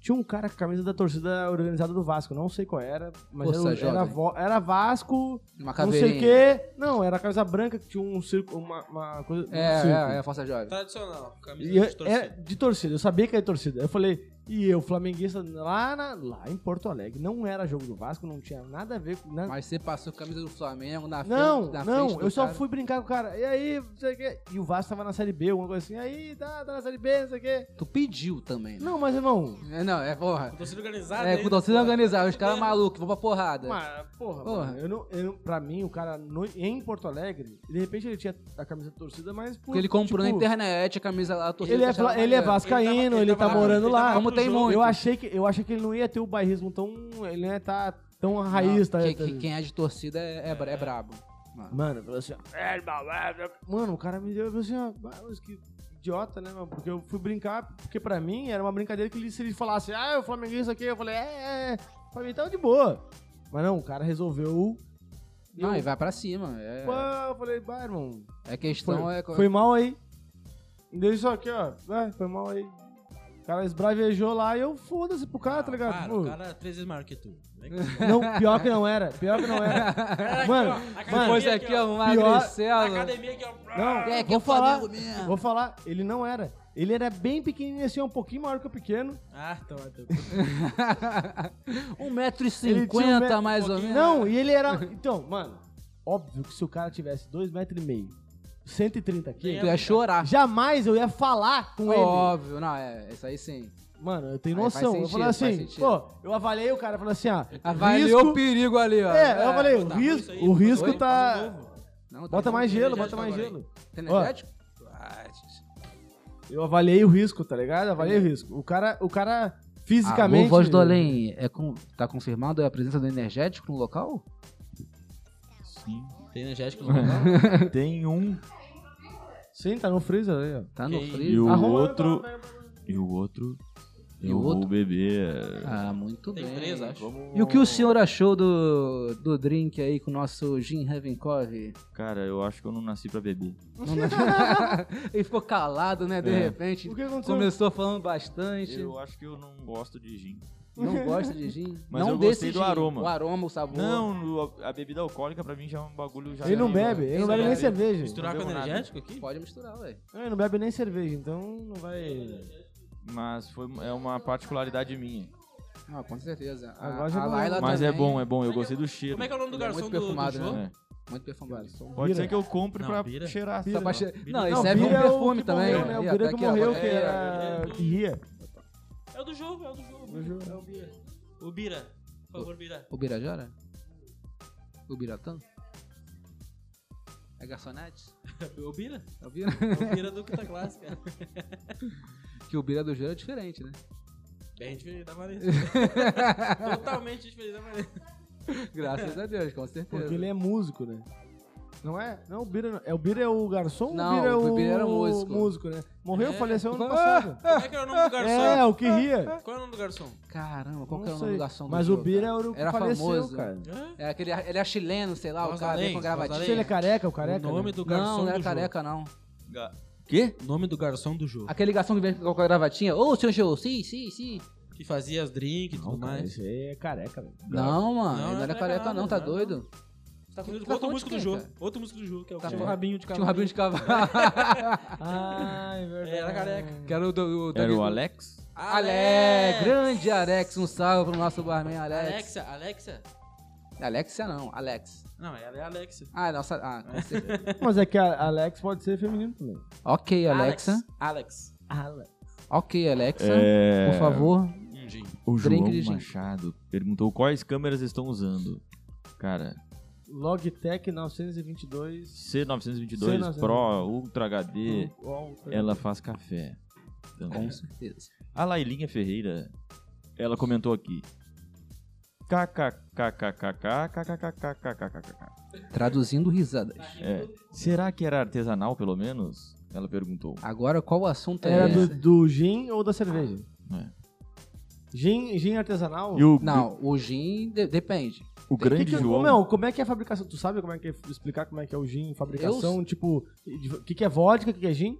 S1: Tinha um cara com a camisa da torcida organizada do Vasco, não sei qual era, mas
S4: Poxa,
S1: era, era,
S4: é jovem.
S1: vo- era Vasco,
S4: Uma
S1: não
S4: caveirinha.
S1: sei o quê. Não, era a camisa branca que tinha um circo, uma, uma coisa. um circo.
S4: É, é, é, Força Jovem.
S2: Tradicional, camisa
S1: E é- eu-
S2: de
S1: era
S2: torcida.
S1: de torcida, eu sabia que era de torcida. Eu falei, e eu, flamenguista, lá, na- lá em Porto Alegre, não era jogo do Vasco, não tinha nada a ver com. na-
S4: Mas você passou camisa do Flamengo na
S1: não,
S4: frente, na frente
S1: não,
S4: do
S1: eu só
S4: cara.
S1: fui brincar com o cara. E aí, não sei o quê. E o Vasco tava na Série B, alguma coisa assim. Aí, tá, tá na Série B, não sei o quê.
S4: Tu pediu também, né?
S1: Não, mas irmão.
S4: É, não, é porra.
S2: Com torcida organizada.
S4: É,
S2: ainda,
S4: com torcida
S2: pô.
S4: organizada, os caras malucos, vão pra porrada.
S1: Mas, porra,
S4: Porra.
S1: mano, eu não, eu não- pra mim, o cara no- em Porto Alegre, de repente ele tinha a camisa da torcida, mas. Por,
S4: Porque ele comprou na
S1: tipo,
S4: internet a camisa lá, a torcida
S1: Ele é,
S4: achava
S1: fla- ele é
S4: maneiro.
S1: vascaíno, ele,
S2: Ele tava- ele
S1: tá
S2: tava-
S1: morando
S2: ele
S1: lá.
S2: tava
S4: Como
S2: pro
S4: tem
S2: jogo.
S4: muito.
S1: Eu achei que eu achei que ele não ia ter o bairrismo tão, ele não ia tá tão raiz, tá?
S4: Não, que- que- Quem é de torcida é, é, bra- é brabo.
S1: Mano, falou assim, ó, "É, irmão, é, é." mano, o cara me deu, eu falei assim, ó, "Ah, mas que idiota, né, meu? Porque eu fui brincar, porque pra mim era uma brincadeira que ele- se ele falasse, ah, o Flamengo é isso aqui, eu falei, é, é, é. Pra mim tava de boa. Mas não, o cara resolveu.
S4: Não, e vai pra cima. É,
S1: Pô, eu falei, bah, irmão,
S4: é questão. é,
S1: foi mal aí. Deu isso aqui, ó. Ah, foi mal aí. O cara esbravejou lá e eu foda-se pro
S4: Ah,
S1: cara, tá ligado?
S2: Para,
S1: Pô,
S2: o cara é três vezes maior que tu. Vem cá.
S1: Não, pior que não era. Pior que não era. Mano,
S2: Aqui, ó,
S1: mano,
S4: Depois aqui, ó, um o
S1: pior-
S4: Magricelo.
S2: Academia aqui, ó.
S1: Não,
S4: É, que
S1: vou
S4: é o
S1: falar.
S4: Flamengo mesmo.
S1: Vou falar, ele não era. Ele era bem pequenininho, assim, um pouquinho maior que o pequeno.
S2: Ah, então, então.
S4: 1,50m
S1: Ele tinha um
S4: mais ou
S1: metro
S4: menos.
S1: Não, e ele era. Então, mano, óbvio que se o cara tivesse 2,5m, 130
S4: Tu
S1: kg,
S4: ia chorar.
S1: jamais eu ia falar com ele.
S4: Óbvio, não, é, isso aí sim.
S1: Mano, eu tenho
S4: Aí faz
S1: noção. Eu falei
S4: sentido, faz
S1: assim,
S4: sentido.
S1: pô, eu avaliei o cara, falei assim, ah,
S4: Avaliou o
S1: risco,
S4: perigo ali, ó.
S1: É, eu falei, o
S2: tá, isso
S1: risco,
S2: aí,
S1: o
S2: foi,
S1: risco
S4: foi,
S1: tá.
S4: Não, tá
S1: Bota
S4: bom.
S1: mais gelo,
S2: energético
S1: bota mais
S2: agora aí.
S1: gelo.
S4: Tem energético? Ah,
S1: Eu avaliei o risco, tá ligado? Avaliei o risco. O cara, o cara fisicamente.
S4: Alô, Ah, voz do além, é com, tá confirmado a presença do energético no local?
S3: Sim.
S2: Tem energético no local?
S3: Tem um.
S1: Sim, tá no freezer aí, ó.
S4: Tá no
S2: Quem?
S3: E
S4: frio?
S3: o
S1: Arruma-
S3: outro. E o outro.
S4: então, E
S3: eu
S4: o outro?
S3: vou beber.
S4: Ah, muito
S2: Tem
S4: bem.
S2: três, acho.
S4: E o que o senhor achou do, do drink aí com o nosso Jim Revenkov?
S3: Cara, eu acho que eu não nasci pra beber.
S4: Não- Ele ficou calado, né, de
S3: É.
S4: repente.
S1: O que aconteceu?
S4: Começou falando bastante.
S3: Eu acho que eu não gosto de gin.
S4: Não gosta de gin.
S3: Mas
S4: não
S3: eu
S4: desse
S3: gostei do
S4: gin.
S3: aroma.
S4: O aroma, o sabor.
S3: Não, o- a bebida alcoólica pra mim já é um bagulho já.
S1: Ele não
S3: já-
S1: bebe, ele não
S4: Ele não
S1: bebe nem
S4: bebe.
S1: cerveja.
S2: Misturar
S3: Não
S2: com
S3: bebo nada.
S2: energético aqui?
S4: Pode misturar, ué.
S1: Ele não bebe nem cerveja, então não vai.
S3: Mas foi, é uma particularidade minha.
S4: Ah, com certeza. A,
S1: Agora já
S4: a
S1: não-
S4: Laila
S3: Mas é
S4: também-
S3: bom, é bom, eu gostei do cheiro.
S2: Como é que é o nome do
S4: Ele é
S2: garçom
S4: muito
S2: do, do
S4: perfumado,
S2: show?
S4: né?
S3: É.
S4: Muito perfumado. Só um
S3: Pode
S1: Bira.
S3: ser que eu compre
S2: Não,
S3: pra
S2: bira.
S3: cheirar. assim, sei
S4: pra
S3: lá.
S4: che-
S2: Bira.
S4: Não,
S1: Não,
S4: isso serve
S1: Bira
S4: como
S1: é o
S4: perfume
S1: que
S4: também.
S1: morreu, né?
S4: Ih,
S1: O
S4: ó,
S1: Bira
S4: tá
S1: que
S4: aqui, ó,
S1: morreu,
S4: tá
S1: que
S4: aqui, ó.
S3: é-
S1: era. Que
S4: é,
S1: ria.
S2: É o do jogo, é o do jogo.
S1: Do jogo.
S2: É o Bira. O Bira. Por favor, Bira.
S4: O Birajara? O Biratã? É garçonete?
S2: O Bira?
S4: É o Bira?
S2: É o Bira do Quinta Clássica.
S4: Que o Bira do gelo é diferente, né?
S2: Bem diferente da Vanessa. Totalmente diferente da Vanessa.
S4: Graças a Deus, com certeza.
S1: Porque ele é músico, né? Não é? Não, o Bira não. É, o Bira é o garçom? o
S4: Não,
S1: Bira é
S4: o
S1: o,
S4: Bira era músico.
S1: né? Morreu,
S2: É.
S1: faleceu ano passado.
S2: Como é que era o nome do
S1: É,
S2: garçom?
S1: o que ria.
S2: Qual é o nome do garçom?
S4: Caramba, qual
S1: Não
S4: que era o nome
S1: sei.
S4: do garçom do
S1: Mas
S4: jogo,
S1: o Bira
S4: cara?
S1: era o que
S4: Era
S1: faleceu,
S4: famoso.
S1: cara.
S2: Hã?
S4: É aquele, ele é chileno, sei lá, o
S2: Rosa
S4: cara
S2: Lane,
S4: veio com
S2: Rosa
S1: Se
S4: gravatinha.
S2: Lane.
S1: ele é careca, o careca.
S2: o nome
S1: né?
S2: do garçom
S4: Não, não
S2: do
S4: é
S2: jogo.
S4: careca, não.
S3: Ga- Quê?
S2: Nome do garçom do jogo.
S4: Aquele garçom que veio com a gravatinha. Ô, senhor Gil, sim, sim, sim.
S2: Que fazia as drinks e tudo
S1: Não, cara,
S2: mais.
S1: esse aí é careca, velho.
S4: Não, mano,
S2: Não,
S4: ele não
S2: não
S4: era
S2: é
S4: careca,
S2: nada,
S4: não, tá
S2: não.
S4: doido?
S2: Tá falando
S4: Tá
S2: de outro
S4: falando de
S2: músico do
S4: quem,
S2: jogo.
S4: cara?
S2: Outro músico do jogo, que é o que
S4: Tá
S2: tinha um
S4: falando-
S2: rabinho de
S4: Tinha um
S2: cavalo.
S4: rabinho de cavalo.
S1: Ah, é verdade.
S2: Era careca.
S4: que era o do. o do-
S3: Era o Alex?
S4: Ale, grande Alex, um salve pro nosso barman Alex.
S2: Alexa, Alexa.
S4: Alexia não, Alex.
S2: Não, ela é Alexa.
S4: Ah, nossa. Ah, com certeza.
S1: Mas é que a Alex pode ser feminino também.
S4: ok, Alexa.
S2: Alex.
S1: Alex.
S4: Ok, Alexa.
S3: É.
S4: Por favor.
S2: Um gin.
S3: O
S4: Drink
S3: João
S4: de gin.
S3: Machado perguntou quais câmeras estão usando. Cara,
S1: Logitech 922.
S3: C922
S1: C922.
S3: Pro, Ultra HD,
S1: Walter.
S3: ela faz café. Também.
S1: É.
S4: Com certeza.
S3: A Lailinha Ferreira, ela comentou aqui. KKKKKKKKKKKKKKK.
S4: Traduzindo risadas.
S3: É. Será que era artesanal, pelo menos? Ela perguntou.
S4: Agora, qual o assunto é
S1: Era do,
S4: esse?
S1: do gin ou da cerveja?
S3: É.
S1: Gin, gin artesanal?
S3: E o,
S4: Não, o gin de- depende. tem-
S3: o
S1: Que
S3: grande
S1: que-
S3: João.
S1: Não, como é que é a fabricação? Tu sabe como é que é explicar como é que é o gin, fabricação? Tipo, o que, que é vodka, o que, que é gin?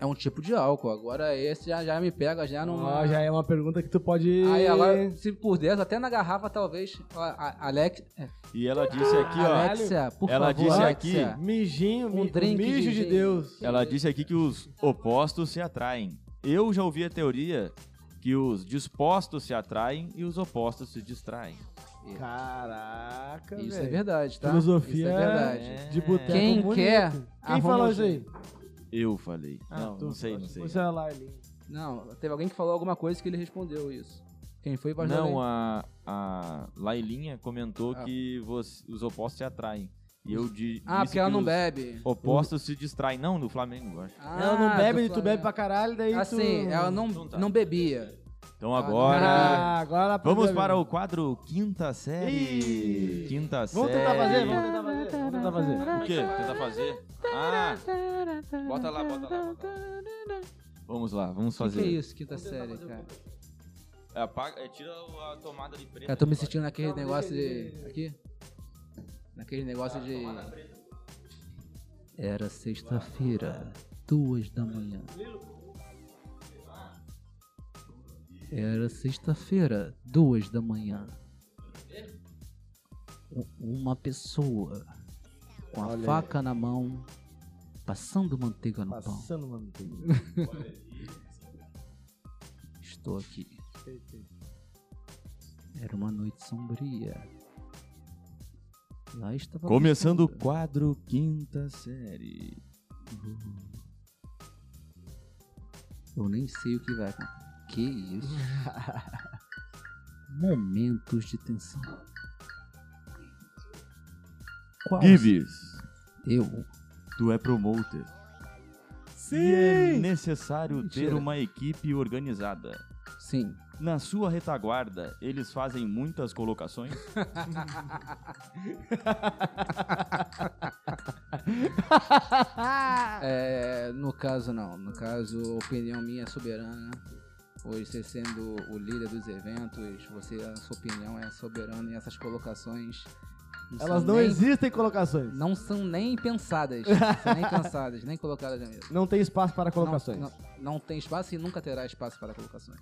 S4: É um tipo de álcool. Agora esse já, já me pega já numa.
S1: Ah, já é uma pergunta que tu pode.
S4: Aí agora, se pudesse, até na garrafa talvez. ó, a- Alex, é,
S3: E ela disse aqui, ó.
S4: Alexia, por
S3: Ela
S4: favor.
S3: disse
S4: Alexia.
S1: Mijinho,
S4: Um
S1: mi-
S4: drink de
S1: mijo de,
S4: gin.
S1: Deus.
S3: Ela disse aqui que os opostos se atraem. Eu já ouvi a teoria que os dispostos se atraem e os opostos se distraem.
S1: Caraca,
S4: Isso é
S1: velho.
S4: verdade, tá?
S1: Filosofia né?
S4: Isso é verdade.
S1: De boteco
S4: Quem
S1: bonito.
S4: quer,
S1: Quem
S4: arruma
S1: falou
S4: um
S1: isso aí?
S3: Eu falei.
S1: Ah,
S3: não,
S1: tu-
S3: não sei, não
S1: acho que
S3: sei.
S1: Você é a Laila.
S4: Não, teve alguém que falou alguma coisa que ele respondeu isso. Quem foi vai
S3: Não,
S4: além.
S3: a, a Lailinha comentou
S4: Ah.
S3: que você- os opostos se atraem. E eu di,
S4: Ah,
S3: disse
S4: porque ela
S3: que
S4: não
S3: os
S4: bebe.
S3: Opostos se distraem. Não, no Flamengo, eu acho.
S4: Ah,
S1: ela não bebe,
S4: do
S1: e tu bebe
S4: Flamengo.
S1: pra caralho, daí tu...
S4: Assim, ela não,
S2: Então tá.
S4: não bebia.
S3: Então agora.
S1: Ah, agora ela
S3: Vamos
S1: aprendeu,
S3: para
S1: amigo.
S3: o quadro Quinta Série.
S1: Ih.
S3: Quinta
S1: Vamos
S3: Série.
S1: tentar fazer, vamos tentar fazer, vamos tentar fazer.
S3: O quê? Tentar fazer? Ah! Bota lá, bota lá. Bota lá. Vamos lá, vamos
S4: O que, que é
S3: fazer.
S4: isso, quinta série, cara?
S3: Apaga, é, tira o- a tomada de preto.
S4: Cara, tô me sentindo naquele negócio de. Aqui? Naquele negócio de. Era sexta-feira, duas da manhã. Era sexta-feira, duas da manhã. U- Uma pessoa com a
S1: Olha aí.
S4: faca na mão, passando manteiga no pão.
S1: Passando, mano.
S4: Estou aqui. Era uma noite sombria. Lá estava
S3: Começando o quadro Quinta Série.
S4: Eu nem sei o que vai acontecer. Que isso? Momentos de tensão. Qual?
S3: Gives,
S4: Eu.
S3: tu é promoter. E é
S1: Sim!
S3: necessário ter
S4: Mentira.
S3: uma equipe organizada.
S4: Sim.
S3: Na sua retaguarda, eles fazem muitas colocações.
S4: É, no caso, não. No caso, a opinião minha é soberana. Hoje, você sendo o líder dos eventos, você, a sua opinião é soberana e essas colocações.
S1: Elas
S4: são
S1: não
S4: nem-
S1: existem colocações.
S4: Não são nem pensadas. são nem pensadas, nem colocadas na mesa.
S1: Não tem espaço para colocações.
S4: Não, não- não tem espaço e nunca terá espaço para colocações.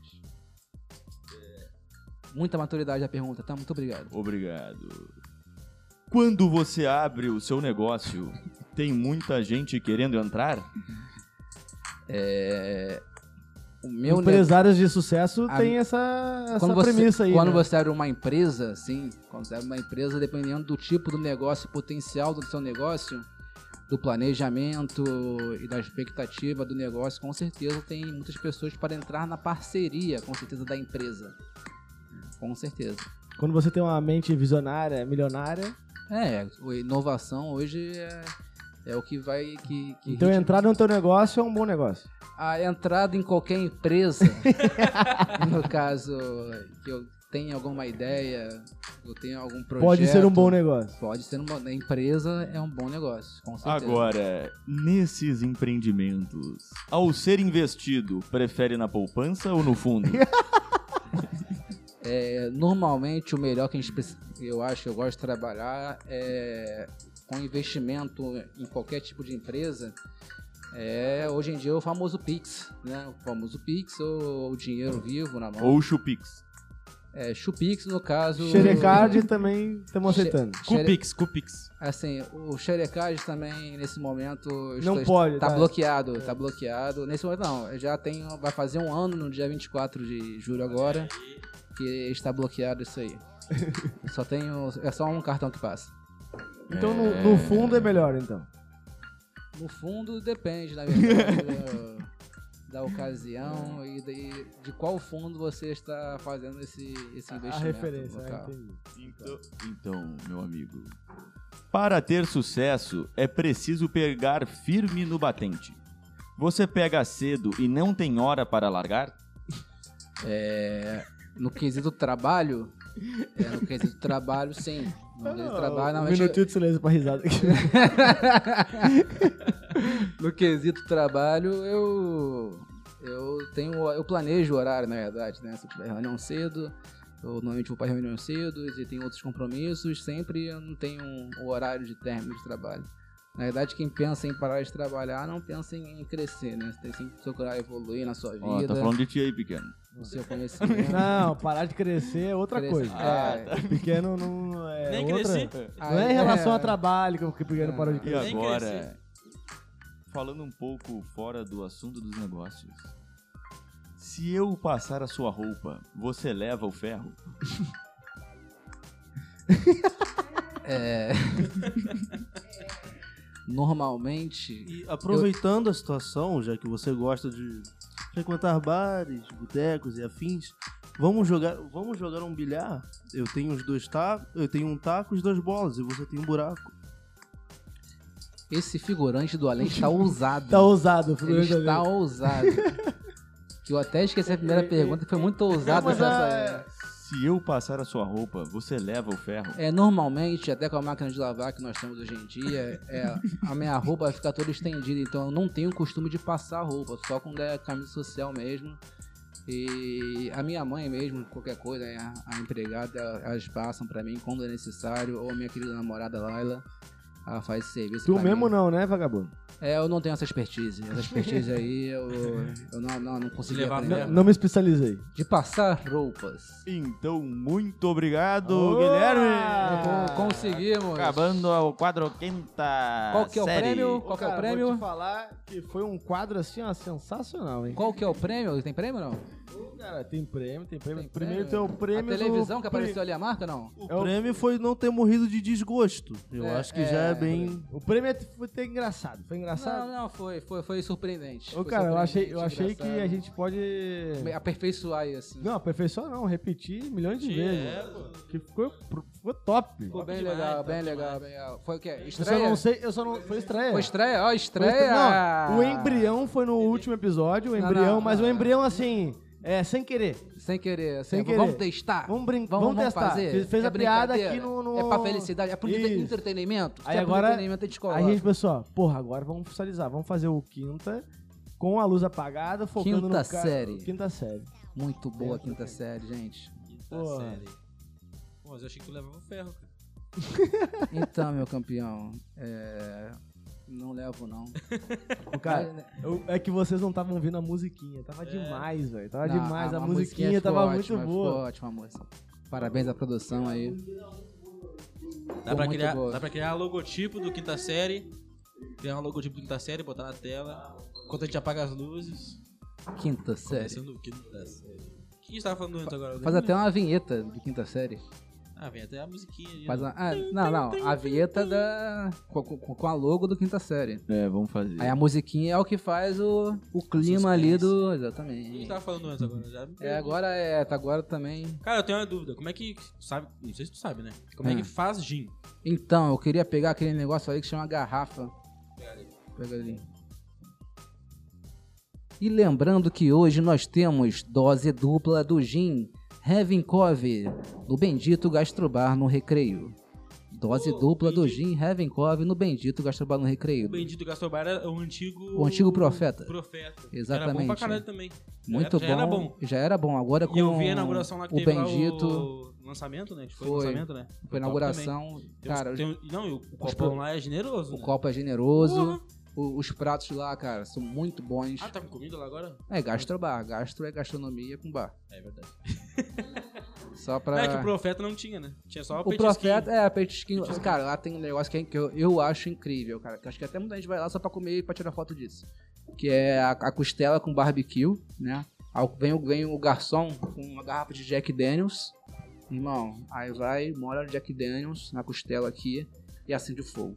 S4: Muita maturidade da pergunta, tá? Muito obrigado.
S3: Obrigado. Quando você abre o seu negócio, tem muita gente querendo entrar?
S4: O meu negócio.
S1: Empresários de sucesso
S4: A-
S1: têm essa, essa
S4: quando você,
S1: premissa aí.
S4: quando
S1: né?
S4: você abre uma empresa, sim, quando você abre uma empresa, dependendo do tipo do negócio, potencial do seu negócio, do planejamento e da expectativa do negócio, com certeza tem muitas pessoas para entrar na parceria, com certeza, da empresa. Com certeza.
S1: Quando você tem uma mente visionária, milionária.
S4: É, o- inovação hoje é, é o que vai. Que, que
S1: Então
S4: ritmo-
S1: entrar no teu negócio é um bom negócio.
S4: a entrada em qualquer empresa, no caso que eu tenha alguma ideia, eu tenha algum projeto.
S1: Pode ser um bom negócio.
S4: Pode ser uma na empresa é um bom negócio, com certeza.
S3: Agora, nesses empreendimentos, ao ser investido, prefere na poupança ou no fundo?
S4: É, normalmente o melhor que a gente precisa, eu acho, que eu gosto de trabalhar é com investimento em qualquer tipo de empresa. É, hoje em dia o famoso Pix, né? O famoso Pix ou o dinheiro vivo na mão.
S3: ou Chupix?
S4: É, Chupix no caso.
S1: Xerecard também estamos
S4: Che-
S1: aceitando.
S4: Xere-
S2: Cupix, Cupix.
S4: Assim, o Xerecard também, nesse momento.
S1: Não pode,
S4: Tá,
S1: tá.
S4: bloqueado, tá bloqueado. Nesse momento, não. eu Já tem. Vai fazer um ano no dia 24 de julho agora. Que está bloqueado isso aí. só tem. o- É só um cartão que passa.
S1: Então no, no fundo é melhor, então.
S4: No fundo, depende, na verdade, da- da ocasião e de, de qual fundo você está fazendo esse, esse investimento.
S1: A referência,
S4: no
S1: ah,
S4: caso.
S1: entendi.
S3: Então, então, meu amigo, para ter sucesso é preciso pegar firme no batente. Você pega cedo e não tem hora para largar?
S4: No quesito trabalho. é, no quesito trabalho, sim. No quesito
S1: um
S4: trabalho, normalmente-
S1: minutinho de silêncio pra risada.
S4: no quesito trabalho, eu. Eu tenho. Eu planejo o horário, na verdade, né? Se eu tiver reunião cedo, eu normalmente vou para reunião cedo e tenho outros compromissos, sempre eu não tenho o horário de término de trabalho. Na verdade, quem pensa em parar de trabalhar não pensa em crescer, né? Você tem sempre que procurar evoluir na sua vida,
S3: Ó, tá falando de ti aí, pequeno.
S4: no seu conhecimento.
S1: Não, parar de crescer é outra
S4: Crescer.
S1: coisa. É,
S4: Ah, tá.
S1: Pequeno não é.
S2: Nem
S1: outra-
S2: crescer.
S1: Não é em relação a trabalho que o pequeno parou de
S3: E
S1: crescer.
S2: Nem
S3: agora, falando um pouco fora do assunto dos negócios. Se eu passar a sua roupa, você leva o ferro?
S4: É. Normalmente,
S5: E aproveitando a situação, já que você gosta de frequentar bares, botecos e afins, vamos jogar, vamos jogar um bilhar? Eu tenho os dois tacos, eu tenho um taco e as duas bolas, e você tem um buraco.
S4: esse figurante do além está ousado.
S1: Tá ousado, o
S4: Ele
S1: figurante
S4: está
S1: ali.
S4: ousado. Eu até esqueci a primeira pergunta, que foi muito ousada
S5: mas
S1: é.
S4: essa.
S3: Se eu passar a sua roupa, você leva o ferro?
S4: É, normalmente, até com a máquina de lavar que nós temos hoje em dia, é, a minha roupa vai ficar toda estendida, então eu não tenho o costume de passar roupa, só quando é camisa social mesmo. E a minha mãe mesmo, qualquer coisa, a, a empregada, elas passam pra mim quando é necessário, ou a minha querida namorada Laila, ela faz esse serviço.
S1: Tu
S4: pra
S1: mesmo
S4: mim.
S1: não, né, vagabundo?
S4: É, eu não tenho essa expertise. Essa expertise aí eu, eu não, não, não consegui
S2: Levar-
S4: aprender.
S1: Não me especializei.
S4: De passar roupas.
S3: Então, muito obrigado,
S1: Ô,
S3: Guilherme!
S4: Con- conseguimos.
S3: Acabando o quadro quinta
S4: Qual que é o
S3: série.
S4: prêmio? Qual que é o
S1: Vou te
S4: prêmio?
S1: falar que foi um quadro assim, ó, sensacional, hein?
S4: Qual que é o prêmio? Tem prêmio ou não?
S1: Cara, tem prêmio, tem prêmio.
S4: Tem
S1: Primeiro
S4: prêmio?
S1: tem o prêmio.
S4: a televisão
S1: do...
S4: que apareceu ali a marca, não?
S5: O
S1: É o-
S5: prêmio foi não ter morrido de desgosto. Eu
S4: É,
S5: acho que
S4: é,
S5: já é bem.
S1: O prêmio é- foi ter engraçado. Foi engraçado?
S4: Não, não, foi, foi, foi surpreendente.
S1: Ô,
S4: Foi
S1: cara, eu achei, eu
S4: surpreendente,
S1: achei que a
S4: é engraçado.
S1: gente pode.
S4: Aperfeiçoar aí, assim.
S1: Não, aperfeiçoar não, repetir milhões de
S2: Repetir,
S1: vezes. Que ficou, ficou top.
S4: Ficou é, bem
S2: demais,
S4: legal,
S2: top
S4: bem
S2: demais.
S4: legal, bem legal. Foi o quê?
S1: Eu só
S4: Estreia?
S1: não sei, eu só não. Foi estreia.
S4: Foi estreia? Ó,
S1: Foi
S4: estreia!
S1: estreia. Não, o embrião foi no último episódio, o
S4: Não,
S1: embrião,
S4: não,
S1: mas
S4: não,
S1: o
S4: não.
S1: embrião assim, é, sem querer.
S4: Sem querer, assim,
S1: Sem
S4: v- Vamos
S1: querer.
S4: testar.
S1: Vamos brin- vamos testar.
S4: fazer. É
S1: Fez- fez a piada aqui
S4: brincadeira.
S1: no- no-
S4: É pra felicidade, é pro
S1: Isso.
S4: entretenimento. Se
S1: Aí
S4: é pro
S1: agora-
S4: entretenimento, a gente coloca.
S1: Aí a gente pensou, ó, porra, agora vamos oficializar, vamos fazer o quinta com a luz apagada, focando
S4: Quinta
S1: no cara.
S4: série.
S1: Quinta série.
S4: Muito boa a quinta série, gente.
S2: Quinta
S1: Porra.
S2: série. Pô, mas eu achei que tu levava o ferro, cara.
S4: Então, meu campeão, é... não levo não. né,
S1: Ô, Cara, eu- é que vocês não estavam ouvindo a musiquinha, tava demais, velho, tava
S4: Não,
S1: Tá demais, a,
S4: uma
S1: musiquinha,
S4: ficou
S1: tava
S4: ótima,
S1: muito
S4: Ficou
S1: boa.
S4: ótima, moça. Parabéns à produção aí.
S2: Dá pra,
S4: muito
S2: criar,
S4: boa.
S2: dá pra criar logotipo do quinta série. Criar um logotipo do quinta série, botar na tela. Enquanto a gente apaga as luzes.
S4: Quinta série.
S2: Começando o quinta série. O que a gente tava falando antes agora?
S4: Faz até uma vinheta de quinta série.
S2: Ah, vem até a musiquinha ali.
S4: Faz
S2: né?
S4: uma... ah, não, não. A vinheta da. Com, com- com a logo do quinta série.
S3: É, vamos fazer.
S4: Aí a musiquinha é o que faz o, o clima ali do.
S2: O que a gente
S4: Exatamente.
S2: tava falando antes agora? Já me perdi.
S4: É, agora é. tá Agora também.
S2: Cara, eu tenho uma dúvida. Como é que. tu Sabe, não sei se tu sabe, né? Como é,
S4: Ah.
S2: que faz gin?
S4: Então, eu queria pegar aquele negócio ali que chama garrafa. Pega ali. E lembrando que hoje nós temos dose dupla do gin Revinkov no Bendito Gastrobar no Recreio. Dose
S2: Pô,
S4: dupla do
S2: Bendito.
S4: gin Revinkov no Bendito Gastrobar no Recreio.
S2: O bendito Gastobar é o antigo.
S4: O antigo profeta.
S2: Profeta.
S4: Exatamente.
S2: Era bom pra caralho também. Já
S4: Muito
S2: era- já Era
S4: bom.
S2: bom.
S4: Já era bom. Agora com
S2: E eu vi a inauguração lá que
S4: o
S2: teve lá
S4: Bendito,
S2: o lançamento, né? Acho que Foi, o
S4: Foi.
S2: lançamento, né?
S4: foi a inauguração.
S2: Tem uns-
S4: Cara,
S2: tem um- não, e o
S4: pro-
S2: copão lá é generoso.
S4: o
S2: né?
S4: copo é generoso.
S2: Porra.
S4: o- Os pratos lá, cara, são muito bons.
S2: Ah, tá com comida lá agora?
S4: É gastrobar. Gastro é gastronomia com bar.
S2: É verdade.
S4: Só
S2: Não,
S4: pra.
S2: é que o profeta não tinha, né? Tinha só o,
S4: O
S2: petisquinho.
S4: profeta, é, petisquinho. Cara, lá tem um negócio que, é- que eu, eu acho incrível, cara. Que acho que até muita gente vai lá só pra comer e pra tirar foto disso. Que é a, a costela com barbecue, né? Aí vem, o- vem o garçom com uma garrafa de Jack Daniels. Irmão, aí vai, mora o Jack Daniels na costela aqui e acende o fogo.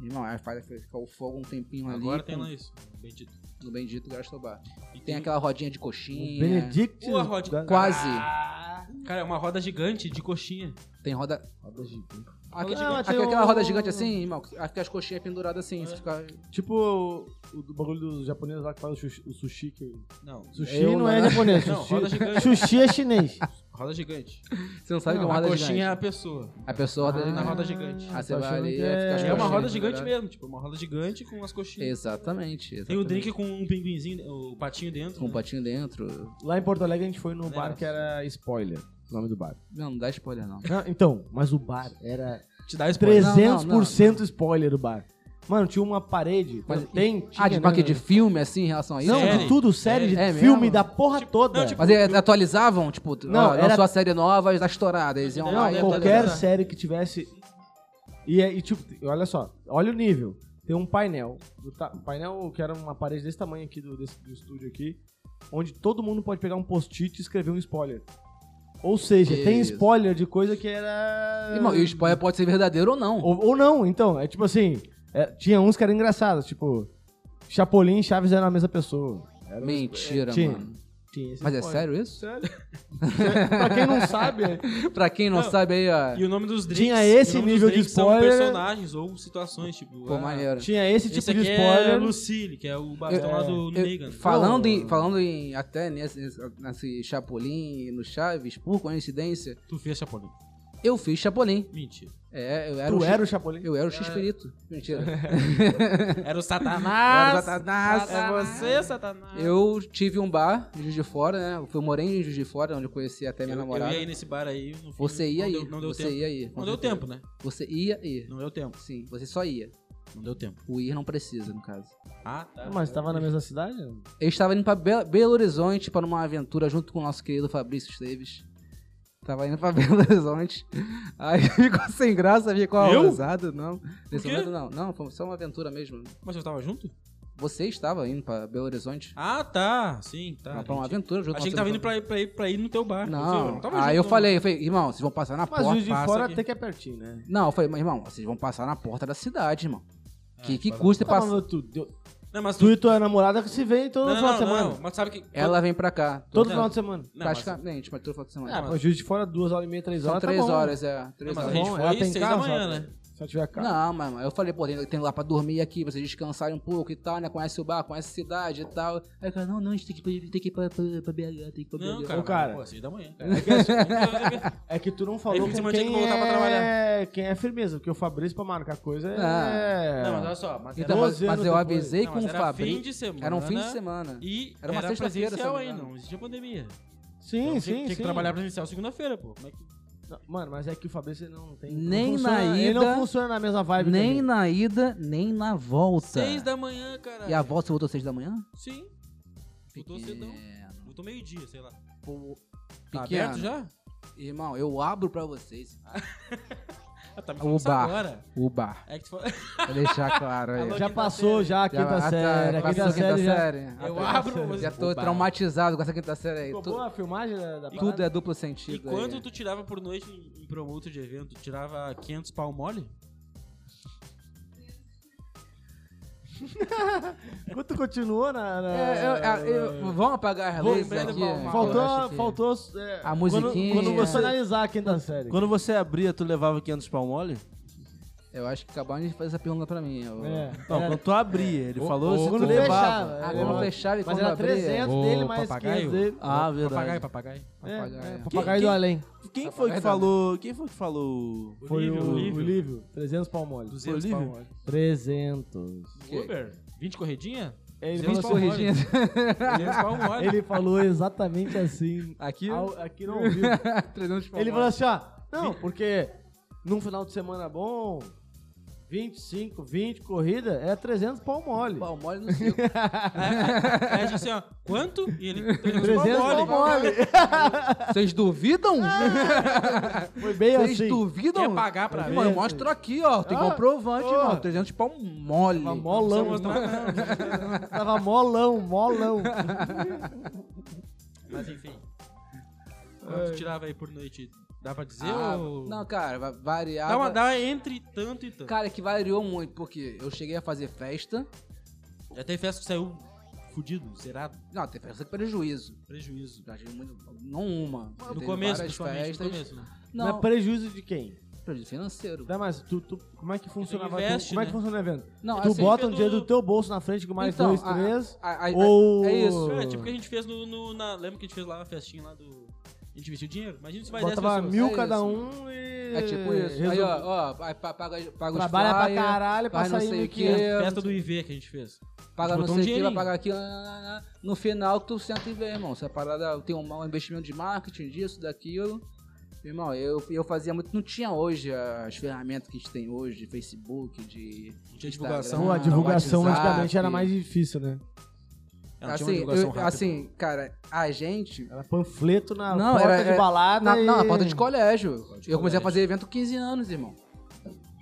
S4: Irmão, aí faz ficar o fogo um tempinho ali.
S2: Agora tem
S4: com-
S2: lá isso. Bendito.
S4: No bendito gastrobar.
S2: E um-
S4: Tem aquela rodinha de coxinha.
S1: Benedict.
S2: Boa, Rod.
S1: da-
S4: Quase.
S2: Cara, é uma roda gigante de coxinha.
S4: Tem roda.
S1: Roda gigante.
S4: Aqui-
S1: gigante.
S4: aqui- é
S1: tem
S4: aquela
S1: o-
S4: roda gigante assim, irmão, aí fica as coxinhas penduradas assim, você fica.
S1: Tipo o, o do bagulho dos japoneses lá que faz o sushi. O sushi, que...
S2: Não,
S1: sushi
S4: Eu
S1: não,
S4: não-
S1: é japonês,
S2: Não,
S1: sushi,
S2: roda gigante.
S1: sushi é chinês.
S2: roda gigante.
S4: Você não sabe o que é uma
S2: a
S4: roda
S2: coxinha é a
S4: gigante.
S2: pessoa.
S4: A pessoa tá roda
S1: Ah,
S2: Na
S4: gigante.
S2: roda gigante.
S4: Aí você
S1: Tô
S4: vai
S1: achando
S4: ali,
S1: que
S4: aí fica
S1: é-
S4: as
S2: É uma
S4: coxinhas
S2: roda gigante
S4: penduradas.
S2: mesmo, tipo, uma roda gigante com as coxinhas.
S4: Exatamente, exatamente.
S2: Tem o drink com um pinguinzinho, o patinho dentro.
S4: com um
S2: né?
S4: potinho dentro.
S1: Lá em Porto Alegre a gente foi num
S2: Nossa.
S1: bar que era Spoiler, o nome do bar.
S4: Não, não dá spoiler não.
S1: Não, então, mas o bar era
S2: Te dá spoiler.
S1: 300%
S4: Não, não, não.
S1: spoiler o bar. Mano, tinha uma parede.
S4: Mas-
S1: tem, tinha,
S4: Ah, de
S1: né,
S4: baque
S1: né?
S4: de filme, assim, em relação a isso?
S1: Não,
S2: Série.
S1: de tudo, série,
S4: É
S1: de
S4: mesmo?
S1: filme da porra toda.
S2: não, tipo,
S4: Mas eles atualizavam, tipo,
S1: Não,
S4: não,
S1: era-
S4: lançou a série nova, eles da estourada, eles iam
S2: Não,
S4: lá
S1: Não,
S4: e
S1: qualquer
S4: atualizavam.
S1: série que tivesse. E, é- e, tipo, olha só, olha o nível. Tem um painel. do ta- Um painel que era uma parede desse tamanho aqui do, desse- do estúdio aqui. Onde todo mundo pode pegar um post-it e escrever um spoiler. Ou seja,
S4: Que
S1: tem
S4: isso.
S1: spoiler de coisa que era.
S4: Irmão, e o spoiler pode ser verdadeiro ou não.
S1: Ou, ou não, então. É tipo assim. é, tinha uns que eram engraçados, tipo. Chapolin e Chaves eram a mesma pessoa. Era um-
S4: Mentira,
S1: tinha.
S4: mano.
S1: Sim, esse
S4: Mas é
S1: pode.
S4: sério isso?
S1: Sério. pra quem não sabe,
S4: Pra quem não,
S2: Não.
S4: sabe aí, ó.
S2: E o nome dos drinks.
S1: Tinha esse
S2: e o nome dos
S1: nível de
S2: drinks
S1: spoiler.
S2: São personagens ou situações, tipo.
S4: Pô, maneiro.
S1: tinha esse tipo
S2: Esse
S1: de
S2: aqui
S1: spoiler.
S2: é Lucille, que é o bastão
S1: Eu-
S2: lá do
S4: Eu-
S2: Negan.
S4: falando,
S1: Pô.
S4: em, falando em até nesse, nesse Chapolin e no Chaves, por coincidência,
S2: Tu fez Chapolin.
S4: eu fiz Chapolin.
S2: Mentira.
S4: É, eu era
S1: Tu
S4: o
S1: era
S4: X-
S1: o Chapolin?
S4: Eu era o
S2: É.
S4: X-Pirito. Mentira.
S2: Era o
S4: Eu
S2: Satanás.
S4: era o Satanás.
S2: É você, Satanás.
S4: Eu tive um bar em Juiz de Fora, né? Eu fui- morei em Juiz de Fora, onde eu conheci até minha
S2: Eu-
S4: namorada.
S2: Eu ia aí nesse bar aí. no fim,
S4: Você ia
S2: não
S4: aí.
S2: Deu, não deu
S4: você
S2: tempo.
S4: ia aí.
S2: Não deu tempo, né?
S4: Você ia ir.
S2: Não deu tempo.
S4: Sim, você só ia.
S2: Não deu tempo.
S4: O ir não precisa, no caso.
S2: Ah, tá.
S1: Mas tava na mesma cidade?
S4: Eu estava indo pra Belo, Belo Horizonte para uma aventura junto com o nosso querido Fabrício Esteves. Tava indo pra Belo Horizonte. Aí ficou sem graça, ficou
S2: Eu?
S4: arrasado, não. Nesse
S2: quê?
S4: momento não. Não, foi só uma aventura mesmo.
S2: Mas eu tava junto?
S4: Você estava indo pra Belo Horizonte
S2: Ah, tá. Sim, tá.
S4: pra um uma
S2: entendi.
S4: aventura junto
S2: Achei que
S4: com
S2: tava
S4: nosso
S2: indo pra ir, pra ir, pra ir no teu bar.
S4: Não,
S2: tava
S4: aí eu
S2: não.
S4: falei, eu falei, irmão, vocês vão passar na
S1: Mas
S4: porta.
S1: Juiz de
S2: passa
S1: Fora
S2: aqui.
S1: até que é pertinho, né?
S4: Não, eu falei, mas irmão, vocês vão passar na porta da cidade, irmão.
S2: Ah,
S4: que que
S2: tá.
S4: custa
S1: Tá,
S4: passar?
S1: mas tu, deu-
S2: Não, mas tu.
S1: tu e tua namorada se vêem todo
S2: Não,
S1: final de
S2: não,
S1: semana.
S2: não. Mas sabe que.
S4: Ela vem pra cá.
S1: Todo
S2: Não.
S1: final de semana.
S2: Não, mas-
S4: praticamente, mas todo final de
S2: Ah,
S4: semana.
S2: mas-
S1: Pô, Juiz de Fora, duas horas e meia, três
S4: São
S1: horas. tá
S4: três
S1: bom.
S4: horas, é.
S2: Não, mas
S4: Três
S1: Tá
S2: a
S4: horas.
S2: gente
S1: bom,
S2: foi
S1: ela tem
S2: seis da
S1: carro,
S2: manhã,
S1: só-
S2: né?
S1: Se ela tiver carro.
S4: Não, mas mas eu falei, pô, tem, tem lá pra dormir aqui, vocês descansarem um pouco e tal, né? Conhece o bar, conhece a cidade e tal. Aí o cara, não, não, a gente tem que, ir- tem que ir pra, pra, pra BH, tem que ir pra
S2: Não,
S4: BH.
S2: cara.
S1: Ô, cara.
S2: Pô, seis da manhã. cara. Nunca-
S1: assim, É que tu não
S2: Aí,
S1: falou
S2: fim de
S1: com
S2: semana, tinha
S1: quem
S2: que voltar pra
S1: é... quem é firmeza. Porque o Fabrício, pra marcar coisa, é...
S2: Não, mas olha só. Mas
S4: Então,
S2: era-
S4: mas,
S1: doze
S4: mas
S1: anos
S4: eu
S1: depois.
S4: avisei
S2: Não,
S4: com
S2: mas
S4: o
S2: era
S4: Fabrício.
S2: fim de semana.
S4: Era um fim de semana.
S2: E
S4: Era uma
S2: era
S4: sexta-feira,
S2: presencial
S4: se eu não me
S2: ainda,
S4: engano.
S2: não existia pandemia.
S1: Sim,
S2: Então,
S1: sim,
S2: tinha,
S1: sim.
S2: Tinha que trabalhar presencial segunda-feira, pô. Como é que...
S1: Não, Mano, mas é que o Fabrício não tem... não
S4: Nem
S1: funciona-
S4: na
S1: Ele não
S4: ida,
S1: funciona na mesma vibe que a
S4: Nem
S1: gente.
S4: na ida, nem na volta.
S2: Seis da manhã, cara.
S4: tá? E a volta você voltou seis da manhã?
S2: Sim. Voltou cedão. Voltou meio-dia, sei lá.
S4: Pô,
S2: Tá
S4: pequeno.
S2: aberto já?
S4: Irmão, eu abro pra vocês
S2: Ah, tá me
S4: O
S2: falando isso
S4: bar.
S2: agora.
S4: o bar.
S2: É que tu fala...
S4: Pra deixar claro aí.
S2: Alô,
S1: Já
S2: Quinta
S1: passou,
S2: série.
S1: já, a quinta
S4: ah, tá,
S1: série. A
S4: passou
S1: quinta série já...
S4: série.
S2: Eu
S4: Ah, tá.
S2: abro você.
S4: Já tô
S2: Oba.
S4: traumatizado com essa quinta série aí.
S1: Ficou
S4: Tu-
S1: boa a filmagem da, da
S4: tudo
S1: parada?
S4: é duplo
S2: E
S4: sentido. aí.
S2: quanto tu tirava por noite em, em promotor de evento? Tu tirava 500 pau mole?
S1: Enquanto continuou na... na-
S4: É, eu- a- eu- vamos apagar as
S1: Vou-
S4: luzes
S2: Pedro
S4: aqui.
S2: Palmar.
S4: Eu acho
S1: Faltou,
S4: que-
S1: faltou é,
S4: A musiquinha.
S1: Quando, quando você analisar a quinta série.
S5: Quando você abria, tu levava 500 pau mole?
S4: Eu acho que acabaram de fazer essa pergunta pra mim. Eu...
S1: É,
S5: Não,
S1: era-
S5: quando tu abria. Ele
S2: Ou-
S5: falou
S2: ou
S5: se tu
S1: quando
S5: levava.
S1: fechava.
S4: Ah,
S1: ele
S4: quando
S1: levava.
S4: fechava e é.
S1: Mas
S4: quando
S1: era
S4: abria.
S1: 300
S2: Ô,
S1: dele, mais
S2: papagaio.
S1: 500 dele.
S5: Ah, verdade.
S2: Papagaio, papagaio.
S1: É, é,
S4: Papagaio.
S1: papagaio do
S5: Quem-
S1: além.
S5: Quem foi que
S4: Papagaio
S5: falou... Quem foi que falou...
S1: Foi o,
S2: Olívio,
S1: o
S2: Olívio.
S1: Lívio. 300 pau mole.
S2: 200
S5: Foi o
S2: pau
S5: Olívio?
S2: mole.
S1: 300.
S4: Que-
S2: Uber? 20 corredinha?
S1: Ele
S2: Duzentos
S1: falou, assim,
S4: Vinte
S2: pau mole.
S4: corrigindo.
S2: 200 pau mole.
S1: ele falou exatamente assim.
S4: Aqui,
S1: ao- aqui não ouviu.
S4: 300
S1: Ele
S4: de palmar.
S1: falou assim, ó. Não, porque num final de semana bom, 25, 20 corrida, é 300 pau assim, mole.
S4: Pau mole no seco.
S2: Aí a gente assim, ó, quanto? E ele, 300 pau
S1: 300
S2: mole.
S1: pau mole.
S4: Vocês duvidam?
S1: Ah, Foi bem
S4: Vocês
S1: assim.
S4: duvidam?
S2: Quer pagar pra
S4: Irmão,
S1: ver?
S4: mostra aqui, ó. Tem
S1: Ah,
S4: comprovante,
S1: pô.
S4: irmão. 300 de pau mole.
S1: Tava
S2: Não
S1: molão. né?
S2: mostrar nada.
S1: Tava molão, molão.
S2: Mas enfim. Quanto tirava aí por noite? Dá pra dizer
S4: Ah,
S2: ou...
S4: Não, cara, va- variava.
S2: Dá uma dá entre tanto e tanto.
S4: Cara, é que variou muito, porque eu cheguei a fazer festa.
S2: Já teve festa que saiu fudido, zerado,
S4: Não, tem festa que prejuízo.
S2: prejuízo.
S4: Já tive muito. Não uma. Eu
S2: No
S4: tenho
S2: começo,
S4: várias
S2: principalmente, no começo, né?
S1: Não. é
S4: Não,
S1: prejuízo de quem?
S4: prejuízo financeiro.
S1: Dá mais, tu, tu- como é que funcionava? tu-
S2: investe,
S1: como é que
S2: né?
S1: funciona o evento?
S4: Não,
S1: tu
S4: assim,
S1: bota um
S2: pelo-
S1: dinheiro do teu bolso na frente com mais
S4: Então,
S1: dois,
S4: a-
S1: três.
S4: a- a-
S1: ou.
S4: é isso.
S2: É, tipo o que a gente fez no. no- na- lembra que a gente fez lá a festinha lá do. A gente investiu dinheiro? Imagina se vai 10
S1: Botava
S2: pessoas.
S1: mil
S4: É
S1: cada
S4: isso.
S1: um e.
S4: É tipo isso. Aí,
S1: resolve.
S4: ó, ó, aí pa- paga, paga os
S1: Trabalha pra
S4: flyer,
S1: caralho pra
S4: faz não
S1: sair
S4: sei o
S1: 1.500.
S4: quê,
S2: Festa do IV que a gente fez.
S4: paga não
S2: botou um
S4: sei o que, vai
S2: dinheirinho.
S4: pagar aquilo. lá, lá, lá. No final, tu senta e vê, irmão. Se a parada tem um mau investimento de marketing, disso, daquilo. Irmão, eu, eu fazia muito. Não tinha hoje as ferramentas que a gente tem hoje, de Facebook, de.
S2: Não tinha
S4: Instagram.
S2: divulgação.
S1: Então, a divulgação
S4: WhatsApp.
S1: antigamente era mais difícil, né?
S2: É, não tinha uma
S4: assim,
S2: divulgação
S4: eu-
S2: rápida.
S4: assim, cara, a gente.
S1: Era panfleto na
S4: Não,
S1: porta
S4: era-
S1: de
S4: é-
S1: balada.
S4: Na,
S1: e...
S4: não, na porta de colégio.
S2: Porta de
S4: Eu comecei
S2: colégio.
S4: a fazer evento com 15 anos, irmão.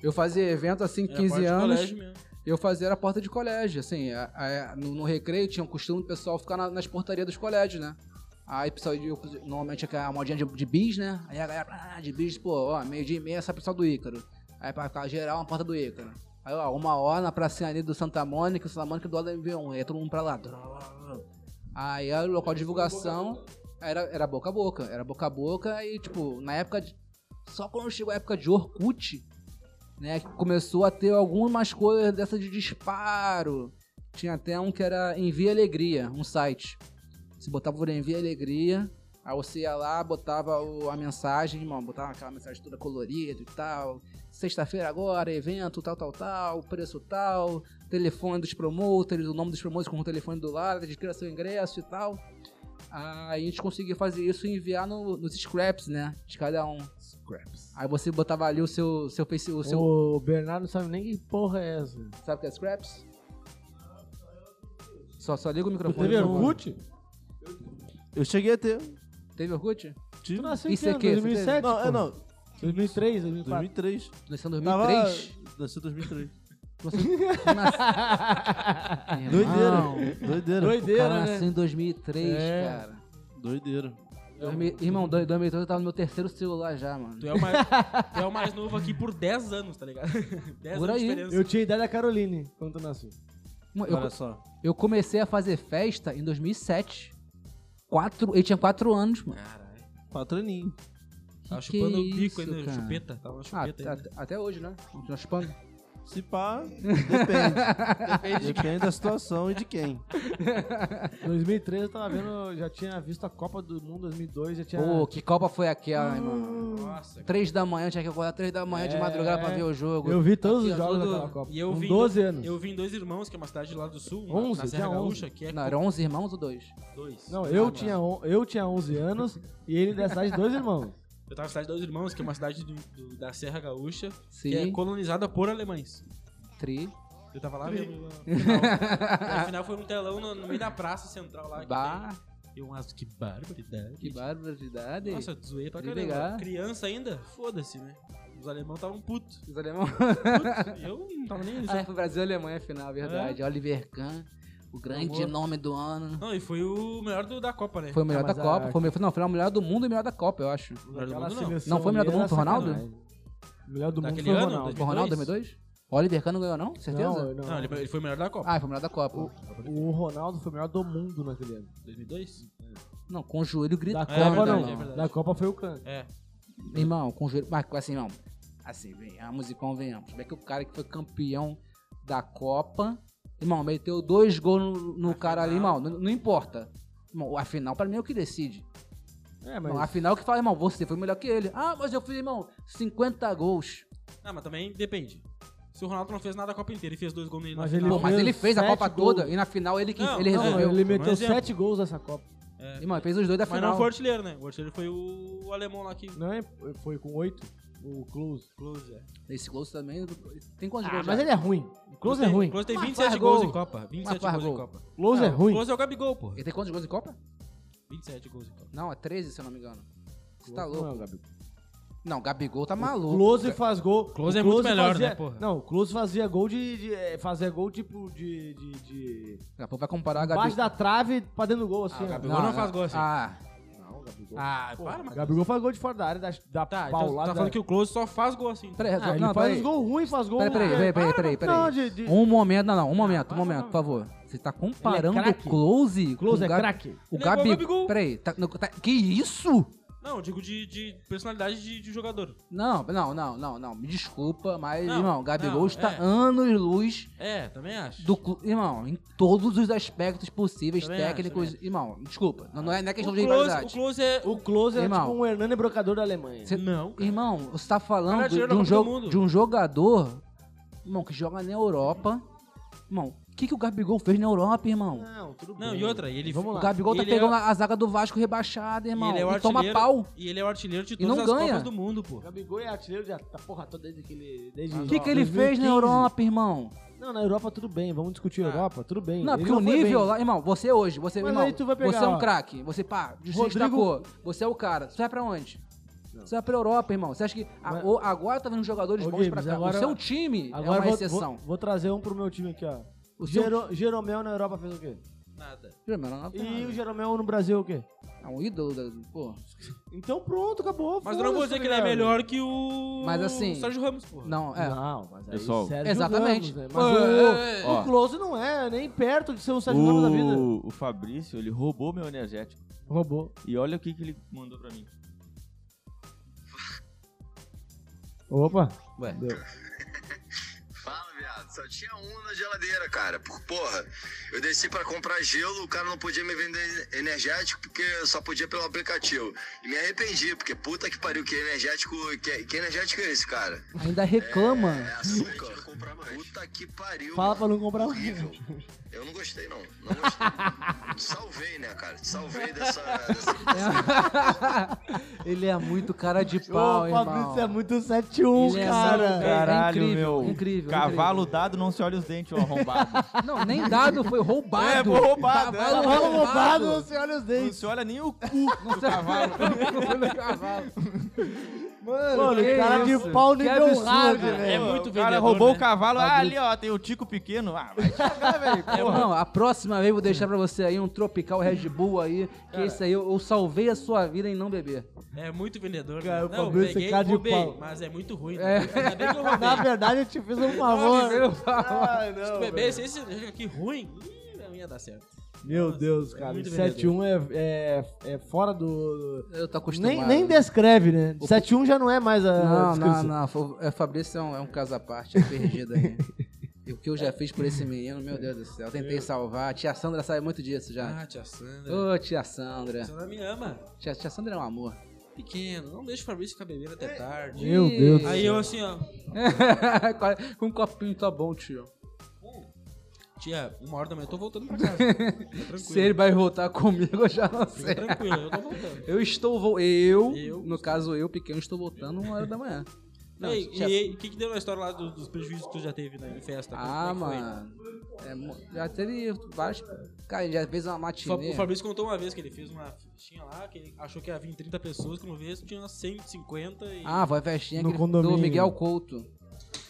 S4: Eu fazia evento assim,
S2: Era É, porta
S4: 15
S2: de
S4: anos.
S2: colégio mesmo.
S4: Eu fazia a porta de colégio, assim. a- a- no, no recreio tinha o costume do pessoal ficar na- nas portarias dos colégios, né? Aí, pessoal, eu- normalmente é aquela modinha de, de bis, né? Aí a galera, ah, de bis, pô, ó, meio-dia e meia, essa pessoal do Ícaro. Aí pra ficar geral, uma porta do Ícaro. Aí, um, ó, uma hora na pracinha ali do Santa Mônica, Santa Mônica do lado da MV1. Aí todo mundo pra lá. Aí o local de divulgação era, era boca a boca. Era boca a boca e, tipo, na época. de- só quando chegou a época de Orkut, né? Que começou a ter algumas coisas dessas de disparo. Tinha até um que era Envia Alegria, um site. Você botava por Envia Alegria, aí você ia lá, botava o- a mensagem, irmão, botava aquela mensagem toda colorida e tal. Sexta-feira agora, evento, tal, tal, tal, preço tal, telefone dos promoters, o nome dos promoters com o telefone do lado, adquira seu ingresso e tal. Aí a gente conseguia fazer isso e enviar no- nos scraps, né? De cada um.
S1: Scraps.
S4: Aí você botava ali o seu, seu face, o seu.
S1: O Bernardo não sabe nem que porra é essa.
S4: Sabe o que é scraps? Só, só liga o
S1: Tu
S4: microfone.
S1: teve
S4: por favor.
S1: Orkut?
S5: Eu cheguei a ter.
S4: Teve Orkut?
S1: Tu nasceu em
S4: Isso
S1: que
S4: é
S1: ano?
S4: que?
S1: 2007?
S5: Não, é
S1: pô?
S5: não.
S1: 2003, 2004.
S5: 2003.
S4: Nasceu em
S5: Tava...
S4: 2003?
S5: Nasceu em 2003.
S4: Irmão,
S5: Doideira. Doideira.
S4: O cara
S1: Doideira, né?
S4: nasceu em 2003,
S1: É.
S4: cara.
S5: Doideira.
S4: Dois, irmão, dois- 2003 eu tava no meu terceiro celular já, mano.
S2: Tu é, o mais, tu é o mais novo aqui por 10 anos, tá ligado? 10
S4: Por
S2: anos de
S4: aí.
S2: diferença.
S1: Eu tinha a ideia da Caroline quando tu nasceu.
S4: Mano, eu,
S5: Olha só.
S4: eu comecei a fazer festa em 2007. Quatro, ele tinha 4 anos, mano.
S2: Caralho.
S5: Quatro aninhos.
S2: Tava
S4: Que é
S2: chupando o bico
S4: isso,
S2: ainda,
S4: cara?
S2: chupeta. Tava na
S4: Ah,
S2: chupeta ainda.
S4: até- até hoje, né? Continua chupando.
S5: Se pá, depende. depende da situação e de quem.
S1: 2003 eu tava vendo, já tinha visto a Copa do Mundo 2002, já tinha...
S4: Pô, que copa foi aquela, irmão?
S2: Nossa, cara.
S4: Três da manhã, tinha que acordar três da manhã de
S1: É.
S4: madrugada pra ver o jogo.
S1: eu vi todos
S4: Aqui,
S1: os
S4: ó,
S1: jogos
S4: tudo-
S1: daquela Copa.
S2: E eu
S1: Com
S2: vi,
S1: 12 anos.
S2: Eu vi em Dois Irmãos, que é uma cidade lá do sul, na-
S1: 11,
S2: na Serra
S1: tinha 11.
S2: Gaúcha, que é
S4: Hum. Não, eram 11 irmãos ou dois?
S2: dois.
S1: Não, eu,
S4: Ah, tá.
S1: tinha, on- eu tinha 11 anos e ele dessa idade, dois irmãos.
S2: Eu tava na cidade de Dois Irmãos, que é uma cidade do- do- da Serra Gaúcha,
S4: Sim,
S2: que é colonizada por alemães.
S4: tri.
S2: Eu tava lá vendo. Afinal, final foi um telão no, no meio da praça central lá. que
S4: Bah,
S2: tem. Eu acho que barbaridade.
S4: que barbaridade.
S2: Nossa, eu zoei pra
S4: Queria
S2: caramba.
S4: pegar.
S2: Criança ainda? Foda-se, né? Os alemão estavam putos.
S4: Os alemão.
S2: Puto. Eu não tava nem aí.
S1: É.
S4: Ah, foi Brasil e Alemanha final, verdade. Oliver Kahn, o grande
S2: Amor.
S4: nome do ano.
S2: Não, e foi o melhor do- da Copa, né?
S4: Foi o melhor
S1: Ah, mas
S4: da
S1: a-
S4: Copa. Foi, o melhor- não, foi o melhor do mundo e o melhor da Copa, eu acho.
S2: O melhor do
S1: Aquela
S2: mundo, não.
S1: seleção
S4: Não foi o melhor do
S1: ali
S4: mundo,
S1: era
S4: foi Ronaldo?
S1: sacanagem. O melhor do mundo
S2: Daquele
S1: foi o
S2: ano,
S1: Ronaldo.
S4: Foi o Tipo, Ronaldo
S2: 2002?
S4: 2002? Oliver Kahn não ganhou, não? Certeza?
S1: Não, não.
S2: Não, ele, ele foi o melhor da Copa.
S4: Ah, foi o melhor da Copa.
S1: O Ronaldo foi o melhor do mundo naquele
S4: Ah.
S1: ano.
S2: 2002?
S4: Não, com o joelho
S1: Da
S4: gritando. né,
S1: Copa
S2: verdade,
S1: não.
S2: é verdade.
S1: da Copa foi o Can.
S2: É.
S4: Irmão, com o joelho. Mas assim, irmão. Assim, venhamos e convenhamos. Como é que o cara que foi campeão da Copa. Irmão, meteu dois gols no, no cara ali, irmão. Não, não importa. Irmão, a final pra mim é o que decide.
S1: É, mas
S4: Irmão, a final que fala, irmão, você foi melhor que ele. Ah, mas eu fiz, irmão, 50 gols.
S2: Ah, mas também depende. Se o Ronaldo não fez nada a Copa inteira e fez dois gols nele
S1: Mas
S2: na
S1: ele-
S2: final.
S4: Pô, mas
S1: fez
S4: ele fez a
S1: sete
S4: Copa
S1: gols.
S4: toda e na final ele, que,
S2: Não,
S4: ele
S2: não,
S1: Não,
S4: resolveu.
S1: ele meteu
S2: exemplo.
S1: sete gols nessa Copa.
S4: Irmão, ele fez os dois da
S2: Mas
S4: final.
S2: não foi o artilheiro, né? O artilheiro foi o alemão lá que...
S1: Não é? Foi com oito. O Close.
S2: Close, é.
S4: Esse Close também. Tem quantos
S1: Ah,
S4: gols?
S1: mas
S4: já?
S1: ele é ruim. O Close é
S2: tem-
S1: ruim.
S2: Close tem
S4: Mas
S2: 27
S4: faz
S2: gols
S4: gol.
S2: em Copa. 27
S4: faz
S2: gols em
S4: gol.
S2: Copa.
S1: Close é
S2: Ah,
S1: ruim.
S2: Close é o Gabigol, pô.
S4: Ele tem quantos gols em Copa?
S2: 27 gols em Copa.
S4: Não, é 13, se eu não me engano. Você tá
S1: Close
S4: louco.
S1: não é o Gabigol.
S4: Não, Gabigol tá maluco.
S1: Close faz gol.
S2: Close
S1: O
S2: é muito melhor,
S1: fazia-
S2: né, porra?
S1: Não, o Close fazia gol de. de é, fazia gol tipo de. de, de...
S4: Daqui a pouco vai comparar a
S1: Baixo
S4: Gabigol.
S1: da trave pra dentro do gol, assim.
S2: Ah, o
S1: ó.
S2: Gabigol- não faz gol assim.
S4: Ah,
S1: Não, o Gabigol.
S2: Ah,
S1: Pô,
S2: para, mano.
S1: Gabigol faz gol de fora da área, da, da
S2: Tá, então tu
S1: paulada.
S2: tá falando que o Close só faz gol assim.
S4: peraí,
S1: Ah,
S4: resolve.
S1: ele
S4: não,
S1: faz
S4: peraí.
S1: os gols ruins, faz gol
S4: Peraí, peraí,
S1: ruim.
S4: peraí, peraí,
S1: Ah,
S4: peraí, peraí.
S1: Não, de, de...
S4: Um momento, não, não, um momento, um momento, por favor. Você tá
S1: Ele
S4: comparando
S1: é
S4: o
S1: craque.
S4: Close
S2: Um
S1: Close
S4: com
S1: é
S4: o Gabi-
S1: craque.
S4: O
S2: Ele é igual ao
S4: Gabigol.
S2: Gabigol.
S4: Peraí, tá, no- tá- que isso?
S2: Não, eu digo de, de personalidade de, de jogador.
S4: Não, não, não, não, não, me desculpa, mas,
S2: Não,
S4: irmão, o Gabigol
S2: não,
S4: está
S2: é.
S4: anos-luz
S2: É, também acho.
S4: do clube, irmão, em todos os aspectos possíveis,
S2: Também acho,
S4: técnicos, irmão, desculpa, não, não é, não é
S2: o,
S4: questão de
S2: close, o
S4: rivalidade.
S2: Close é...
S1: O Close é
S4: Irmão.
S1: tipo um Hernani Brocador da Alemanha.
S4: Cê-
S2: Não, cara.
S4: Irmão, você tá
S2: Cara,
S4: falando de,
S2: tirando
S4: de
S2: a Copa do
S4: um jo-
S2: Mundo.
S4: de um jogador, irmão, que joga na Europa. Irmão, o que, que o Gabigol fez na Europa, irmão?
S1: Não, tudo
S2: Não, e outra, e ele-
S1: Vamos
S4: O
S1: lá.
S4: Gabigol
S2: E
S4: tá
S2: ele é-
S4: pegando a zaga do Vasco rebaixada, irmão.
S2: ele
S4: E,
S2: é o
S4: toma
S2: artilheiro-
S4: pau.
S2: E ele é o artilheiro de
S4: não
S2: todas as
S4: ganha.
S2: Copas do mundo, pô.
S1: O Gabigol é artilheiro de, da porra toda desde que ele... Desde,
S4: O que, que ele fez na Europa, irmão?
S1: Não, na Europa tudo bem, vamos discutir
S2: Ah.
S1: Europa, tudo bem.
S4: Não,
S1: Ele
S4: porque o
S1: foi
S4: nível
S1: bem.
S4: lá, irmão, você hoje, você,
S1: Mas
S4: irmão,
S1: aí tu vai pegar,
S4: você é um
S1: ó.
S4: craque, você pá, você
S1: Rodrigo-
S4: destacou, você é o cara. Você vai pra onde? Você vai pra Europa, irmão. Você acha que a-
S1: Mas-
S4: o- agora tá vendo jogadores
S1: Ô,
S4: bons pra
S1: Gibbs,
S4: cá?
S1: agora-
S4: o seu time é
S1: Agora
S4: uma
S1: vou,
S4: exceção.
S1: Vou, vou trazer um pro meu time aqui, ó.
S4: O seu-
S1: Jero, Jeromel na Europa fez o quê?
S2: Nada.
S4: Jeromel era uma
S1: E o Jeromel no Brasil é o quê?
S4: É um ídolo da. Pô.
S1: Então pronto, acabou.
S2: Mas eu não vou
S1: foda-se,
S2: dizer
S1: tá
S2: que ele é
S1: ligado?
S2: melhor que o.
S4: Mas assim-
S2: Sérgio Ramos, porra.
S4: Não, é.
S1: Não, mas aí
S3: Pessoal.
S1: Sérgio
S4: Exatamente.
S1: Ramos, né?
S4: É.
S1: Mas o,
S3: Ó.
S1: o Close não é nem perto de ser o Sérgio Ramos da vida.
S3: O, o Fabrício, ele roubou meu energético.
S1: Roubou.
S3: E olha o que, que ele mandou pra mim.
S1: Opa.
S2: Ué.
S1: Deu.
S6: Fala, viado. Só tinha um na geladeira, cara. Por- Porra, eu desci pra comprar gelo, o cara não podia me vender energético porque só podia pelo aplicativo. E me arrependi, porque puta que pariu, que energético. Que, que energético é esse, cara?
S4: Ainda reclama.
S6: É açúcar. Puta que pariu.
S1: Fala pra
S6: mano.
S1: não comprar mais.
S6: Horrível.
S4: Um
S6: Eu não gostei, não. Não gostei. Te salvei, né, cara? Te salvei dessa. dessa...
S4: Ele é muito cara de
S1: Ô,
S4: pau,
S1: o
S4: irmão.
S1: Fabrício é muito 7-1,
S4: Ele é
S1: cara.
S4: muito-
S3: Caralho,
S4: incrível,
S3: meu.
S4: incrível,
S3: Cavalo dado, não se olha os dentes, ô arrombado.
S4: Não, nem dado, foi roubado.
S3: É, foi roubado,
S4: Cavalo
S3: é.
S1: Cavalo roubado,
S4: roubado.
S1: você olha os
S3: não
S1: dentes.
S3: se olha nem o cu do cavalo.
S4: Cavalo.
S1: Mano,
S4: que
S1: cara
S4: isso?
S1: de pau
S4: Que
S1: nível
S4: absurdo,
S1: hard,
S4: cara.
S1: velho.
S2: É muito
S3: o cara
S2: vendedor,
S3: roubou
S2: né?
S3: o cavalo. Ah, ali, ó, tem o Tico pequeno. Ah, vai te cagar, velho.
S1: É
S3: porra.
S4: É, Não, a próxima vez eu vou deixar pra você aí um Tropical Red Bull aí, que esse aí eu, eu salvei a sua vida em não beber.
S2: É muito vendedor.
S1: Cara, o
S2: né? Não, eu
S1: Fabrício é
S2: peguei,
S1: cara de
S2: roubei,
S1: pau.
S2: mas é muito ruim.
S4: É.
S2: Né? Ainda bem que eu roubei.
S1: Na verdade, eu te fiz um favor. Ai,
S2: Se
S1: não,
S2: bebesse esse aqui ruim, hum, não ia dar certo.
S1: Meu Deus, cara.
S2: muito
S1: 7-1 é, é, é fora do.
S4: Eu tô acostumado.
S1: Nem, nem descreve, né? 7-1 já não é mais a.
S4: Não, não,
S1: descrição.
S4: não. Fa- é, Fabrício é um, é um caso à parte, é perdido aí. E o que eu já fiz por esse menino, meu Deus do céu. Tentei salvar. Tia Sandra sabe muito disso já.
S2: Ah, tia Sandra.
S4: Ô, tia Sandra.
S2: Você não me ama.
S4: Tia, tia Sandra é um amor.
S2: Pequeno, não deixa o Fabrício ficar bebendo até tarde.
S1: Meu Deus do
S2: Aí
S1: céu.
S2: eu assim, ó.
S4: Com um copinho tá bom, tio.
S2: Tia, uma hora da manhã eu tô voltando pra casa. Fica tranquilo.
S4: Se ele vai voltar comigo, eu já não
S2: Fica
S4: sei.
S2: tranquilo, eu tô voltando.
S4: Eu estou vo... eu,
S2: Eu.
S4: no caso eu, pequeno, estou voltando uma hora da manhã. Não,
S2: Ei,
S4: tia-
S2: e o que, que deu na história lá do- dos prejuízos que tu já teve na em festa?
S4: Ah,
S2: Como é que foi?
S4: mano. É mo- já teve vários. Cara, ele já fez uma
S2: Fa-
S4: matinê.
S2: O Fabrício contou uma vez que ele fez uma fichinha lá, que ele achou que ia vir 30 pessoas, quando vez tinha 150 e.
S4: Ah, foi a festinha
S1: No
S4: que ele- do
S1: condomínio.
S4: Miguel Couto.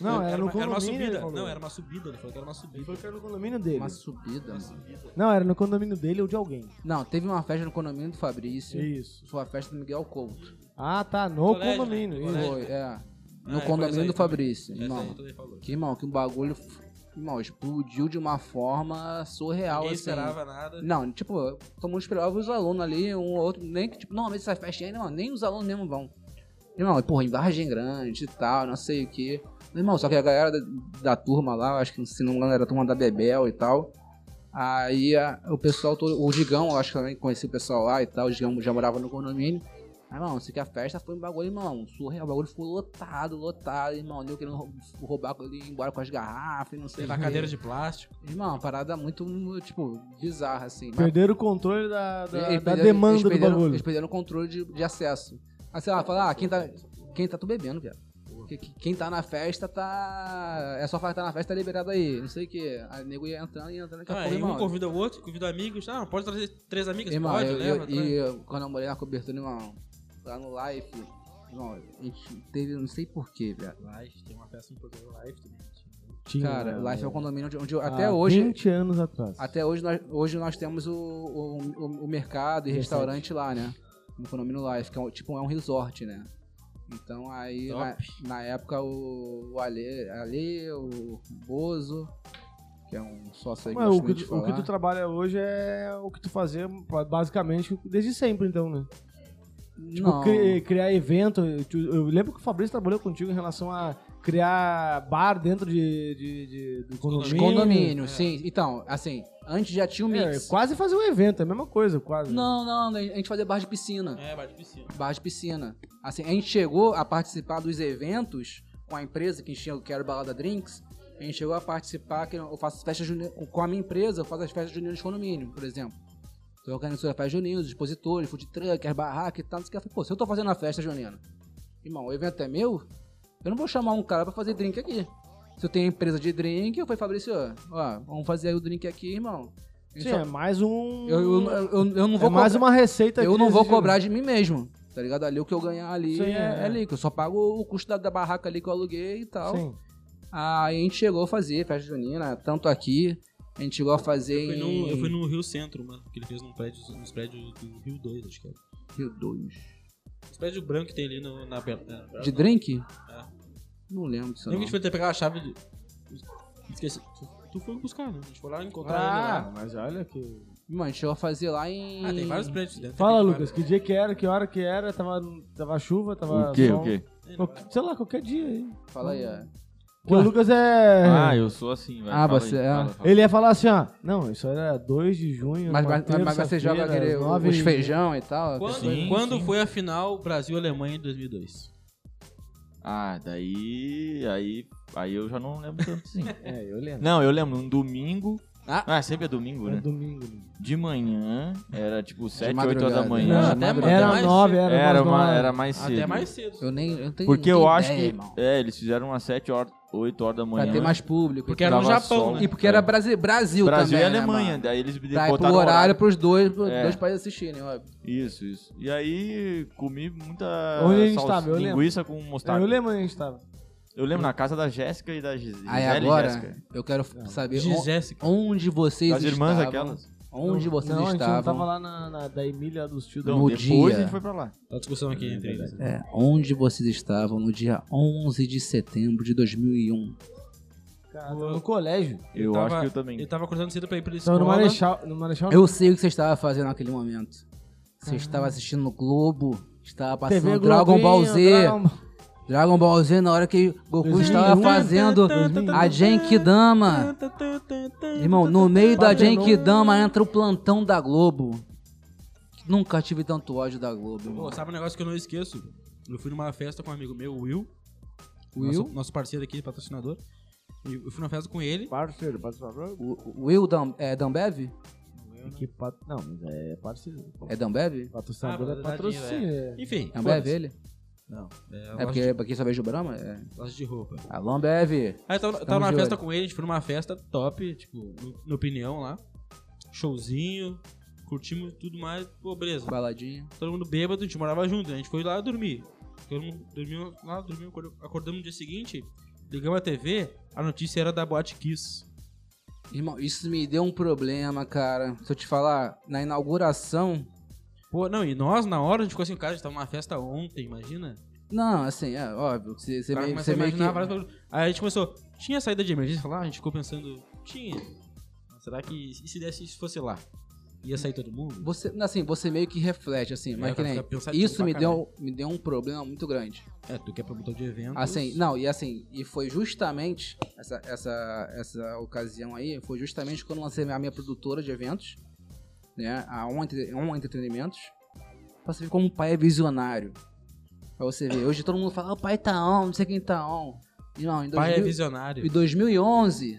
S1: Não,
S2: era,
S1: era no
S2: uma, era uma
S1: condomínio. ele
S2: subida.
S1: falou.
S2: Não, era uma subida, ele falou que era uma
S1: Ele
S2: subida.
S1: falou que era no condomínio dele.
S4: Uma subida, mano.
S1: Não, era no condomínio dele ou de alguém.
S4: Não, teve uma festa no condomínio do Fabrício.
S1: Isso.
S4: Foi a festa do Miguel Couto.
S1: Ah, tá. No
S2: Colégio,
S1: condomínio.
S2: né?
S1: isso.
S2: Colégio.
S4: Foi, é. No
S2: Ah, foi essa
S4: condomínio
S2: aí também.
S4: do
S2: Essa
S4: Fabrício.
S2: é aí
S4: Irmão,
S2: tu falou.
S4: que irmão, que um bagulho. Irmão, explodiu de uma forma surreal,
S2: Ninguém
S4: assim.
S2: esperava nada.
S4: Não, tipo, todo mundo esperava os alunos ali, um ou outro, nem que, tipo, normalmente essa festa ainda, mano, nem os alunos mesmo vão. Irmão, porra, em Vargem Grande e tal, não sei o quê. Irmão, só que a galera da, da turma lá, acho que se não me engano era a turma da Bebel e tal. Aí a- o pessoal todo, o Digão, eu acho que também conheci o pessoal lá e tal, o Digão já morava no condomínio. Aí, irmão, sei que a festa foi um bagulho, irmão, surreal, o bagulho foi lotado, lotado, irmão, deu querendo rou- roubar, ali, ir embora com as garrafas, e não sei o
S2: Levar
S4: quê.
S2: cadeira de plástico.
S4: Irmão, uma parada muito, tipo, bizarra, assim. Mas-
S1: Perderam o controle da, da,
S4: e- e
S1: da
S4: perderam-
S1: demanda
S4: eles
S1: do
S4: perderam-
S1: bagulho.
S4: Eles perderam o controle de, de acesso. Aí sei lá, fala, ah, quem tá, quem tá tu bebendo, cara. Que- que- Quem tá na festa tá. É só falar que tá na festa, tá liberado aí. Não sei o quê. Aí o nego ia entrando e entrando daqui a
S2: Ah,
S4: pouco,
S2: aí um
S4: irmão.
S2: convida o outro, convida amigos. Ah, pode trazer três amigas?
S4: né? Irmão,
S2: pode, né,
S4: eu,
S2: leva.
S4: eu, e
S2: traz.
S4: eu- quando eu morei na cobertura, irmão, lá no live, irmão, a gente teve, não sei porquê, velho.
S2: Life, tem uma festa em Portugal, Life também.
S1: Tinha,
S4: Cara,
S1: né?
S4: live é o condomínio onde, onde eu-
S1: Há
S4: até hoje.
S1: 20 anos atrás.
S4: Até hoje nós, hoje nós temos o, o, o- o mercado e restaurante lá, né? No Condomínio Life, que é um, tipo é um resort, né? Então aí
S2: Top.
S4: na, na época o, o Ale, Ale, o Bozo, que é um sócio aí que
S1: Mas
S4: gosta
S1: o, que
S4: muito de
S1: tu, o que
S4: falar.
S1: tu trabalha hoje é o que tu fazia basicamente desde sempre, então, né? Tipo,
S4: Não,
S1: cri- criar evento. Tu- Eu lembro que o Fabrício trabalhou contigo em relação a criar bar dentro de, de, de- do
S4: os
S1: condomínio.
S4: condomínios, sim. Então, assim, antes já tinha o
S1: É,
S4: mix.
S1: quase fazer um evento, é a mesma coisa, quase.
S4: Não, não, a gente fazia bar de piscina.
S2: É, bar de piscina.
S4: Barra de piscina. Assim, a gente chegou a participar dos eventos com a empresa que tinha, que era o Balada Drinks. A gente chegou a participar, que eu faço festas juninas, com a minha empresa, eu faço as festas juninas de condomínio, por exemplo. Então, eu organizo a festa junina, os expositores, food truck, as barracas e tal, não sei o que. Eu falei, Pô, se eu tô fazendo a festa junina, irmão, o evento é meu, eu não vou chamar um cara pra fazer drink aqui. Se eu tenho empresa de drink, eu falei, Fabrício, ó, vamos fazer aí o drink aqui, irmão. A gente
S1: Sim, é mais um.
S4: só- eu, eu, eu, eu não vou
S1: é mais
S4: cobrar-
S1: uma receita
S4: eu
S1: que
S4: não vou
S1: exige-
S4: cobrar de mim mesmo. Tá ligado? Ali o que eu ganhar ali
S1: Sim,
S4: é,
S1: é.
S4: é ali, que eu só pago o custo da, da barraca ali que eu aluguei e tal.
S1: Sim.
S4: Aí a gente chegou a fazer festa junina, tanto aqui A gente chegou a fazer
S2: Eu fui,
S4: em
S2: no, eu fui no Rio Centro, mano, que ele fez num prédio, nos prédios do Rio 2, acho que era.
S4: Rio 2.
S2: Os prédios brancos que tem ali no, na Bela. na Bela-
S4: De
S2: não.
S4: drink?
S2: É.
S4: Não lembro
S2: Lembra que
S4: disso
S2: a
S4: não.
S2: gente foi até pegar a chave do. Esqueci. Tu, tu foi buscar, né? A gente foi lá encontrar
S4: Ah.
S2: ele lá.
S1: Mas olha que.
S4: Mano, a gente chegou a fazer lá em...
S2: Ah, tem vários prédios dentro.
S1: Fala,
S2: Tem
S1: Lucas, que dia que era, que hora que era, tava, tava chuva, tava.
S3: O quê?
S1: sol.
S3: O quê?
S2: vários-
S1: Qualquer- Sei lá, qualquer dia aí.
S4: Fala aí, é. ó.
S1: Hum, Porque o Lucas é.
S3: Ah, eu sou assim, velho.
S4: Ah,
S3: Fala
S4: você
S3: aí,
S4: é.
S3: fala, fala.
S1: Ele ia falar assim, ó. Não, isso era 2 de junho.
S4: Mas,
S1: numa
S4: mas, mas você
S1: terça-feira,
S4: joga aquele,
S1: às nove
S4: os
S1: e-
S4: feijão e tal.
S2: Quando,
S3: Sim,
S2: quando
S3: sim.
S2: foi a final Brasil-Alemanha em 2002?
S3: Ah, daí. Aí. Aí eu já não lembro tanto assim.
S1: É, eu lembro.
S3: Não, eu lembro, um domingo.
S4: Ah.
S3: Ah, sempre é domingo,
S1: Era
S3: né?
S1: domingo. né?
S3: De manhã, era tipo 7, 8
S4: madrugada.
S3: horas da
S4: Não,
S3: manhã.
S4: até madrugada.
S2: até
S1: Era
S2: mais
S1: 9,
S2: cedo.
S1: era,
S3: Era,
S1: umas
S3: ma-
S1: nove.
S3: era mais cedo.
S2: Até mais cedo.
S4: Eu nem eu não tenho
S3: Porque
S4: não
S3: eu
S4: tenho
S3: acho
S4: ideia,
S3: que.
S4: irmão.
S3: É, eles fizeram umas 7 horas, 8 horas da manhã.
S4: Pra ter mais público.
S2: Porque era no
S3: Tava
S2: Japão,
S3: sol.
S2: né?
S4: E porque era Brasil, Brasil,
S3: Brasil
S4: também,
S3: e
S4: né,
S3: Alemanha.
S4: mano?
S3: daí eles me
S4: Tá, e pro
S3: botaram
S4: horário,
S3: horário.
S4: pros dois, pros
S3: É.
S4: dois países assistirem, óbvio.
S3: Isso, isso. E aí comi muita
S1: Onde a gente
S3: salsi-
S1: tava? Eu lembro.
S3: linguiça com mostarda.
S1: Eu lembro onde a gente tava.
S3: Eu lembro, na casa da Jéssica e da Gis- Gisele.
S4: Aí
S3: e
S4: agora,
S3: é Jéssica.
S4: eu quero saber
S2: De
S4: on-
S2: Jéssica.
S4: onde vocês
S3: Das irmãs
S4: estavam.
S3: aquelas.
S4: Onde
S1: Não,
S4: Um vocês
S1: não, a gente não tava
S4: estavam.
S1: lá na, na- da Emília dos tios
S3: Não,
S4: No
S3: depois
S4: dia.
S3: a gente foi pra lá.
S2: Tá discussão aqui entre eles.
S4: É, onde vocês estavam no dia 11 de setembro de 2001.
S1: Cara, no colégio.
S3: Eu
S2: tava-
S3: acho que eu também.
S1: então-
S2: Ele tava acordando cedo pra ir pra
S1: Tava
S2: escola.
S1: no Marechal. No Marechal
S4: Eu sei o que você estava fazendo naquele momento. Você estava assistindo no Globo, estava passando
S1: TV
S4: Dragon
S1: Ah. Globinho,
S4: Ball Z.
S1: Dragon Ball.
S4: Dragon Ball Z na hora que Goku estava
S1: 2001.
S4: fazendo a Genkidama. Irmão, no meio da
S1: Patenou.
S4: Genkidama entra o plantão da Globo. Nunca tive tanto ódio da Globo.
S2: Pô,
S4: irmão.
S2: sabe um negócio que eu não esqueço? Eu fui numa festa com um amigo meu, o Will.
S4: Will?
S2: Nosso, nosso parceiro aqui, patrocinador. E eu fui numa festa com ele.
S1: Parceiro, parceiro.
S4: O o Will Dam, é Dambev?
S1: Que pat... Não, mas é parceiro.
S4: É Dambev?
S1: Patrocinador
S2: Ah,
S1: é
S2: verdade,
S1: patrocínio. é.
S2: Enfim.
S4: Dambev ele?
S2: É,
S4: É
S2: loja,
S4: porque, porque só vejo o Brahma? É.
S2: de, loja de roupa.
S4: Alô, Ambev!
S2: Aí eu tava, tava
S4: Tamo
S2: numa
S4: de
S2: festa
S4: olho.
S2: com ele, a gente foi numa festa top, tipo, no- na opinião lá. Showzinho, curtimos tudo mais, pô, beleza.
S4: Baladinha.
S2: Todo mundo bêbado, a gente morava junto, né? a gente foi lá dormir. Todo mundo dormiu lá, dormiu, acordou- acordamos no dia seguinte, ligamos a TV, a notícia era da Boate Kiss.
S4: Irmão, isso me deu um problema, cara. Se eu te falar, na inauguração.
S2: Pô, não, e nós, na hora, a gente ficou assim, cara, a gente tava numa festa ontem, imagina.
S4: Não, assim, é óbvio. que Você, você
S2: O cara
S4: meio,
S2: começa
S4: você
S2: a
S4: meio
S2: imaginar várias
S4: que.
S2: coisas. Aí a gente começou, tinha saída de emergência lá? A gente ficou pensando, tinha. Mas Será que, e se desse, se fosse lá? Ia sair todo mundo?
S4: Você, assim, você meio que reflete, assim,
S2: É,
S4: mas que
S2: pra
S4: nem.
S2: ficar pensativo
S4: Isso
S2: pra
S4: me deu, me deu um problema muito grande.
S2: É, tu quer promotor de evento.
S4: Assim, não, e assim, e foi justamente essa, essa, essa ocasião aí, foi justamente quando lancei a minha produtora de eventos, né? A On, Entre- On Entretenimentos. Pra você ver como o pai é visionário. Pra você ver. Hoje todo mundo fala, "Ah, o pai tá on, não sei quem tá on. E não, em,
S2: Pai é
S4: 2000
S2: visionário.
S4: em 2011,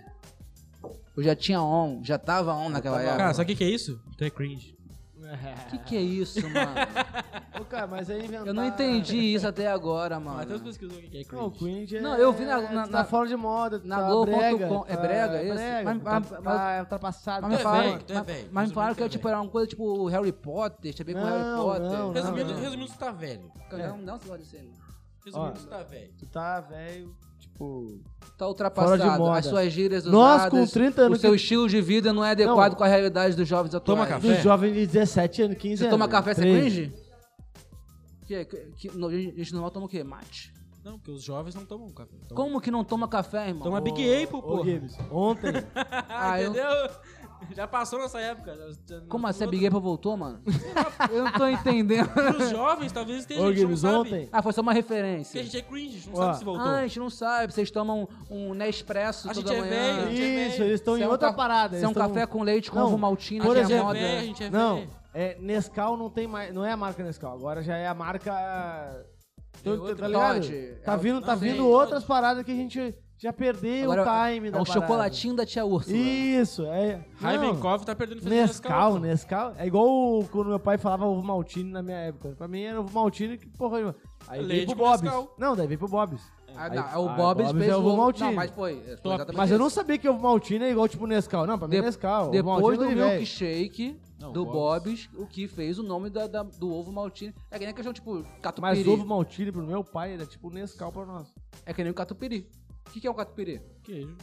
S4: eu já tinha on, já tava on naquela
S2: Cara,
S4: época.
S2: sabe o que, que é isso? Tu é cringe.
S4: O que, que é isso, mano?
S1: Ô, cara, mas é inventar.
S4: Eu não entendi isso até agora,
S2: O Matheus
S4: mano.
S2: pesquisou o que que é cringe.
S1: Não, o cringe é...
S4: Não, eu vi na- na-
S1: tu
S4: na-
S1: tá fora de moda, tu
S4: na
S1: tá
S4: Globo.com.
S1: brega.
S4: É
S1: tá-
S4: brega esse?
S1: brega,
S4: Mas- mas-
S1: tá,
S4: mas-
S1: tá ultrapassado.
S4: Mas me
S1: tá
S2: é
S4: falaram,
S1: fora.
S2: velho, tu é
S4: mas-
S2: velho.
S4: mas me falaram que
S2: Resumindo,
S4: eu, tipo,
S2: tu é
S4: era uma coisa tipo Harry Potter, tinha a ver com
S1: Não,
S4: Harry
S1: não,
S4: Potter.
S2: Resumindo,
S1: não.
S2: resumindo, tu tá velho.
S4: Cara, Não, não, se pode ser.
S2: Resumindo,
S1: Ó.
S2: tu tá velho.
S1: Tu tá, velho, tipo...
S4: Tá ultrapassado.
S1: Fora de moda.
S4: As suas gírias usadas.
S1: Nós, com 30
S4: O
S1: anos...
S4: seu estilo de vida não é adequado com a realidade dos jovens atuais.
S2: Toma
S1: Do
S2: café?
S1: jovem de 17 anos, 15
S4: Você
S1: anos.
S4: toma café, você é
S1: 13.
S4: cringe? Que, que, que, não, gente normal toma o quê? Mate?
S2: Não, porque os jovens não tomam um café. Tomam-
S4: Como que não toma café, irmão?
S2: Toma Big Apple,
S1: Ô,
S2: pô.
S1: Gibbs, ontem...
S4: Ah, eu-
S2: Entendeu? Já passou nessa época. já- já-
S4: Como
S2: não-
S4: assim a
S2: não-
S4: Big Apple voltou, mano? eu não tô entendendo.
S2: Pros jovens, talvez esteja.
S1: Ô,
S2: a gente não
S1: Gibbs,
S2: sabe.
S1: ontem...
S4: Ah, foi só uma
S2: Porque
S4: referência.
S2: a gente é cringe, a gente não
S1: Ó.
S2: sabe se voltou.
S4: Ah, a gente não sabe. Vocês tomam um Nespresso
S2: A
S4: toda
S2: gente é
S4: manhã.
S2: velho.
S1: Isso, eles estão
S4: Ah, Isso
S1: em
S4: é um
S1: outra
S4: ca-
S1: parada.
S4: Isso
S1: eles
S4: é um
S1: tão-
S4: café com leite com
S1: Não,
S4: ovo maltina,
S1: por
S4: que é
S2: a gente é
S1: exemplo,
S4: moda.
S2: velho, a gente é
S1: Não,
S2: velho.
S1: é, Nescau não tem mais. Não é a marca Nescau, agora já é a marca.
S2: Tem
S1: Tá-
S2: outra.
S1: tá ligado?
S4: Todd,
S1: Tá
S4: é o-
S1: vindo, tá
S2: não, tem
S1: vindo
S2: Todd.
S1: outras paradas que a gente já perdeu o
S4: Agora,
S1: time
S4: é
S1: da
S4: um
S1: parada.
S4: chocolatinho da tia Úrsula.
S1: Isso, é. Não,
S2: Ravenkov tá perdendo fazer
S1: Nescau, Nescau. É igual o- quando meu pai falava ovo maltine na minha época. Pra mim era ovo maltine que porra. nenhuma. Aí
S2: Leite
S1: veio pro
S2: com
S1: Bob's.
S2: Nescau.
S1: Não, daí veio pro Bob's.
S4: Ah,
S1: Aí-
S4: não,
S1: ah,
S4: o Bob
S1: Bob's
S4: fez
S1: é
S4: o
S1: ovo
S4: Não,
S1: maltine.
S4: mas foi. foi
S2: Top.
S4: exatamente
S1: Mas eu não
S4: isso.
S1: sabia que ovo maltine é igual tipo Nescau. Não, pra mim é
S4: De-
S1: Nescau. Ovo
S4: Depois
S1: maltine
S4: do
S1: é de velho.
S4: milkshake
S2: Não,
S4: do
S2: Bob's.
S4: Bob's, o que fez o nome da, da- do ovo maltine. É que nem a questão, tipo, catupiry.
S1: Mas ovo maltine pro meu pai era tipo Nescau pra nós.
S4: É que nem o catupiry. O que, que é o catupiry?
S2: Queijo.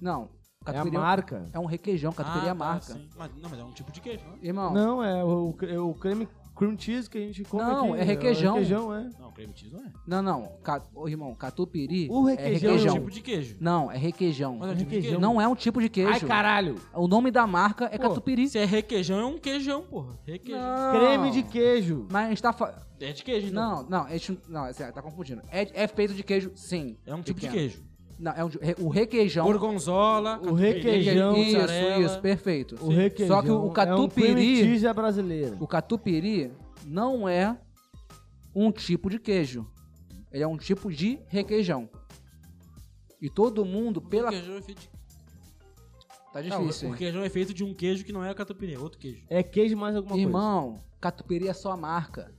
S4: Não.
S1: É a
S4: Catupiry um-
S1: marca.
S4: é um requeijão, catupiry é
S2: tá,
S4: a marca.
S2: sim. Mas, não, mas é um tipo de queijo, não é?
S4: Irmão,
S1: Não, é o, é o creme cream cheese que a gente come
S4: Não,
S1: aqui.
S4: é requeijão.
S1: É requeijão, é.
S2: Não, creme cheese não é.
S4: não, não. Ca- ô, irmão, catupiry
S1: O requeijão é
S4: é
S1: um
S2: É um
S4: requeijão.
S2: tipo de queijo.
S4: Não, é requeijão.
S2: Mas é um tipo de queijo.
S4: Não é um tipo de queijo.
S1: caralho.
S4: O nome da marca é
S1: Pô,
S4: catupiry.
S2: Se é requeijão, é um queijão, porra. Requeijão.
S4: Não.
S1: Creme de queijo.
S4: Mas a gente tá fa...
S2: É de queijo, então.
S4: Não, não, a gente... não, é sério, tá confundindo. É, é feito de queijo, sim.
S2: É um tipo de
S4: pequeno.
S2: queijo.
S4: Não, é um de- re- o requeijão.
S2: Gorgonzola.
S1: O requeijão,
S4: Isso,
S2: mussarela.
S4: isso, perfeito.
S1: O requeijão.
S4: Só que o
S1: É um cream
S4: catupiry,
S1: cheese à brasileira.
S4: o catupiry não é um tipo de queijo. Ele é um tipo de requeijão. E todo mundo
S2: O
S4: pela
S2: queijão é feito de...
S4: tá
S2: Não,
S4: difícil.
S2: o
S4: hein?
S2: queijão é feito de um queijo que não é a catupiry, é outro queijo.
S1: É queijo mais alguma coisa.
S4: Irmão, catupiry é só a marca.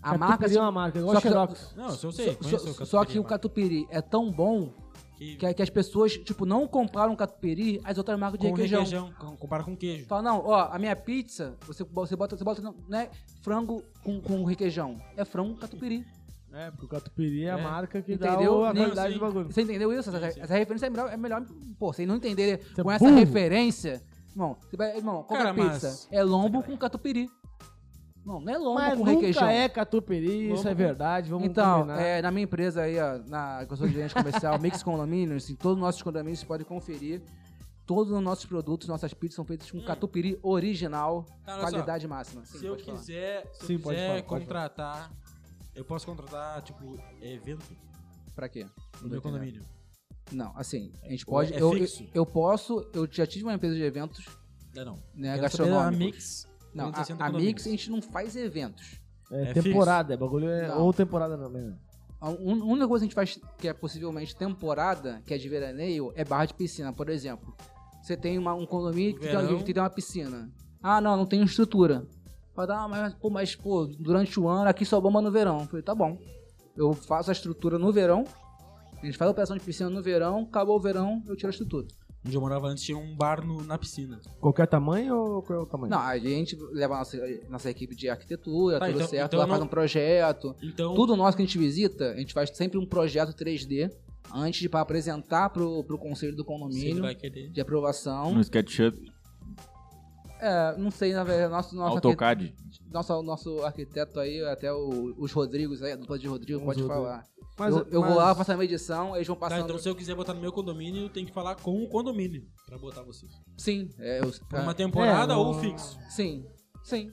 S4: A
S1: Catupiry
S4: marca assim,
S1: é uma marca, igual
S4: só que-
S1: Xerox.
S2: Não, isso eu sei.
S4: só,
S2: conheço
S4: só-
S2: o
S4: só
S2: catupiry,
S4: que o
S2: mas-
S4: catupiry é tão bom
S2: que-
S4: que, que as pessoas, tipo, não comparam catupiry às outras marcas de
S2: com requeijão.
S4: requeijão.
S2: com- compara com queijo.
S4: Fala, não, ó, a minha pizza, você, bo- você bota, você bota, não, não é frango com, com requeijão, é frango com catupiry.
S1: É, porque o catupiry é a
S2: É.
S1: marca que
S4: Entendeu?
S1: dá o- a
S4: Nem-
S1: qualidade
S2: sim.
S1: do bagulho.
S4: Você entendeu isso? é Essa, essa referência é melhor, é melhor, pô, vocês não entenderem
S1: Você é
S4: com essa
S1: burro.
S4: referência, irmão, você vai, irmão, qual
S2: Cara,
S4: que é a pizza?
S2: mas-
S4: É lombo com catupiry. Não, não é lombo
S1: Mas
S4: com
S1: nunca
S4: requeijão.
S1: é catupiry, isso é verdade, vamos
S4: Então,
S1: combinar.
S2: né?
S4: é, na minha empresa aí, ó, na que eu sou gerente comercial, Mix Condomínios, em todos os nossos condomínios, você pode conferir. Todos os nossos produtos, nossas pizzas são feitas com catupiry original,
S2: Tá, Hum. olha só.
S4: qualidade máxima. Sim,
S2: se eu
S4: pode falar.
S2: quiser, se
S1: Sim,
S2: eu
S1: pode
S2: quiser
S1: falar, pode falar.
S2: contratar, eu posso contratar, tipo, evento
S4: Pra quê?
S2: no meu
S4: entendendo.
S2: condomínio.
S4: Não, assim, a gente pode.
S2: é
S4: eu, eu,
S2: fixo? É,
S4: eu posso, eu já tive uma empresa de eventos,
S2: Não, não. Quero
S4: né,
S2: saber
S4: gastronômicos.
S2: A Mix.
S4: Não, a,
S2: 360
S4: a Mix
S2: condomínios.
S4: a gente não faz eventos.
S1: É,
S2: é
S1: temporada, é bagulho é
S4: Não.
S1: ou temporada não, né? mesmo.
S4: A un- única coisa que a gente faz que é possivelmente temporada, que é de veraneio, é barra de piscina, por exemplo. Você tem uma- um condomínio que,
S2: Verão.
S4: tem, que tem uma piscina. Ah, não, não tem estrutura. Fala, ah, mas pô, mas, pô, durante o ano aqui só bomba no verão. Eu falei, tá bom. Eu faço a estrutura no verão, a gente faz a operação de piscina no verão, acabou o verão, eu tiro a estrutura.
S2: Onde eu morava antes tinha um bar no- na piscina.
S1: Qualquer tamanho ou qual é o tamanho?
S4: Não, a gente leva a nossa, nossa equipe de arquitetura,
S2: Tá,
S4: tudo
S2: então-
S4: certo,
S2: então
S4: lá
S2: não-
S4: faz um projeto.
S2: Então,
S4: Tudo nosso que a gente visita, a gente faz sempre um projeto 3D antes de pra apresentar pro, pro conselho do
S2: se ele
S4: condomínio
S2: vai querer.
S4: de aprovação.
S3: No SketchUp,
S4: É, não sei, na verdade, nosso, nosso, arquiteto,
S3: AutoCAD.
S4: nosso, nosso arquiteto aí, até o- os Rodrigos aí, a dupla de Rodrigo,
S1: Os
S4: pode
S1: Rodrigo.
S4: falar.
S1: Mas-
S4: eu eu
S1: mas-
S4: vou lá, faço a medição, eles vão
S2: Tá,
S4: passando.
S2: então se eu quiser botar no meu condomínio, eu tenho que falar com o condomínio pra botar vocês.
S1: Então,
S4: Sim, é, eu-
S2: Por
S4: é,
S2: uma temporada
S1: É,
S2: ou
S1: não-
S2: fixo.
S4: sim, sim.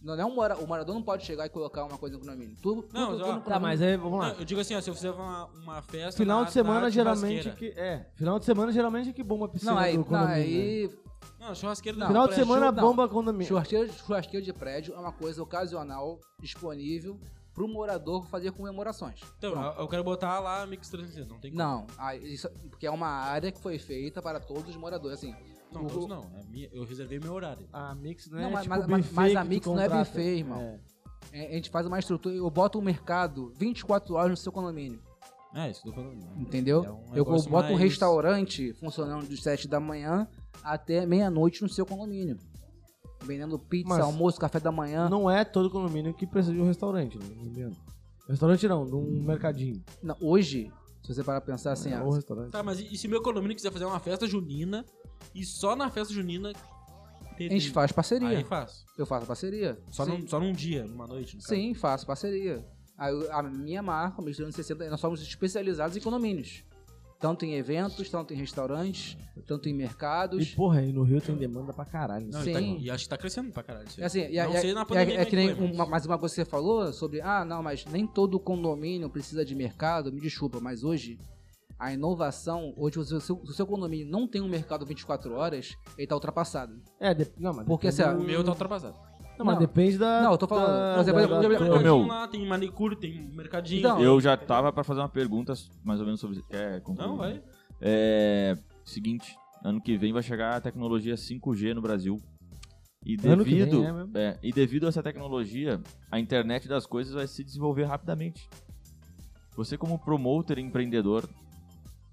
S4: Não não é um mora, o morador não pode chegar e colocar uma coisa no condomínio. Tudo,
S2: Não,
S4: tudo-
S2: já-
S4: tudo no
S1: Tá, mas aí, vamos lá.
S2: Não, eu digo assim, ó, se eu fizer uma, uma festa.
S1: Final
S2: na-
S1: de semana
S2: na
S1: geralmente
S2: churrasqueira.
S1: que é, final de semana geralmente é que bomba a piscina
S4: Não, aí,
S1: do
S4: não,
S1: condomínio. né?
S4: aí
S2: Não, churrasqueira não.
S1: Final de
S2: prédio.
S1: semana
S4: não.
S1: bomba condomínio.
S4: Churrasqueiro, churrasqueiro de prédio é uma coisa ocasional, disponível, pro morador fazer comemorações.
S2: Então,
S4: Pronto.
S2: eu- eu quero botar lá a Mix 360, não tem como.
S4: Não, ah, isso, porque é uma área que foi feita para todos os moradores, assim.
S2: Não,
S4: O-
S2: todos não. É minha- eu reservei meu horário.
S1: A Mix não é
S4: Não, mas-
S1: tipo
S4: mas- mas-
S1: buffet
S4: mas a
S1: que tu
S4: Mix não é
S1: contrata.
S4: buffet, irmão.
S1: É.
S4: é, A gente faz uma estrutura, eu boto um mercado 24 horas no seu condomínio,
S2: É, isso que eu tô falando. né?
S4: entendeu?
S2: É um
S4: eu
S2: negócio
S4: boto um
S2: mais-
S4: restaurante funcionando de 7 da manhã até meia-noite no seu condomínio. Vendendo pizza,
S1: Mas-
S4: almoço, café da manhã.
S1: Não é todo condomínio que precisa de um restaurante, né? Não entendo. Restaurante não, de um mercadinho.
S4: Não, hoje, se você parar pra pensar assim,
S1: é,
S4: ah,
S1: ou restaurante.
S2: Tá, mas e, e se meu condomínio quiser fazer uma festa junina e só na festa junina.
S4: a gente faz parceria.
S2: Aí faz.
S4: Eu faço parceria.
S2: Só,
S4: Sim.
S2: num, só num dia, numa noite. no caso.
S4: Sim, faço parceria. A, a minha marca, o Misturando 60, nós somos especializados em condomínios. Tanto em eventos, tanto em restaurantes, tanto em
S1: E
S4: mercados.
S1: porra, aí no Rio tem demanda pra caralho.
S2: Não,
S1: né?
S2: e tá-
S4: Sim.
S2: e acho que tá crescendo pra caralho. Isso aí.
S4: É Assim, e a-
S2: não
S4: e a-
S2: sei na
S4: e a-
S2: pandemia.
S4: é que nem
S2: foi, mas-
S4: uma, mas uma coisa que você falou sobre, ah, não, mas nem todo condomínio precisa de mercado, me desculpa, mas hoje a inovação, hoje se o seu, se o seu condomínio não tem um mercado 24 horas, ele tá ultrapassado.
S1: É, de- não, mas
S4: Porque
S1: depende
S4: assim,
S2: O
S1: do-
S2: meu tá ultrapassado.
S1: Não, mas
S4: não.
S1: depende da.
S4: Não, eu tô falando,
S1: da-
S4: por exemplo,
S1: da-
S4: por exemplo,
S1: da-
S2: Tem um
S3: meu-
S2: mercadinho lá, tem manicure, tem mercadinho.
S4: Então-
S2: tem-
S3: Eu já tava pra fazer uma pergunta mais ou menos sobre... Quer concluir?
S2: Não, vai.
S3: É... Seguinte, ano que vem vai chegar a tecnologia 5G no Brasil. E devido,
S1: Ano que vem, é mesmo?
S3: é, e devido a essa tecnologia, a internet das coisas vai se desenvolver rapidamente. Você como promoter e empreendedor,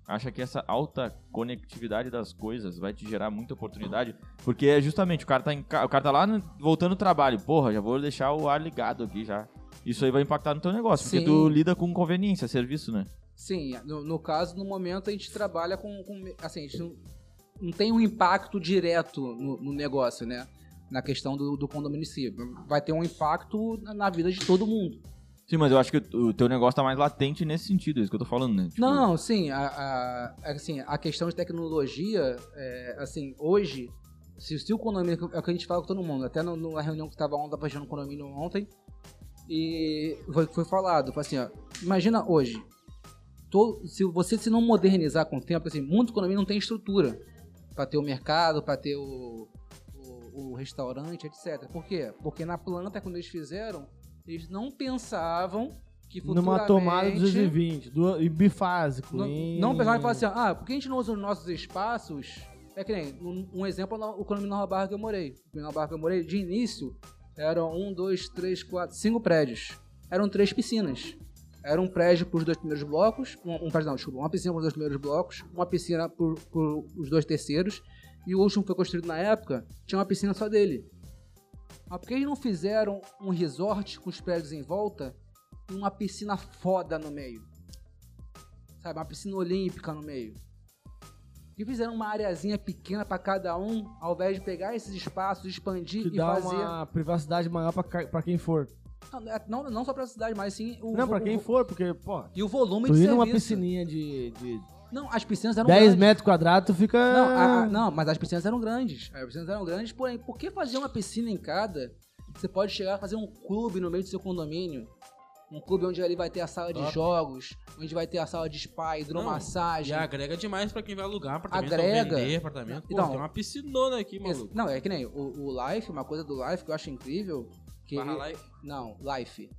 S3: acha que essa alta conectividade das coisas vai te gerar muita oportunidade? Porque é justamente, o cara tá, em ca- o cara tá lá no- voltando do trabalho. Porra, já vou deixar o ar ligado aqui já. Isso aí vai impactar no teu negócio,
S4: Sim.
S3: porque tu lida com conveniência, serviço, né?
S4: Sim, no, no caso, no momento a gente trabalha com, com assim, a gente não- não tem um impacto direto no, no negócio, né? Na questão do, do condomínio em si. Vai ter um impacto na- na vida de todo mundo.
S3: Sim, mas eu acho que o teu negócio tá mais latente nesse sentido, é isso que eu tô falando, né? Tipo,
S4: Não, sim, a, a- assim, a questão de tecnologia, é, assim, hoje, se, se o condomínio, é o que a gente fala com todo mundo, até no- numa reunião que estava ontem, abaixando o condomínio ontem, e foi, foi falado, foi assim, ó, imagina hoje, to- se você se não modernizar com o tempo, porque, assim, muito condomínio não tem estrutura para ter o mercado, para ter o, o- o restaurante, etc. Por quê? Porque na planta, quando eles fizeram, eles não pensavam que futuramente...
S1: Numa tomada 220, do, e bifásico.
S4: Não,
S1: em-
S4: não pensar e falar assim, ah, por que a gente não usa os nossos espaços? É que nem, um, um exemplo, é o condomínio Nova Barra que eu morei. O condomínio Nova Barra que eu morei, de início, eram um, dois, três, quatro, cinco prédios. Eram três piscinas. Era um prédio para os dois primeiros blocos, um, um prédio não, desculpa, uma piscina para os dois primeiros blocos, uma piscina para os dois terceiros, e o último que foi construído na época tinha uma piscina só dele. Mas por que eles não fizeram um resort com os prédios em volta e uma piscina foda no meio? sabe? Uma piscina olímpica no meio. E fizeram uma areazinha pequena pra cada um, ao invés de pegar esses espaços, expandir
S1: Que
S4: e
S1: dá
S4: fazer. Ah,
S1: uma privacidade maior pra, ca- pra quem for.
S4: Não, não só pra cidade, mas sim o.
S1: Não,
S4: vo-
S1: pra quem
S4: o-
S1: for, porque, pô,
S4: E o volume
S1: tu
S4: de
S1: ir
S4: serviço.
S1: numa piscininha de, de
S4: Não, as piscinas eram
S1: 10
S4: grandes.
S1: metros quadrados, tu fica.
S4: Não, a- a-
S1: Ah.
S4: não, mas as piscinas eram grandes. As piscinas eram grandes, porém, por que fazer uma piscina em cada? Você pode chegar a fazer um clube no meio do seu condomínio. Um clube onde ali vai ter a sala de
S2: Top.
S4: jogos, onde vai ter a sala de spa,
S2: E
S4: hidromassagem.
S2: agrega demais pra quem vai alugar apartamento,
S4: Agrega.
S2: ou vender apartamento. Pô,
S4: Então-
S2: tem uma piscinona aqui,
S4: Ex-
S2: maluco.
S4: Não, é que nem o, o Life, uma coisa do Life que eu acho incrível. Que
S2: Barra
S4: ele-
S2: lá é- e-
S4: Não, Life.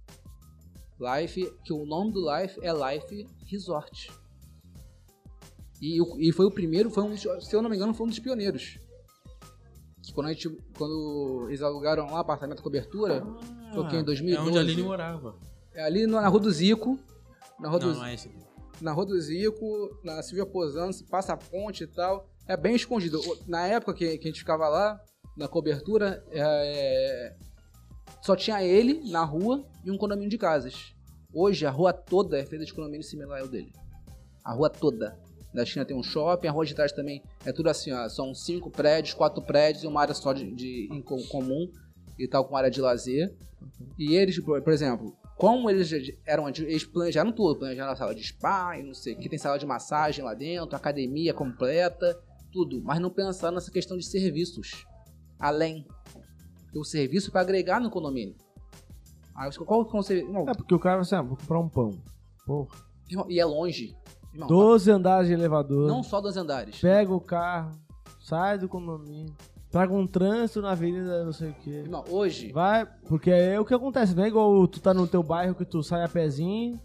S4: Life, que o nome do Life é Life Resort. E, o- e foi o primeiro, foi um dos, se eu não me engano, foi um dos pioneiros. Que Quando, a gente, quando eles alugaram lá apartamento cobertura, foi o quê? Em
S2: É
S4: 2012.
S2: onde a Aline morava.
S4: É ali no- na Rua do Zico. Na Rua,
S2: Não,
S4: do,
S2: não é esse. aqui.
S4: na Rua do Zico, na Silvia Posantes, passa a ponte e tal. É bem escondido. O- Na época que, que a gente ficava lá, na cobertura, é, só tinha ele na rua e um condomínio de casas. Hoje a rua toda é feita de condomínio similar ao dele. A rua toda. Na China tem um shopping, a rua de trás também é tudo assim, ó, são cinco prédios, quatro prédios e uma área só de, de- em co- comum e tal, com área de lazer. E eles, por por exemplo, como eles já eram, eles planejaram tudo, planejaram a sala de spa e não sei o que, tem sala de massagem lá dentro, academia completa, tudo, mas não pensaram nessa questão de serviços, além do serviço para agregar no condomínio. Aí, você- qual que é o serviço? Não,
S1: É porque o cara vai assim, ah, vou comprar um pão. Porra.
S4: irmão, e é longe. Irmão,
S1: 12 andares de elevador.
S4: Não só dos andares.
S1: Pega o carro, sai do condomínio, traga um trânsito na avenida, não sei o quê.
S4: Irmão, hoje,
S1: Vai, porque é o que acontece, não é igual tu tá no teu bairro que tu sai a pezinho,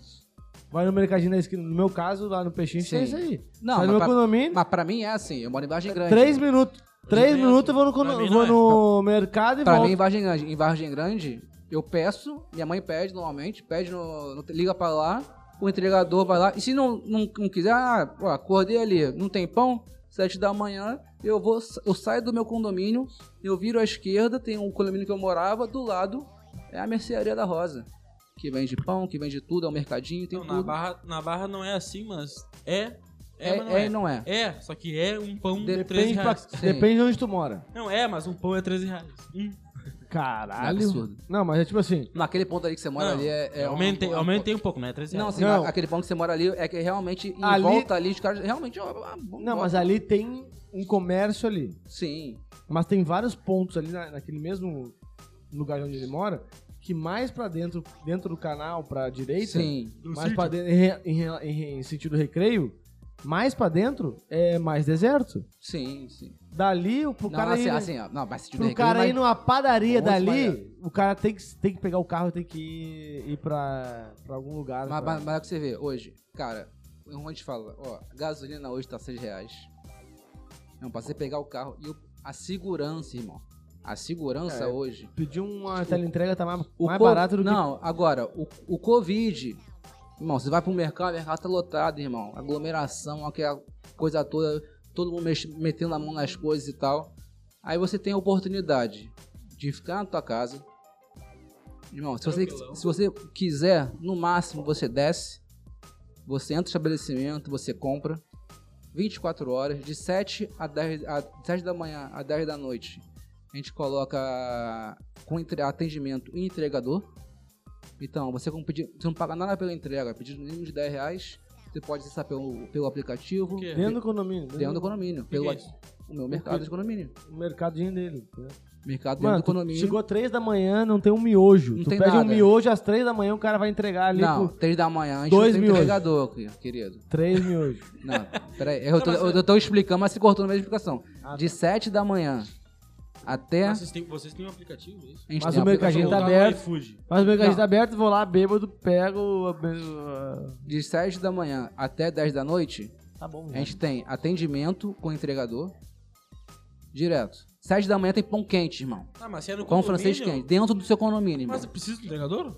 S1: vai no mercadinho da esquina, no meu caso, lá no Peixinho,
S4: Sim.
S1: é isso aí.
S4: Não,
S1: sai
S4: mas
S1: no meu
S4: pra,
S1: condomínio,
S4: mas pra mim é assim, eu moro em Vargem Grande.
S1: três minutos. Três
S2: Pra mim
S1: minutos eu vou no,
S2: não
S1: cono-
S2: é.
S1: vou no mercado e
S4: Pra mim,
S1: volto.
S4: em Vargem Grande. Em Vargem Grande, eu peço, minha mãe pede normalmente, pede no. no- liga pra lá, o entregador vai lá. E se não, não, não quiser, ah, ó, acordei ali, não tem pão? Sete da manhã, eu vou. Eu saio do meu condomínio, eu viro à esquerda, tem um condomínio que eu morava, do lado é a mercearia da Rosa. Que vende pão, que vende tudo, é um mercadinho, tem
S2: Não, na
S4: tudo.
S2: barra, na barra não é assim, mas é. É,
S4: é,
S2: mas não
S4: é
S2: é.
S4: e não é.
S2: É, só que é um pão de 13
S1: Depende, pra-
S2: reais.
S4: Sim.
S1: depende de onde tu mora.
S2: Não é, mas um pão é 13 reais. Hum.
S1: Caralho.
S4: É absurdo.
S1: Não, mas é tipo assim,
S4: Naquele ponto ali que você mora
S2: Não,
S4: ali é. é um-
S2: aumentei,
S4: é um-
S2: aumentei um pouco, não é 13 reais.
S4: Não, sim,
S1: Não.
S4: mas aquele ponto que você mora ali é que realmente em
S1: Ali-
S4: volta ali os caras realmente. ó, ah, ó, ó,
S1: não,
S4: ó,
S1: mas ali tem um comércio ali.
S4: Sim.
S1: Mas tem vários pontos ali na- naquele mesmo lugar onde ele mora que mais pra dentro, dentro do canal, pra direita,
S4: Sim.
S2: No
S1: mais
S2: sítio.
S1: para dentro em, re- em re- em sentido recreio, mais pra dentro é mais deserto.
S4: Sim, sim.
S1: Dali o pro
S4: não,
S1: cara
S4: assim,
S1: ir,
S4: assim, ó. Não, mas se
S1: pro cara ir numa padaria
S4: Muito
S1: dali,
S4: maior.
S1: o cara tem que tem que pegar o carro, tem que ir, ir pra, pra algum lugar.
S4: Mas,
S1: pra-
S4: mas, mas é o que você vê hoje, cara, como a gente fala, ó, a gasolina hoje tá 6 reais. Não, pra você pegar o carro. E o- a segurança, irmão. A segurança
S1: É,
S4: hoje.
S1: Pedir uma teleentrega tá mais,
S4: O
S1: mais
S4: co-
S1: barato do
S4: Não, agora, o, o Covid. Irmão, você vai pro mercado, o mercado tá lotado, irmão. Aglomeração, aquela coisa toda, todo mundo mex- metendo a mão nas coisas e tal. Aí você tem a oportunidade de ficar na tua casa. Irmão, se você,
S2: Tranquilão.
S4: se você quiser, no máximo você desce, você entra no estabelecimento, você compra, 24 horas, de 7 a 10, a 7 da manhã a 10 da noite. A gente coloca com entre- atendimento e entregador. Então, você, com pedi- você não paga nada pela entrega, pedido mínimo de 10 reais. Você pode acessar pelo, pelo aplicativo,
S2: quê?
S1: Dentro do condomínio.
S4: dentro do condomínio,
S2: é? que
S4: pelo
S2: é isso?
S4: o meu mercado de condomínio.
S1: O mercadinho dele. né?
S4: Mercado dentro
S1: Mano,
S4: do um condomínio.
S1: chegou três da manhã, não tem um miojo.
S4: Não
S1: tu
S4: tem
S1: pede um
S4: nada.
S1: miojo, às três da manhã o cara vai entregar ali
S4: Não,
S1: por
S4: 3 da manhã, a gente
S1: Dois
S4: não tem
S1: mil hoje.
S4: entregador, aqui, querido.
S1: três miojos.
S4: Não, peraí. Eu tô,
S2: assim?
S4: eu tô explicando, mas se cortou na mesma explicação. De 7 da manhã até.
S2: Vocês têm, vocês têm um aplicativo, é isso?
S4: a gente
S1: Mas
S4: tem
S1: o
S4: um
S1: mercadinho tá
S4: aplicativo.
S1: aberto.
S2: iFood.
S1: Mas o mercadinho
S4: Não.
S1: tá aberto, vou lá, bêbado, pego. a- a-
S4: De 7 da manhã até 10 da noite,
S1: Tá bom,
S4: a gente tem atendimento com o entregador. Direto. 7 da manhã tem pão quente, irmão.
S2: Ah, mas se é no
S4: Pão
S2: condomínio,
S4: francês quente. Dentro do seu condomínio, irmão.
S2: Mas precisa de entregador?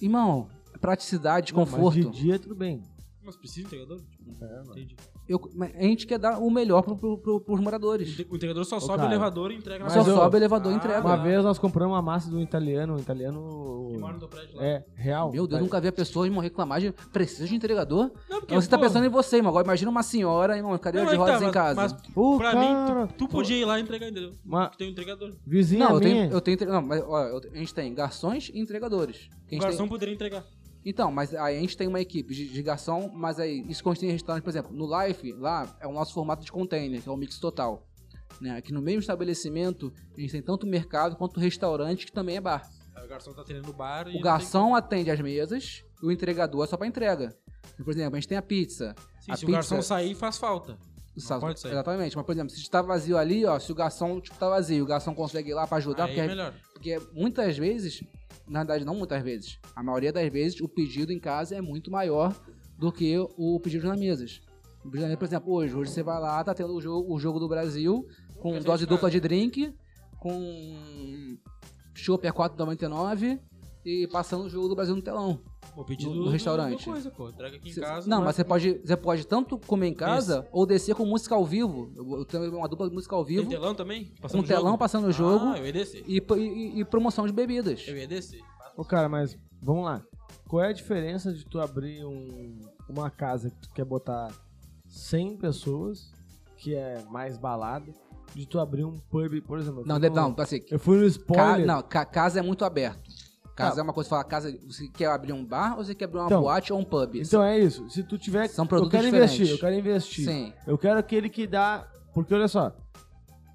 S4: Irmão, praticidade,
S1: Não, mas
S4: conforto.
S1: de dia tudo bem.
S2: Mas precisa de entregador? Tipo, entendi.
S4: Eu- mas a gente quer dar o melhor pro, pro, pro, pros moradores.
S2: O entregador só sobe
S1: cara,
S2: o elevador e entrega na
S1: mas
S4: Só
S1: eu-
S2: casa.
S4: sobe o elevador e
S2: Ah,
S4: entrega.
S1: Uma
S2: tá.
S1: vez nós compramos uma massa de um italiano, um
S2: Que mora no
S1: italiano.
S2: teu prédio lá.
S1: É, real.
S4: Meu Deus,
S1: Tá-
S4: nunca vi a pessoa irmão, reclamar de precisa de entregador.
S2: Não,
S4: Aí você tá pensando em você, irmão. Agora imagina uma senhora, irmão, cadeira
S2: Não,
S4: de
S2: aí tá,
S4: rodas em
S2: mas-
S4: casa.
S2: mas
S1: Ô,
S2: Pra
S1: cara,
S2: mim, tu, tu podia ir lá e entregar, entendeu?
S1: Uma
S2: Porque tem um entregador.
S1: vizinha
S4: não, eu
S1: minha.
S4: tenho, eu tenho. entre- Não, mas ó, eu- a gente tem garçons e entregadores. Que a
S2: O
S4: gente
S2: garçom
S4: tem-
S2: poderia entregar.
S4: Então, mas aí a gente tem uma equipe de, de garçom, mas aí isso consiste em restaurante, por exemplo, no Life, lá é o nosso formato de container, que é o mix total. Né? Aqui no mesmo estabelecimento, a gente tem tanto mercado quanto restaurante, que também é bar.
S2: Aí o garçom tá atendendo o bar e...
S4: O garçom atende as mesas, e o entregador é só pra entrega. Por exemplo, a gente tem a pizza.
S2: Sim,
S4: a
S2: se o
S4: pizza-
S2: garçom sair, faz falta.
S4: Sa-
S2: pode sair.
S4: Exatamente. Mas, por exemplo, se está vazio ali, ó, se o garçom tipo, tá vazio, o garçom consegue ir lá pra ajudar,
S2: Aí
S4: porque,
S2: é melhor.
S4: porque muitas vezes, na verdade não muitas vezes, a maioria das vezes o pedido em casa é muito maior do que o pedido nas mesas. O pedido na mesa, Por exemplo, hoje, hoje você vai lá, tá tendo o jogo, o jogo do Brasil, com
S2: Presente
S4: dose
S2: de casa.
S4: dupla de drink, com é chopp a 4,99 e passando o jogo do Brasil no telão.
S2: O pedido
S4: No- no
S2: do- do-
S4: restaurante.
S2: Coisa, pô. Entrega aqui em
S4: Cê-
S2: casa. né?
S4: não, mas você pode, você pode tanto comer em casa ou descer com música ao vivo. Eu, eu tenho uma dupla de música ao
S2: Tem
S4: vivo,
S2: telão também? Passando
S4: com
S2: o
S4: telão
S2: jogo?
S4: passando o jogo
S2: Ah, eu ia descer.
S4: e, p- e- e promoção de bebidas.
S2: Eu ia descer.
S1: Ô, cara, mas vamos lá. Qual é a diferença de tu abrir um- uma casa que tu quer botar 100 pessoas, que é mais balada, de tu abrir um pub, por exemplo? eu
S4: Não,
S1: fui
S4: de-
S1: no-
S2: um
S4: não, assim,
S1: Eu fui no
S4: ca,
S1: spoiler. Tá.
S4: não, ca- casa é muito aberto. Casa é uma coisa, fala casa, você quer abrir um bar ou você quer abrir uma
S1: Então-
S4: boate ou um pub?
S1: Então é isso. Se tu tiver.
S4: São
S1: eu
S4: produtos
S1: quero
S4: diferentes.
S1: investir, eu quero investir.
S4: Sim.
S1: Eu quero aquele que dá. Porque olha só.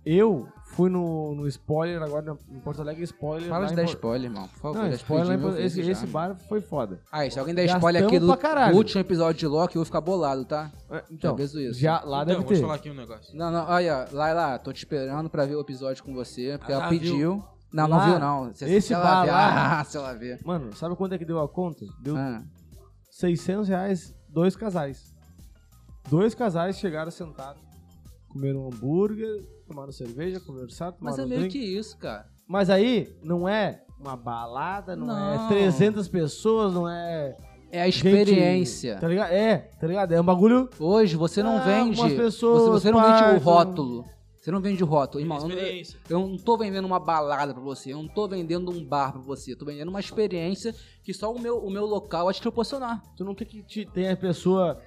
S1: Eu fui no, no spoiler agora em Porto Alegre, spoiler.
S4: Fala
S1: lá
S4: de
S1: em
S4: dar
S1: Por-
S4: spoiler, irmão. Por favor,
S1: Não,
S4: já
S1: spoiler. lá em
S4: pedi mil
S1: Porto- Esse,
S4: vezes já,
S1: esse
S4: né?
S1: bar foi foda.
S4: Aí, se alguém der
S1: Gastamos
S4: spoiler aqui do
S1: pra caralho.
S4: último episódio de Loki, eu vou ficar bolado, tá?
S1: É,
S4: Já
S1: Então,
S4: aviso isso.
S1: já lá
S2: Então,
S1: deve
S2: vou te
S1: ter.
S2: falar aqui um negócio.
S4: Não, não, olha, lá, lá, tô te esperando pra ver o episódio com você, porque
S2: Ah,
S4: ela
S2: tá,
S4: pediu. Não,
S1: Lá,
S4: não viu, não. Se,
S1: esse
S4: se ela
S1: bar
S4: ver,
S1: lá.
S4: Ah, se ela ver.
S1: Mano, sabe quanto é que deu a conta? Deu
S4: Ah,
S1: 600 reais, dois casais. Dois casais chegaram sentados, comeram hambúrguer, tomaram cerveja, conversaram, tomaram
S4: mas é
S1: um
S4: meio
S1: drink.
S4: que isso, cara.
S1: Mas aí, não é uma balada, não, é
S4: Não.
S1: 300 pessoas, não é...
S4: É a
S1: gente-
S4: experiência.
S1: tá ligado? É, tá ligado? É um bagulho...
S4: Hoje você não
S1: Ah,
S4: vende.
S1: algumas pessoas
S4: você, você não vende o
S1: partem.
S4: rótulo. Você não vende o rótulo. Irmão, eu não-
S2: Experiência.
S4: eu não tô vendendo uma balada pra você. Eu não tô vendendo um bar pra você. Eu tô vendendo uma experiência que só o meu, o meu local vai te proporcionar.
S1: Tu não quer que te tenha a pessoa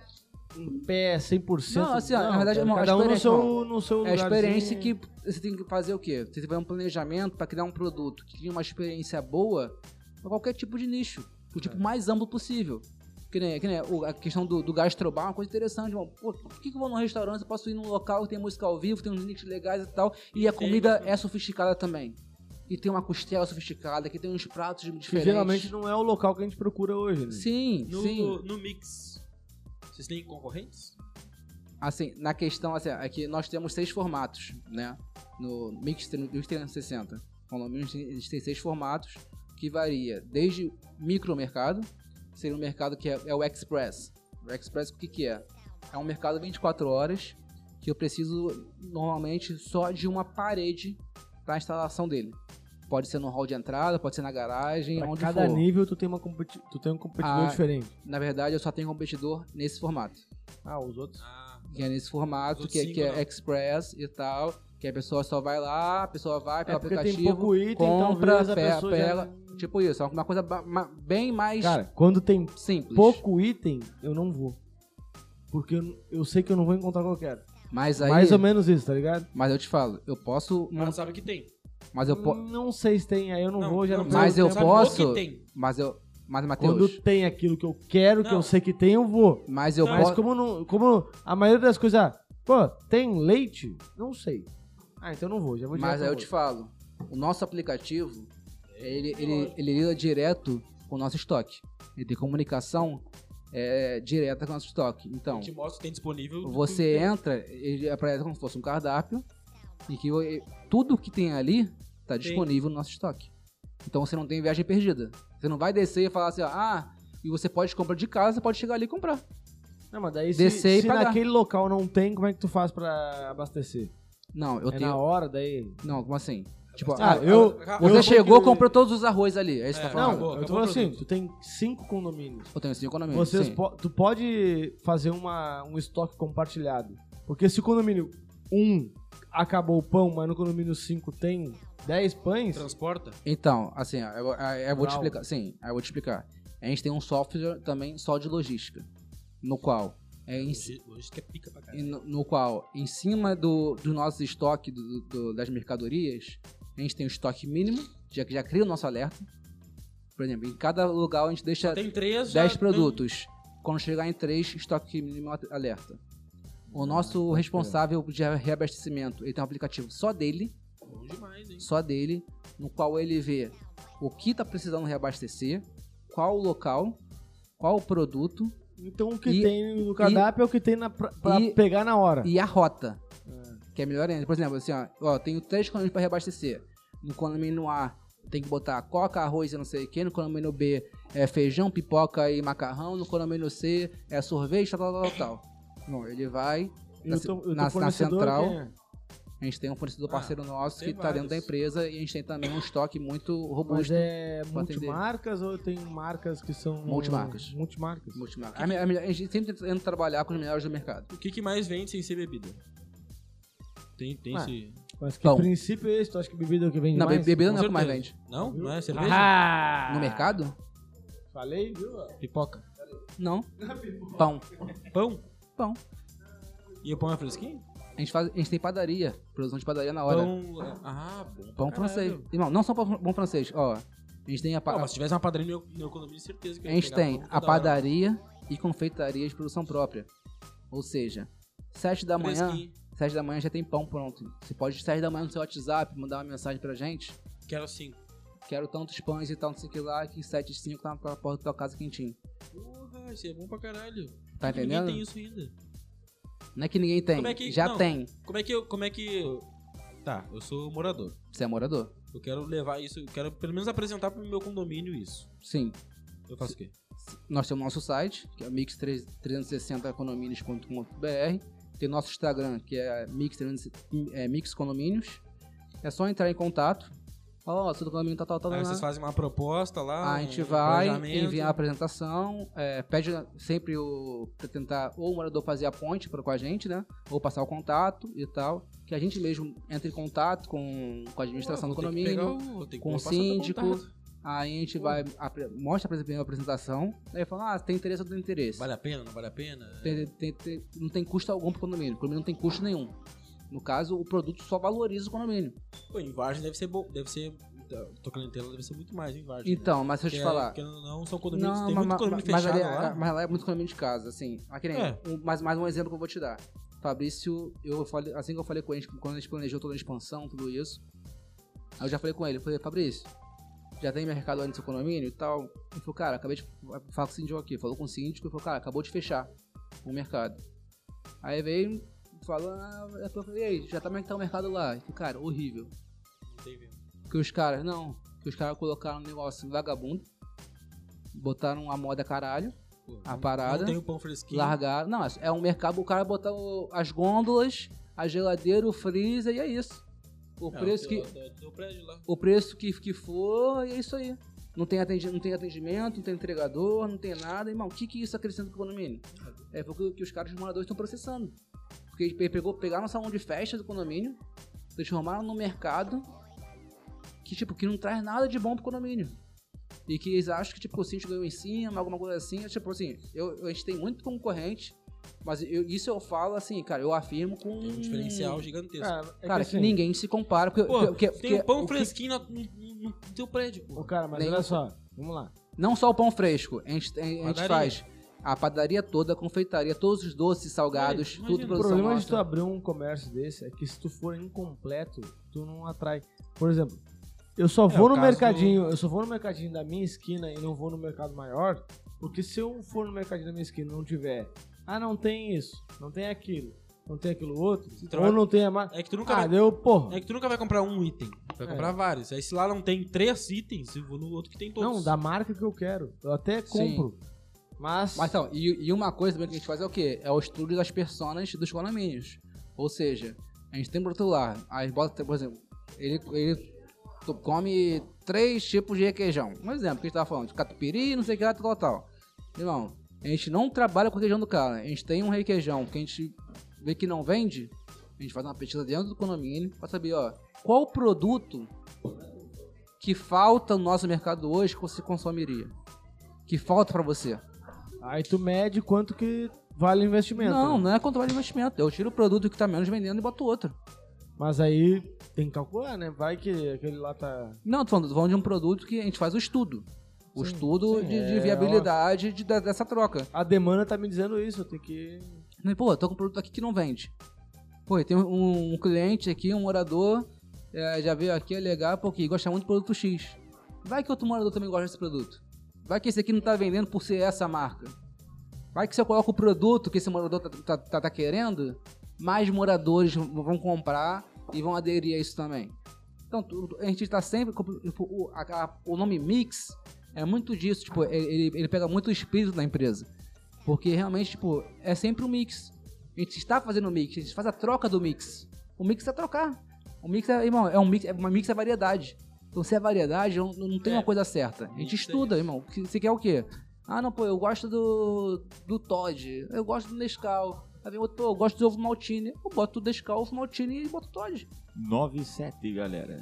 S1: em pé, 100%.
S4: Não, assim, ó, na verdade,
S1: cara,
S4: irmão,
S1: cada
S4: a
S1: um no
S4: experiência,
S1: seu,
S4: irmão,
S1: no seu
S4: É a
S1: lugarzinho.
S4: experiência que você tem que fazer o quê? Você tem que fazer um planejamento pra criar um produto que cria uma experiência boa pra qualquer tipo de nicho. O
S1: É.
S4: tipo mais amplo possível. Que nem, que nem o- a questão do, do gastrobar é uma coisa interessante, irmão. Pô, por que, que eu vou num restaurante? Eu posso ir num local que tem música ao vivo, tem uns drinks legais e tal. E a comida é sofisticada também. E tem uma costela sofisticada, que tem uns pratos
S1: Que
S4: diferentes.
S1: geralmente não é o local que a gente procura hoje, né?
S4: Sim,
S2: No,
S4: sim.
S2: no mix, vocês têm concorrentes?
S4: assim, na questão assim, é que nós temos seis formatos, né? No Mix 360. Condomínios eles têm seis formatos que varia desde micromercado, que seria um mercado que é, é o Express. O Express o que, que é? É um mercado 24 horas que eu preciso normalmente só de uma parede para instalação dele. Pode ser no hall de entrada, pode ser na garagem,
S1: Pra
S4: onde
S1: cada
S4: for.
S1: nível tu tem, uma competi... tu tem um competidor
S4: Ah.
S1: diferente.
S4: Na verdade, eu só tenho competidor nesse formato.
S1: Ah, os outros.
S2: Ah,
S4: Que é nesse formato,
S2: Outros
S4: que, é-
S2: cinco,
S4: que é
S2: não.
S4: express e tal. Que a pessoa só vai lá, a pessoa vai
S1: É
S4: pelo
S1: porque tem
S4: aplicativo,
S1: pouco item,
S4: compra,
S1: talvez a
S4: pe-
S1: pessoa já-
S4: pega. Tipo isso, é uma coisa ba- ma- bem mais
S1: Cara, quando tem
S4: simples.
S1: pouco item, eu não vou. porque eu, eu sei que eu não vou encontrar qualquer.
S4: Mas aí.
S1: Mais ou menos isso, tá ligado?
S4: Mas eu te falo, eu posso.
S2: Mas não sabe que tem.
S4: Mas eu posso.
S1: Não sei se tem, aí eu não, vou, já não,
S4: mas
S1: sei.
S4: eu
S2: sabe o
S4: posso-
S2: Que tem.
S4: Mas eu. Mas,
S1: Quando
S4: Matheus.
S1: tem aquilo que eu quero, que eu
S2: Não.
S1: sei que tem, eu vou.
S4: Mas eu
S2: Não,
S1: Mas
S4: posso.
S1: como, não, como a maioria das coisas, ah, pô, tem leite? Não sei. Ah, então não vou, já vou
S4: Mas é
S1: direto
S4: aí eu
S1: ao
S4: te
S1: outro.
S4: falo, o nosso aplicativo, ele,
S2: É
S4: ele, ele lida direto com o nosso estoque. Ele tem comunicação é, direta com o nosso estoque. Então,
S2: Te mostro que tem disponível.
S4: você entra, ele aparece como se fosse um cardápio, e que o- e- tudo que tem ali está disponível no nosso estoque. Então você não tem viagem perdida. Você não vai descer e falar assim, ó, ah, e você pode comprar de casa, pode chegar ali e comprar.
S1: Não, mas daí
S4: Descer
S1: se,
S4: e
S1: se
S4: pagar.
S1: naquele local não tem, como é que tu faz pra abastecer?
S4: Não, eu
S1: é na
S4: tenho.
S1: hora, daí...
S4: Não, como assim? Tipo,
S1: Ah,
S4: ah,
S1: eu...
S4: você
S1: eu-
S4: chegou,
S1: porque-
S4: comprou todos os arroz ali. É isso que
S2: É,
S4: tá
S1: Não,
S4: falando.
S1: eu
S2: Acabou,
S1: tô
S2: acabou o
S1: falando assim,
S2: produto.
S1: tu tem cinco condomínios.
S4: Eu tenho cinco economia.
S1: Vocês
S4: sim.
S1: po- tu pode fazer uma, um estoque compartilhado. Porque se o condomínio 1 um acabou o pão, mas no condomínio 5 tem 10 pães,
S2: Transporta.
S4: Então, assim, ó, eu, eu- eu vou te
S1: Uau.
S4: explicar. Sim, eu vou te explicar. A gente tem um software também só de logística, no qual é em, ci-
S2: Hoje, hoje que é pica pra caralho.
S4: em- no, no qual em cima do do nosso estoque do- do- das mercadorias, a gente tem o estoque mínimo, já que já cria o nosso alerta. Por exemplo, em cada lugar a gente deixa
S2: Tem três.
S4: 10
S2: já-
S4: produtos. Quando chegar em 3, estoque mínimo alerta. O nosso responsável de reabastecimento, ele tem um aplicativo só dele,
S2: Não, bom demais, hein?
S4: só dele, no qual ele vê o que tá precisando reabastecer, qual o local, qual o produto
S1: então o que
S4: E-
S1: tem no cardápio é o que tem na, pra, pra
S4: e-
S1: pegar na hora.
S4: e a rota. Que é melhor ainda. Por exemplo, assim, ó, ó tenho três condomínios para reabastecer. No condomínio A tem que botar coca, arroz e não sei o que. No condomínio B é feijão, pipoca e macarrão. No condomínio C é sorvete, tal, tal, tal, tal. Não, ele vai.
S1: E
S4: na-
S1: o teu- o teu
S4: na- na
S1: fornecedor,
S4: central,
S1: quem é?
S4: A gente tem um fornecedor
S2: Ah,
S4: parceiro nosso
S2: tem
S4: que tá dentro da
S2: vários.
S4: empresa e a gente tem também um estoque muito
S1: Mas
S4: robusto.
S1: é
S4: pra atender.
S1: multimarcas ou tem marcas que são... eh,
S4: Multimarcas.
S1: Multimarcas.
S4: multimarca. É melhor- a gente sempre tenta trabalhar com os melhores do mercado.
S2: O que, que mais vende sem ser bebida? Tem, tem
S1: Ah,
S2: esse.
S1: Mas que
S4: Pão.
S1: princípio é esse? Tu acha que bebida é o que vende
S4: Não,
S1: mais?
S4: bebida não é o
S2: Com
S4: que mais
S2: certeza.
S4: vende.
S2: Não? Não é cerveja?
S1: Ah!
S4: No mercado?
S1: Falei, viu?
S2: Pipoca.
S4: Não. Pão.
S2: Pão?
S4: Pão.
S2: E o pão é fresquinho?
S4: A gente, faz, a gente tem padaria, produção de padaria na hora. Pão,
S2: Pão. Ah, bom. pra caralho.
S4: francês. Irmão, não só pão, pão francês, ó. A gente tem a, pa-
S2: Ah, mas se tivesse uma padaria no meu, no meu condomínio, certeza que
S4: a
S2: eu ia
S4: gente
S2: pegar
S4: tem
S2: pão toda
S4: a
S2: hora.
S4: padaria e confeitaria de produção própria. Ou seja, 7 da manhã,
S2: Fresquinho.
S4: 7 da manhã já tem pão pronto. Você pode 7 da manhã no seu WhatsApp, mandar uma mensagem pra gente.
S2: Quero assim. cinco.
S4: Quero tantos pães e tal, não sei o que lá, que 7 e 5 tá na porta da tua casa quentinho.
S2: Porra, isso é bom pra caralho.
S4: Tá
S2: Acho que Ninguém
S4: entendendo?
S2: tem isso ainda.
S4: Não é que ninguém tem,
S2: Como é que-
S4: já
S2: não.
S4: tem.
S2: Como é que eu. Como é que. eu- Tá, eu sou morador.
S4: Você é morador?
S2: Eu quero levar isso, eu quero pelo menos apresentar pro meu condomínio isso.
S4: Sim.
S2: Eu faço o quê?
S4: Nós temos nosso site, que é mix360condomínios.com.br. Tem nosso Instagram, que é mix, é mix Condomínios. É só entrar em contato. Ó, oh, seu condomínio tá tal, tal,
S2: Aí
S4: tal.
S2: vocês fazem uma proposta lá.
S4: A gente
S2: um
S4: vai
S2: planejamento.
S4: enviar a apresentação, é, pede sempre o, pra tentar ou o morador fazer a ponte pra, com a gente, né? Ou passar o contato e tal. Que a gente mesmo entra em contato com, com a administração
S2: Pô,
S4: do
S2: vou ter que pegar
S4: condomínio.
S2: o- vou ter que
S4: com o
S2: passar teu
S4: síndico.
S2: contato.
S4: Aí a gente
S2: Pô.
S4: vai, apre- mostra pra exemplo, a apresentação. Aí fala, ah, tem interesse ou não tem interesse.
S2: Vale a pena, não vale a pena?
S4: Tem- tem- tem- não tem custo algum pro condomínio. O condomínio não tem custo nenhum. No caso, o produto só valoriza o condomínio.
S2: Pô, em Vargem deve ser bom, deve ser. tá, Tua clientela deve ser muito mais em Vargem. né?
S4: Então, mas se eu te
S2: Porque,
S4: falar.
S2: Porque não são condomínios,
S4: Não,
S2: tem
S4: mas,
S2: muito condomínio
S4: mas- mas
S2: fechado
S4: ali-
S2: lá.
S4: mas lá é muito condomínio de casa, assim. Mas, que nem-
S2: É.
S4: um- mas mais um exemplo que eu vou te dar. Fabrício, eu falei, assim que eu falei com ele, quando a gente planejou toda a expansão, tudo isso, aí eu já falei com ele, eu falei, Fabrício, já tem mercado lá no seu condomínio e tal? Ele falou, cara, acabei de falar com o síndico aqui. Falou com o síndico e falou, cara, acabou de fechar o mercado. Aí veio, falou, ah, eu falei, e aí, já tá como é que tá o mercado lá? Ele falou, cara, horrível. é,
S2: Não tem mesmo.
S4: Que os caras, não. Que os caras colocaram um negócio vagabundo. Botaram a moda caralho.
S2: Pô,
S4: A
S2: não-
S4: parada.
S2: Não tem o pão fresquinho.
S4: Largaram. Não, é um mercado. O cara botar o- as gôndolas, a geladeira, o freezer e é isso. O
S2: Não,
S4: preço,
S2: tem
S4: que,
S2: lá- tem- tem o prédio lá.
S4: o preço que, que for e é isso aí. Não tem, atendi, não tem atendimento, não tem entregador, não tem nada. Irmão, o que, que isso acrescenta pro condomínio? É porque o que os caras, os moradores, estão processando. Porque ele pegou, pegaram um salão de festa do condomínio, transformaram num mercado que, tipo, que não traz nada de bom pro condomínio. E que eles acham que, tipo, o síndico ganhou em cima, alguma coisa assim. É, tipo assim, eu, eu- a gente tem muito concorrente Mas eu- isso eu falo assim, cara, eu afirmo com.
S2: Teve um diferencial
S4: Hum.
S2: gigantesco.
S1: Cara, é
S4: Cara,
S1: que,
S4: que
S1: assim,
S4: ninguém se compara. Porque,
S2: Pô,
S4: porque- porque-
S2: tem um pão
S4: o que-
S2: fresquinho no, no- no- no teu prédio,
S1: Ô,
S2: pô.
S1: cara, mas
S4: Nem- um
S1: olha só. Vamos lá.
S4: Não só o pão fresco, a gente, a gente
S2: Padaria.
S4: faz a padaria toda, a confeitaria, todos os doces, salgados,
S2: Imagina,
S4: tudo
S2: o
S1: O
S4: produção
S1: problema de tu
S4: nossa.
S1: abrir um comércio desse é que se tu for incompleto, tu não atrai. Por exemplo, eu só vou
S2: É,
S1: no
S2: o caso
S1: mercadinho, eu só vou no mercadinho da minha esquina e não vou no mercado maior, porque se eu for no mercadinho da minha esquina e não tiver, ah, não tem isso, não tem aquilo, não tem aquilo outro,
S2: trabalha-
S1: ou não tem a marca.
S2: É que tu nunca
S1: Ah,
S2: vai...
S1: deu, porra.
S2: É que tu nunca vai comprar um item, tu vai
S1: É.
S2: comprar vários. Aí se lá não tem três itens, eu vou no outro que tem todos.
S1: Não, da marca que eu quero. Eu até
S4: Sim.
S1: compro. Mas.
S4: Mas então, e, e uma coisa também que a gente faz é o quê? É o estudo das personas dos condomínios. Ou seja, a gente tem um produto lá, aí bota, por exemplo, ele, ele tu come três tipos de requeijão. Um exemplo que a gente tava falando, de catupiry, não sei o que lá, tal, tal, tal. Irmão, a gente não trabalha com o requeijão do cara. A gente tem um requeijão que a gente vê que não vende, a gente faz uma pesquisa dentro do condomínio pra saber, ó, qual produto que falta no nosso mercado hoje que você consumiria? Que falta pra você?
S1: Aí tu mede quanto que vale o investimento.
S4: Não,
S1: né?
S4: não é controlar investimento. Eu tiro o produto que tá menos vendendo e boto outro.
S1: Mas aí tem que calcular, né? Vai que aquele lá tá.
S4: Não, tô falando, tô falando de um produto que a gente faz o estudo. O
S1: Sim,
S4: estudo
S1: sim,
S4: de, de
S1: é,
S4: viabilidade de- da- dessa troca.
S1: A demanda tá me dizendo isso, eu tenho que.
S4: Mas, Pô, eu tô com um produto aqui que não vende. Pô, tem um, um cliente aqui, um morador, é, já veio aqui alegar porque gosta muito do produto X. Vai que outro morador também gosta desse produto. Vai que esse aqui não tá vendendo por ser essa marca. Vai que se eu coloco o produto que esse morador tá, tá- tá- tá querendo, mais moradores vão comprar e vão aderir a isso também. Então, tu- a gente tá sempre. com- tipo, O, a- a- o nome Mix é muito disso. Tipo, ele- ele, ele pega muito o espírito da empresa. Porque realmente, tipo, é sempre um mix. A gente está fazendo um mix, a gente faz a troca do mix. O mix é trocar. O mix é, irmão, é um mix, é, uma mix é variedade. Então, se é variedade, não, não tem
S2: É.
S4: uma coisa certa. A gente
S2: Mix é
S4: estuda, irmão. O que- Você quer o quê? Ah, não, pô, eu gosto do, do Todd, eu gosto do Nescau. Aí vem outro, pô, eu gosto do ovo maltine. Eu boto o Nescau, ovo maltine e boto o Todd.
S3: 9-7, galera.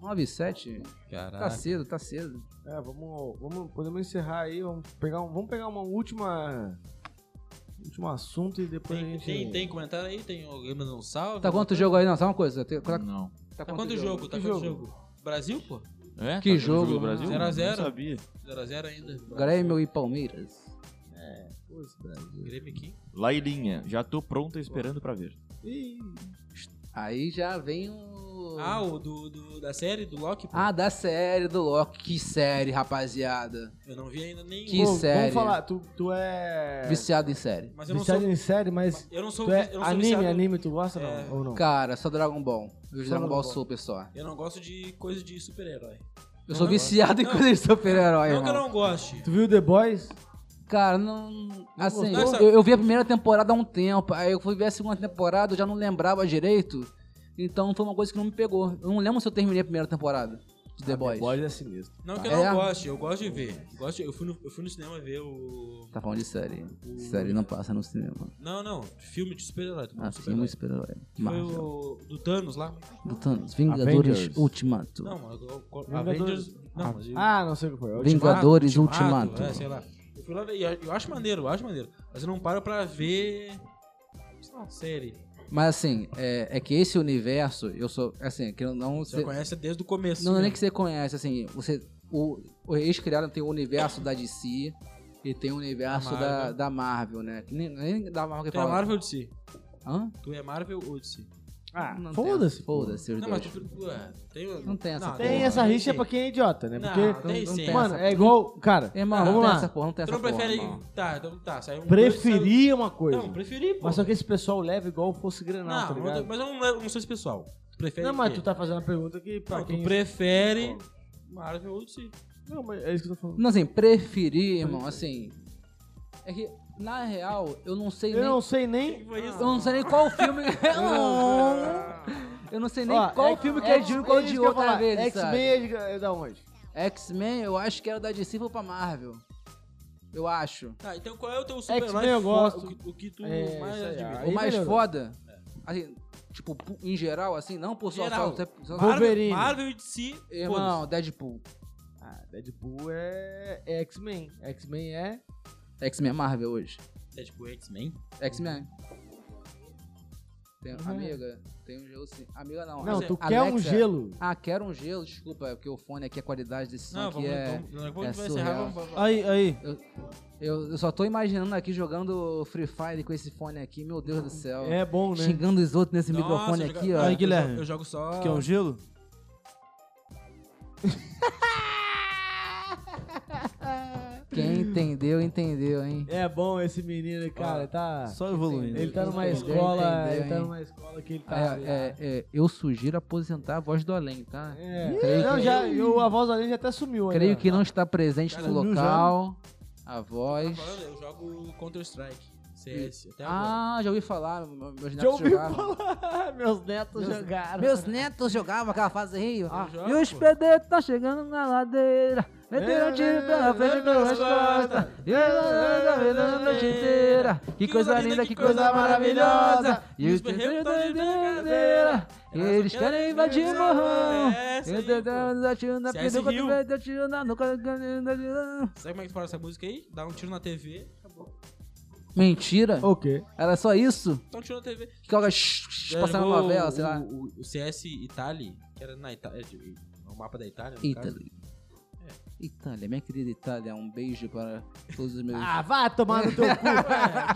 S4: 9, 7. Tá
S2: Caraca.
S4: cedo, tá cedo.
S1: É, vamos, vamos. Podemos encerrar aí, vamos pegar, um, vamos pegar uma última. Último assunto e depois a
S2: Tem,
S1: gente.
S2: tem, tem comentário aí? Tem alguém mandando um salve?
S4: Tá quanto jogo aí? Não, só uma coisa. Tem- tá,
S3: Não.
S2: Tá quanto jogo? Tá
S1: Que
S2: quanto
S1: jogo?
S2: jogo? Brasil, pô?
S3: É,
S4: Que
S3: tá tendo
S4: jogo, né?
S3: do Brasil?
S2: mano. 0x0.
S3: Não sabia.
S2: 0x0 ainda.
S4: Grêmio e Palmeiras.
S2: Grêmio aqui.
S3: Lailinha, já tô pronta esperando pra ver.
S1: Ih,
S4: Aí já vem o.
S2: Ah, o do, do- da série, do Loki, pô.
S4: Ah, da série do Loki. Que série, rapaziada.
S2: Eu não vi ainda nenhum.
S4: Que
S1: pô,
S4: série.
S1: Vamos falar, tu, tu é.
S4: Viciado em série.
S2: Mas eu não sou...
S1: Viciado em série, mas.
S2: Eu não sou,
S1: Tu é
S2: eu não sou
S1: anime,
S2: viciado-
S1: anime, tu gosta
S2: É.
S1: não, ou não?
S4: Cara, só Dragon Ball. Eu vejo Dragon
S1: Dragon
S4: Ball
S1: Ball.
S4: Super só.
S2: Eu não gosto de coisa de super-herói.
S4: Eu sou
S2: não
S4: viciado em coisa de super-herói,
S2: Não que eu
S4: irmão.
S2: não goste.
S1: Tu viu The Boys?
S4: Cara, não. Assim,
S2: gostou?
S4: eu, eu vi a primeira temporada há um tempo. Aí eu fui ver a segunda temporada, eu já não lembrava direito. Então foi uma coisa que não me pegou. Eu não lembro se eu terminei a primeira temporada
S2: Ah,
S4: de The Boys.
S1: The Boys é sinistro.
S2: Não que eu
S4: É?
S2: não goste, eu gosto de ver. Eu, gosto de- eu, fui, no, eu fui no cinema ver o...
S4: Tá falando de série. Série não passa no cinema.
S2: Não, não, filme de super-herói. tô falando de
S4: Assim,
S2: super-herói.
S4: muito super-herói.
S2: Foi
S4: Marvel.
S2: o do Thanos lá.
S4: Do Thanos. Vingadores
S3: Avengers.
S4: Ultimato.
S2: Não, mano, eu- eu-
S1: Vingadores.
S2: Avengers... Não, mas...
S1: Ah, não sei o que foi. é o
S4: Vem-
S1: Ultimato.
S4: Vingadores Ultimato.
S2: É, sei lá. Eu fui lá ver, e eu, eu acho maneiro, eu acho maneiro. Mas eu não paro pra ver. sei lá, série.
S4: Mas assim, é, é que esse universo, eu sou. Assim, que eu não.
S2: Você
S4: Você,
S2: conhece desde o começo.
S4: não, não é
S2: né?
S4: nem que você conhece, assim, você. O, o- eles criaram, tem o universo da DC e tem o universo
S2: Da
S4: da,
S2: Marvel.
S4: da Marvel, né? Que Nem, nem da Marvel que
S2: Tu é
S4: fala.
S2: Marvel ou DC?
S4: Hã?
S2: Tu é Marvel ou DC?
S1: Ah,
S4: Não tem.
S1: foda-se. pô.
S4: Foda-se, os
S2: Não, mas
S4: dois.
S2: tu. tu é, tem,
S4: Não tem essa porra.
S1: Tem
S4: Porra,
S1: essa rixa
S2: tem.
S1: pra quem é idiota, né?
S2: Não,
S1: Porque.
S2: tem
S4: não
S2: sim.
S4: tem
S1: Mano,
S4: essa
S1: é igual. Cara,
S4: Irmão,
S2: Não,
S4: não
S1: Ah, vamos
S4: tem
S1: lá.
S4: essa porra, não tem
S2: Tu
S4: essa
S2: não
S4: porra.
S2: prefere.
S4: irmão.
S2: Tá, então tá. Saiu um dois,
S1: preferir é uma
S2: saiu-
S1: coisa.
S2: Não, preferi, pô.
S1: Mas só que esse pessoal leva igual fosse Grenal,
S2: Não,
S1: tá
S2: não,
S1: ligado?
S2: mas eu não, eu não sou esse pessoal. Tu prefere.
S1: Não, mas tu
S2: quê?
S1: tá fazendo a pergunta que pra
S2: Não,
S1: quem...
S2: tu prefere. Marvel ou DC? Tipo,
S1: Não, mas é isso que eu tô falando.
S4: Não, assim, preferir, irmão, assim. É que, na real, eu não sei
S1: Eu
S4: nem.
S1: não sei nem...
S2: Foi é isso.
S4: Eu não sei nem qual filme. é, eu não sei nem
S1: Ó,
S4: qual
S1: é-
S4: filme que é de um e qual
S1: isso
S4: de
S1: que eu ia
S4: outro
S1: falar.
S4: vez. sabe?
S1: X-Men é de- é da onde?
S4: X-Men, eu acho que era da DC foi pra Marvel. Eu acho.
S2: Tá, então qual é o teu super-herói?
S1: X-Men eu
S2: fo-
S1: gosto.
S2: O que, o que tu
S1: É,
S2: mais
S1: isso aí,
S2: admira?
S1: Aí
S4: o mais
S1: melhorou.
S4: foda, assim, tipo, pu- em geral, assim, não por só...
S2: Geral. Ah,
S4: só, só- só-
S1: Wolverine.
S2: Marvel e DC.
S4: Irmão, Deadpool.
S1: Ah, Deadpool é, é X-Men. X-Men é...
S4: X-Men é Marvel hoje.
S2: É tipo X-Men?
S4: X-Men. Tem- Amiga, tem um gelo sim. Amiga não.
S1: Uhum. Não,
S2: Mas é,
S1: tu quer um
S4: Alexa-
S1: gelo.
S4: Ah, quero um gelo, desculpa, é porque o fone aqui, a qualidade desse som
S2: Não,
S4: aqui
S2: vamos, então,
S4: é.
S2: vamos, não, vamos vai
S4: é
S2: encerrar,
S4: surreal.
S2: vamos, vamos.
S5: Aí, aí.
S4: Eu, eu só tô imaginando aqui jogando Free Fire com esse fone aqui, meu Deus do céu.
S5: É bom, né?
S4: Xingando os outros nesse
S2: Nossa,
S4: microfone
S2: eu jogo-
S4: aqui, ó.
S5: Aí, Guilherme.
S2: Eu, jogo só.
S4: Ah.
S5: Quer um gelo?
S4: Quem entendeu, entendeu, hein?
S1: É bom esse menino, cara, tá.
S5: Só evoluindo.
S1: Ele tá numa
S4: Entendeu,
S1: escola.
S4: entendeu,
S1: Ele tá
S4: hein?
S1: numa escola que ele tá.
S4: É, é, é, eu sugiro aposentar a voz do além, tá?
S1: É.
S4: Creio
S1: Não,
S4: que-
S1: já, eu, a voz além já até sumiu né? aí.
S4: Creio que não está presente
S2: Cara,
S4: no
S5: sumiu já,
S4: local. A
S2: Tá
S4: voz.
S2: falando, Eu jogo Counter-Strike. CS, até agora.
S4: Ah, já ouvi falar. Meus netos
S1: Já ouviu
S4: jogavam.
S1: falar? Meus netos jogaram.
S4: Meus netos jogavam aquela fase Rio.
S2: Ah, joga,
S4: e o espedeto tá chegando na ladeira. Meteu um tiro pela frente e pelas costas. E a vida a noite inteira. Que coisa linda, que coisa maravilhosa. E os perreiros estão de brincadeira. Eles querem invadir o morrão.
S2: É, essa aí,
S4: Eu tentando
S2: pô.
S4: dar tiro na
S2: CS
S4: perna,
S2: Rio.
S4: quando vai dar tiro na nuca. da- da- da- da-
S2: Sabe como é que tu para essa música aí? Dá um tiro na TV. Acabou.
S4: Mentira?
S1: Ok.
S4: Era só isso?
S2: Dá um tiro na TV.
S4: Que alguém shh,
S1: É,
S4: shh, passava
S2: Jogou
S4: na novela, sei
S2: o-
S4: lá.
S2: O, o CS Itali, que era na Itália. O mapa da Itália. no caso.
S4: Itália. É. Itália, minha querida Itália, um beijo para todos os meus.
S1: Ah, vá tomar no teu cu.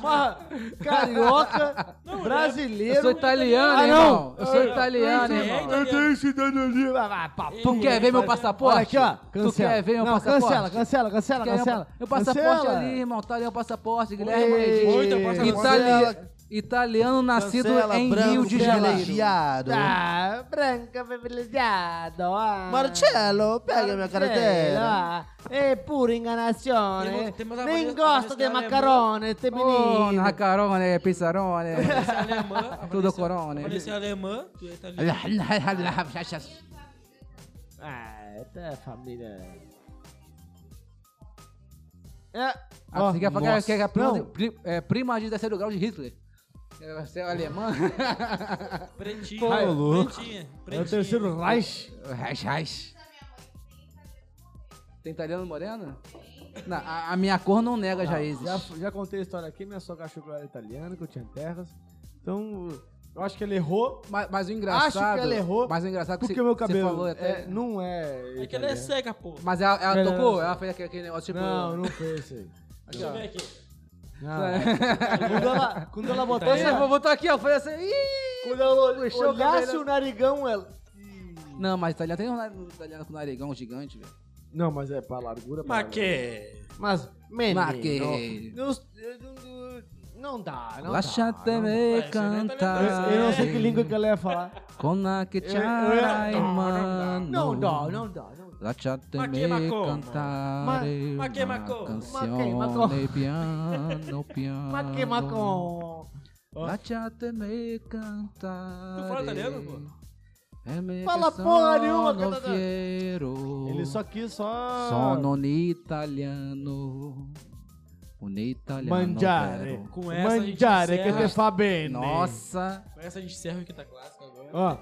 S1: Porra, Carioca,
S4: né?
S1: brasileiro.
S4: eu sou italiano,
S1: Ah, não.
S4: irmão. Eu sou
S1: Ah,
S4: italiano,
S2: é,
S4: irmão.
S2: então-
S1: tenho cidadania. Vai, Ah, vai, pá,
S2: Ele-
S4: Tu quer ver meu passaporte?
S1: Olha aqui, ó. Cancela.
S4: Tu quer ver meu
S1: não,
S4: passaporte?
S1: Cancela, cancela, cancela,
S4: Quer ver
S1: cancela.
S4: Meu, meu passaporte
S1: Cancela.
S4: ali, irmão. Tá ali o passaporte, Guilherme.
S1: Ei,
S4: Medina.
S2: Oi, teu passaporte.
S4: Itali... Italiano nascido
S5: Cancela,
S4: em
S5: branco,
S4: Rio de Janeiro.
S5: privilegiado.
S1: Ah, branca privilegiado. Ah.
S5: Marcelo, pega minha carteira.
S1: Ah, É pura enganação.
S2: Tem
S1: né?
S2: uma- tem uma né,
S1: Nem
S2: avaliação
S1: gosta de
S2: alemã.
S1: macarone, este
S4: Oh,
S1: menino.
S4: Nacarone, Pizzarone.
S2: Esse é alemã.
S4: Tudo né? corona, né?
S2: Esse é alemã. tu é italiano.
S4: Não
S1: Ah, tá família.
S4: Ah,
S1: É. Ó,
S4: você quer falar
S1: nossa.
S4: que é prima, de,
S1: Não,
S4: pri- é, prima de terceiro grau de Hitler? É, Você é alemã?
S2: Pretinha.
S5: Pô, louco.
S2: Pretinha.
S1: É
S2: pretinha.
S1: o terceiro Reich.
S4: Raiz, raiz. Tem italiano moreno? Não, a, a minha cor não nega as raízes.
S1: Tá. Já, já contei a história aqui, minha sogra achou que eu era italiano, que eu tinha terras. Então, eu acho que ele errou.
S4: Mas, mas o engraçado.
S1: Acho que ela errou,
S4: Mas o engraçado que
S1: Porque
S4: Ah, você,
S1: o meu
S4: você
S1: cabelo
S4: falou até.
S1: é- não é.
S2: É que ela é
S1: italiano.
S2: cega, pô.
S4: Mas ela, ela
S1: Não, não,
S4: tocou,
S1: não.
S4: ela fez aquele, aquele negócio tipo.
S1: Não, não foi isso aí.
S4: aqui,
S2: Deixa eu
S4: ó.
S2: ver aqui.
S1: Não. é quando, ela, quando ela botou
S4: Nossa, eu
S1: essa.
S4: vou botar aqui, ó. Foi assim. Ih!
S1: Quando ela
S4: Puxou o
S1: olhasse
S4: cabelo.
S1: o narigão, ela.
S4: Não, mas italiano tem um na- um italiano com narigão gigante, velho.
S1: Não, mas é pra largura. pra
S2: Mas
S1: largura.
S2: que...
S1: Mas, menino.
S4: Maquê.
S1: nos- Não, não dá, não
S4: Lasciate
S1: dá. não tá.
S4: me
S2: Vai, você não é
S1: dá. Eu,
S4: cantar.
S1: eu não sei que língua que ela ia falar.
S4: Con la
S1: Eu- eu-
S4: chiara in mano.
S1: Não dá, não dá, não dá.
S4: Lasciate
S2: Ma che
S4: me
S2: ma come?
S1: Ma-
S4: cantare
S2: ma che ma
S4: una
S2: come?
S1: Ma che ma
S4: canzone
S1: come?
S4: piano piano.
S1: Mas que macon.
S4: Lasciate me cantare.
S2: Tu fala italiano, pô?
S4: E me
S1: Fala
S4: che
S1: porra nenhuma,
S4: sono
S1: cara.
S4: fiero.
S1: Ele só quis só.
S4: Sono un italiano. Un italiano.
S1: Mangiare.
S4: vero.
S2: Com essa a gente
S1: Mangiare, que te
S2: encerra.
S1: fa bene.
S4: Nossa.
S2: Com essa a gente encerra o Quinta Clássica agora.
S1: Ó,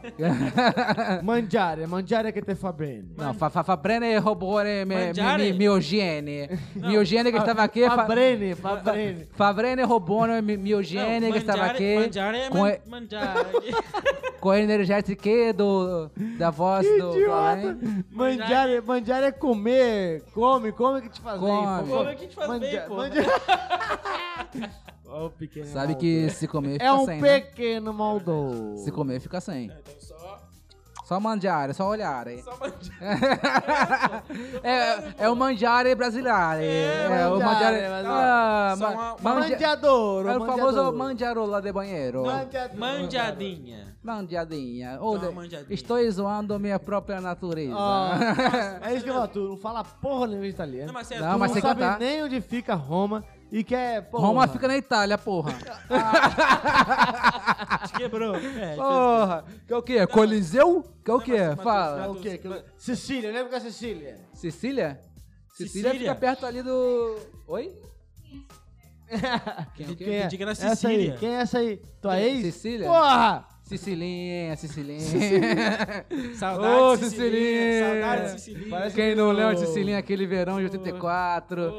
S1: mangiare, mangiare que te fa bene.
S4: Não, fa, fa, fa brene robore me,
S2: Mangiare?
S4: mi, mi, miogiene. Miogiene que estava aqui.
S1: Fa
S4: Fa,
S1: bene, fa bene.
S4: fa brene robore mi, miogiene
S2: Não,
S4: que estava
S2: mangiare-
S4: aqui.
S2: Mangiare é
S4: Com,
S2: man-
S4: e-
S2: mangiare.
S4: com a energética do, da voz do, do
S1: Idiota.
S4: além.
S1: Mangiare, mangiare é comer. Come, come que te faz
S4: Come.
S1: bem. pô.
S2: Come que te faz bem, pô.
S1: Ó, o pequeno
S4: Sabe
S1: maldoso.
S4: que se comer fica
S1: É um
S4: sem, né?
S1: pequeno maldoso.
S4: Se comer fica sem.
S2: Então só...
S4: Só mangiare, só olhare.
S2: Só mangiare.
S4: É, é o mangiare brasileiro. É, o mangiare.
S1: mangiare,
S4: Ah,
S2: só
S4: ma-
S2: uma-
S4: mangia-
S1: Mangiador,
S4: é o famoso mangiarola de banheiro.
S1: Mangiador.
S2: Mandiadinha.
S4: Mandiadinha. Ou
S2: é? Dá uma
S4: de-
S2: mandiadinha.
S4: Estou zoando minha própria natureza.
S1: é isso que eu falo, tu não fala porra nenhuma de italiano.
S2: Não, mas é
S1: tu
S4: Não, Ah, mas
S1: não
S4: você
S1: sabe
S4: cantar.
S1: nem onde fica Roma e quer. Porra.
S4: Roma fica na Itália, porra.
S2: Te quebrou. É,
S4: porra. Que é o quê? Coliseu? Que é o quê?
S2: mas- mas-
S1: É
S4: Fala.
S1: o quê? Que- Sicília, lembra que é Sicília?
S4: Sicília? Sicília?
S2: Sicília?
S4: fica perto ali do... Oi?
S2: Quem,
S1: é?
S2: quem, quem, na
S1: Essa aí,
S2: Sicília.
S1: quem é essa aí? Tua ex?
S4: Sicília?
S1: Porra!
S4: Sicilinha, Sicilinha. Saudade Ô, de Sicilinha, Sicilinha. saudade de
S2: Sicilinha.
S4: Quem não lembra de Sicilinha, é aquele verão de 84,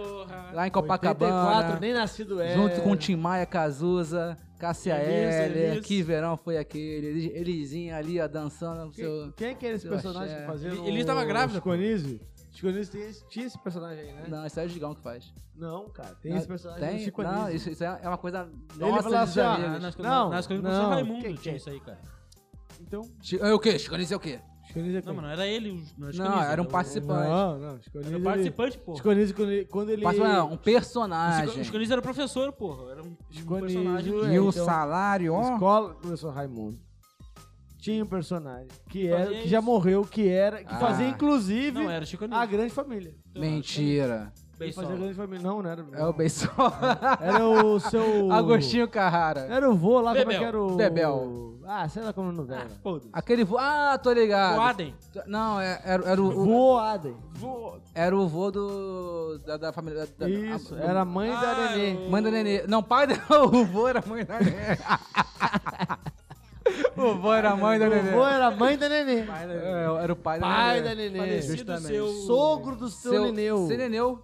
S4: lá em Copacabana,
S7: 84, nem nascido é.
S4: junto com Tim Maia, Cazuza, Cássia
S2: Isso,
S4: Heller,
S2: isso.
S4: que verão foi aquele, Elis- Elisinha ali, ó, dançando,
S1: Quem,
S4: seu...
S1: quem é que era esse
S4: seu
S1: personagem
S4: axé.
S1: que fazia?
S2: Ele-
S1: no-
S2: ele tava grávido, pô.
S1: Chiconizzi. Chiconizzi tem esse- tinha esse personagem aí, né?
S4: Não, isso é o Digão que faz.
S1: Não, cara. Tem
S4: Não,
S1: esse personagem do
S4: Tem?
S1: Chiconizzi.
S4: Não, isso, isso é é uma coisa
S1: Tá, Ele
S4: nossa
S1: falava
S4: dos
S1: assim, ó,
S4: amigos.
S2: nas,
S1: Não,
S2: nas coisas do
S1: não.
S2: professor Raimundo
S1: Que-
S2: tinha isso aí, cara.
S1: Então,
S4: Chi- É o quê? Chiconizzi é o quê?
S1: Chiconizzi é
S2: Não,
S1: quem?
S2: mano, era ele. o- Não, acho que
S4: Não,
S2: ele-
S4: era um
S2: o-
S4: participante.
S1: Não, não. Chiconizzi,
S2: Era um
S1: ele-
S2: participante, pô.
S1: Chiconizzi, quando ele... Quando ele...
S4: Mas, não, um personagem.
S2: O Esconiz era professor, porra. Era um, um
S1: Esconizo,
S2: personagem.
S1: é,
S4: E o
S1: então,
S4: salário, ó.
S1: Escola do professor Raimundo. Tinha um personagem que, era,
S2: Fazia
S1: que já
S2: isso.
S1: morreu, que era... Que
S4: Ah.
S1: fazia, inclusive,
S2: Não, era o Chico
S1: a grande família.
S4: Mentira.
S1: Ah, Ele fazia a
S2: Beisola.
S1: grande família. Não, não era.
S4: É o Beisol.
S1: Era o seu...
S4: Agostinho Carrara.
S1: Era o vô lá, como é
S2: Bebel.
S1: que era o...
S4: Bebel.
S1: Ah, sei lá como é o nome dela.
S2: Foda-se.
S4: Aquele vô. Ah, tô ligado.
S2: O Aden.
S4: Não, é- era, era, o, o-
S1: Vô Adem.
S4: era o vô do. Da, da família. Da, da-
S1: Isso,
S4: a-
S1: era a mãe da
S2: Ah,
S1: Nenê.
S2: o-
S4: Mãe da nenê. Não, pai da. O vô era mãe da nenê. o vô era mãe da nenê.
S1: O vô era a mãe da Nenê.
S4: É, Era o pai da
S1: Pai da
S4: nenê.
S1: Nenê.
S2: Falecido seu...
S1: Sogro do seu, Lineu.
S4: Seu Neneu.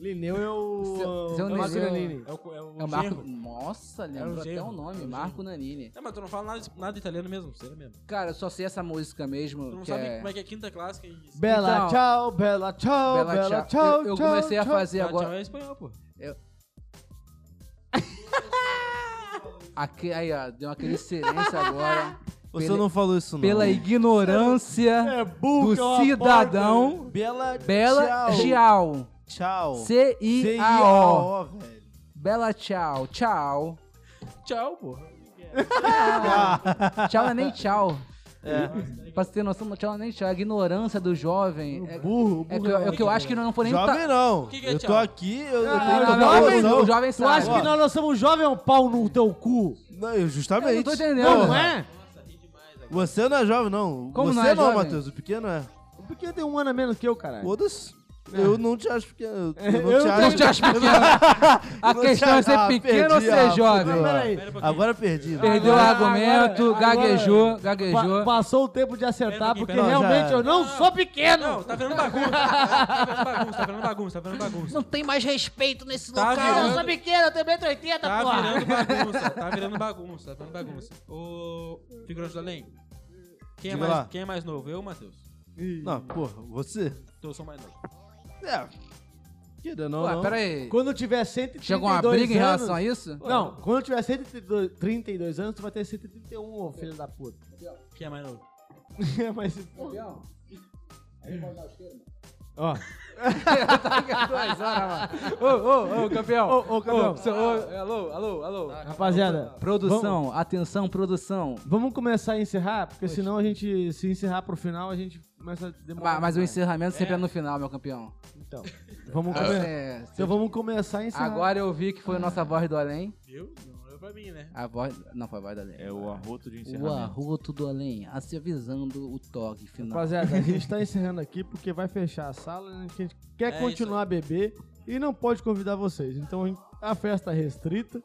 S1: Lineu é o.
S4: Seu- seu
S1: é o
S4: Nenê.
S1: Mastroianni.
S2: É o, é o
S4: É o Marco.
S2: genro.
S4: Nossa,
S2: Era
S4: lembro
S2: o
S4: até
S2: genro,
S4: o nome.
S2: era o
S4: Marco
S2: genro.
S4: Nanini.
S2: Não, mas tu não fala nada, nada italiano mesmo, sério mesmo.
S4: Cara, eu só sei essa música mesmo.
S2: Tu não
S4: que
S2: sabe
S4: é...
S2: como é que é quinta clássica e isso.
S1: Bela
S4: Então,
S1: tchau, bela tchau,
S4: Bela
S1: bela,
S4: Tchau.
S1: tchau. tchau
S4: Eu- eu comecei a
S1: tchau.
S4: fazer
S2: Tchau,
S4: agora.
S2: tchau é espanhol, pô.
S4: Aque- aí, ó, deu aquele silêncio agora.
S5: Você
S4: Pela-
S5: não falou isso, não.
S4: Pela ignorância
S1: É burro,
S4: do
S1: que é uma
S4: cidadão
S1: porca.
S5: Bela,
S4: Bela Tchau.
S5: Tchau.
S4: C-I-A-O.
S5: C-I-A-O, velho.
S4: Bela Tchau. Tchau.
S2: Tchau, porra.
S4: Tchau não é nem tchau. Pra você ter noção, não tchau não é nem tchau. A ignorância do jovem. É,
S1: Burro, burro.
S4: é que, eu- é que eu acho que não foi nem.
S5: Jovem
S4: ta-
S5: não.
S2: que que é
S5: eu
S2: tchau?
S5: tô aqui, eu, eu
S1: Ah,
S5: tenho
S4: não,
S5: que
S4: tá- não,
S5: dar
S1: jovem
S5: noção.
S4: o jovem
S1: Tu acha
S4: sabe.
S1: que nós, nós somos jovem é um pau no teu cu?
S5: Não, eu justamente.
S4: Eu não tô entendendo.
S5: Porra.
S1: é?
S5: Você não é jovem, não.
S4: Como
S5: Você
S4: não é
S5: não,
S4: jovem?
S5: Matheus. O pequeno é.
S1: Porque tem um ano a menos que eu, caralho.
S5: Foda-se. Eu não te acho pequeno. Eu não
S1: eu
S5: te
S1: não
S5: acho.
S4: É. Não te acho pequeno. A
S5: Não
S4: questão é
S5: te- Ah,
S4: ser pequeno ou
S5: perdi,
S4: ser
S5: ah,
S1: Mas
S5: fudeu.
S4: jovem. né?
S1: peraí.
S2: Pera um pouquinho.
S5: Agora perdi.
S4: Perdeu o
S1: Agora-
S4: argumento,
S1: agora-
S4: gaguejou,
S1: Pa-
S4: gaguejou.
S1: passou o tempo de acertar,
S2: Pera um pouquinho,
S1: porque
S5: pera lá, já-
S1: realmente eu não sou pequeno.
S2: Não, tá virando bagunça. tá virando bagunça, tá virando bagunça, tá virando bagunça.
S7: Não tem mais respeito nesse
S2: Tá
S7: local.
S2: virando-
S7: Eu sou pequeno, eu tenho 1,80,
S2: Tá
S7: porra.
S2: virando bagunça, tá virando bagunça, tá virando bagunça. Ô, figurante do além, quem é,
S5: Diga lá.
S2: mais, quem é mais novo, eu ou o Matheus?
S5: Não, porra, você.
S2: Então eu sou mais novo.
S5: É. Querendo ou
S4: Ué,
S5: não.
S4: peraí.
S1: Quando eu tiver 132
S4: Chegou uma briga em
S1: anos-
S4: relação a isso?
S1: Não, quando eu tiver 132 anos, tu vai ter 131, ô filho da puta. É,
S2: Quem é mais novo?
S1: Mas, ó,
S4: Duas horas, mano. Ô, ô, ô, campeão.
S1: Ô, ô, campeão.
S4: Ô, seu- ô, é, alô, alô, alô.
S1: rapaziada,
S4: Produção, atenção, produção.
S1: vamos começar a encerrar, porque senão a gente, se encerrar pro final, a gente começa a demorar.
S4: Ma- Mas o
S1: demais.
S4: encerramento sempre é no final, meu campeão.
S1: Então, vamos, come-
S4: É,
S1: então vamos começar a encerrar.
S4: Agora eu vi que foi a nossa voz do além.
S2: Eu? Não, olhou pra mim, né?
S4: A voz. Não, foi a voz do além.
S3: É o arroto de
S4: O
S3: encerramento.
S4: arroto do além, a se avisando o toque final.
S1: Rapaziada, a gente tá encerrando aqui porque vai fechar a sala, né, que a gente quer
S2: É
S1: continuar a beber e não pode convidar vocês. Então a gente- a festa é restrita.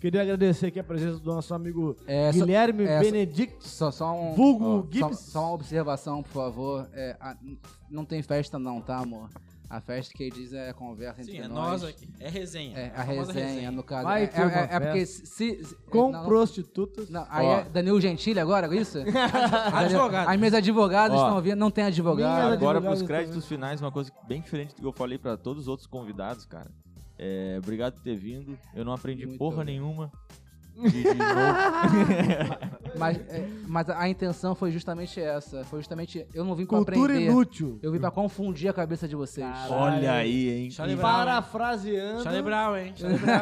S1: Queria agradecer aqui a presença do nosso amigo
S4: É, só-
S1: Guilherme
S4: é, só-
S1: Benedict.
S4: Só, só um.
S1: Vulgo
S4: ó, só,
S1: Gibbs.
S4: só uma observação, por favor. É, a- n- não tem festa, não, tá, amor? A festa que diz é a conversa entre
S2: Sim, é
S4: nós.
S2: nós aqui. É resenha.
S4: É, a
S2: famosa
S4: resenha, no caso.
S1: Vai
S4: é,
S1: ter uma
S4: é- é porque
S1: festa.
S4: se. se- se-
S5: um
S1: com
S4: não,
S1: prostitutas.
S4: não, aí é Danilo Gentili agora, é isso?
S2: Advogado.
S4: As minhas advogadas
S3: Ó.
S4: estão vindo, não tem advogado.
S1: Minhas
S3: Agora,
S1: advogados
S3: pros créditos finais, uma coisa bem diferente do que eu falei pra todos os outros convidados, cara. É, obrigado por ter vindo. Eu não aprendi
S4: Muito
S3: porra
S4: obrigado.
S3: nenhuma. De, de novo.
S4: Mas, é, mas a intenção foi justamente essa. Foi justamente. Eu não vim pra
S1: Cultura
S4: aprender.
S1: inútil.
S4: Eu vim pra confundir a cabeça de vocês.
S3: Olha aí, hein?
S2: Charlie Brown.
S1: Parafraseando.
S2: Charlie Brown, hein? Charlie Brown.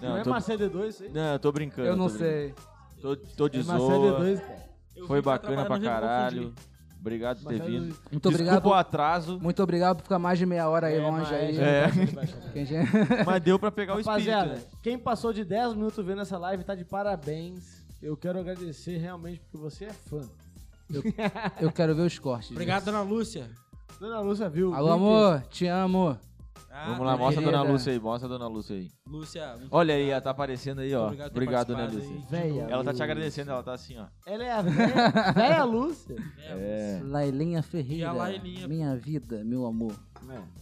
S1: Não
S3: Não,
S1: é
S3: eu tô,
S1: Marcelo D2 isso aí?
S3: não, eu tô brincando.
S4: eu não
S3: tô brincando.
S4: sei.
S3: Tô, tô de
S1: É
S3: zoa.
S1: Marcelo D2, cara.
S2: Eu
S3: Foi
S2: vim pra
S3: bacana pra
S2: trabalhar, não vim pra confundir.
S3: caralho. Obrigado por ter
S1: Marcelo
S3: vindo.
S1: D2.
S4: Muito
S3: Desculpa
S4: obrigado.
S3: o atraso,
S4: Muito obrigado por ficar mais de meia hora aí longe aí.
S3: É.
S4: Que a gente-
S3: mas deu pra pegar o espírito,
S1: Rapaziada,
S3: né?
S1: quem passou de 10 minutos vendo essa live tá de parabéns. Eu quero agradecer realmente porque você é fã.
S4: Eu quero ver os cortes.
S2: Obrigado, dona Lúcia.
S1: Dona Lúcia viu.
S4: Alô,
S1: viu
S4: amor, te amo.
S2: Ah,
S3: Vamos lá,
S2: tá.
S3: mostra a dona
S8: querida.
S3: Lúcia aí, mostra a dona Lúcia aí.
S2: Lúcia, um muito
S3: Olha aí, ela tá aparecendo aí, ó.
S2: Obrigado por ter
S3: Obrigado, dona
S2: participado
S3: Lúcia.
S2: aí.
S9: Véia
S3: Ela tá te
S9: Lúcia.
S3: agradecendo, ela tá assim, ó.
S9: Ela é a véia, véia Lúcia.
S3: É.
S4: Lailinha
S2: E
S4: Ferreira.
S2: a Lailinha.
S4: Minha vida, meu amor.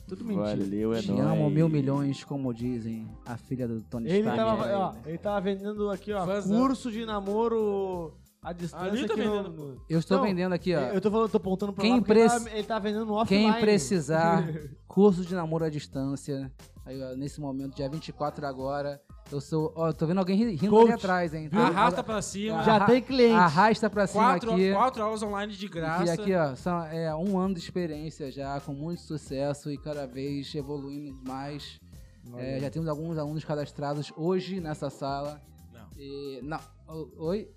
S8: Tudo mentira.
S3: Valeu, é
S4: Te
S3: nóis.
S4: amo mil milhões, como dizem a filha do Tony
S1: Ele
S4: Stark.
S1: tava, ó, ele tava vendendo aqui, ó,
S2: Fazão.
S1: curso de namoro à distância.
S2: Ali tá
S1: aqui no-
S2: vendendo,
S1: no-
S4: Eu estou
S1: Não,
S4: vendendo aqui, ó.
S1: Eu tô falando, tô apontando pra
S4: Quem
S1: lá porque
S4: preci-
S1: ele, tá, ele tá vendendo no offline.
S4: Quem precisar, curso de namoro à distância. Aí, ó, nesse momento, dia 24 agora. Eu sou. Ó, eu tô vendo alguém ri- rindo
S1: Coach.
S4: ali atrás, hein? Então,
S2: Arrasta pra cima.
S4: Já
S1: Já tem cliente.
S4: Arrasta pra cima
S2: Quatro,
S4: aqui.
S2: quatro aulas online de
S4: E
S2: graça.
S4: aqui, ó, são, é um ano de experiência já, com muito sucesso e cada vez evoluindo mais. É, já temos alguns alunos cadastrados hoje nessa sala.
S2: Não.
S4: E, não, o- oi?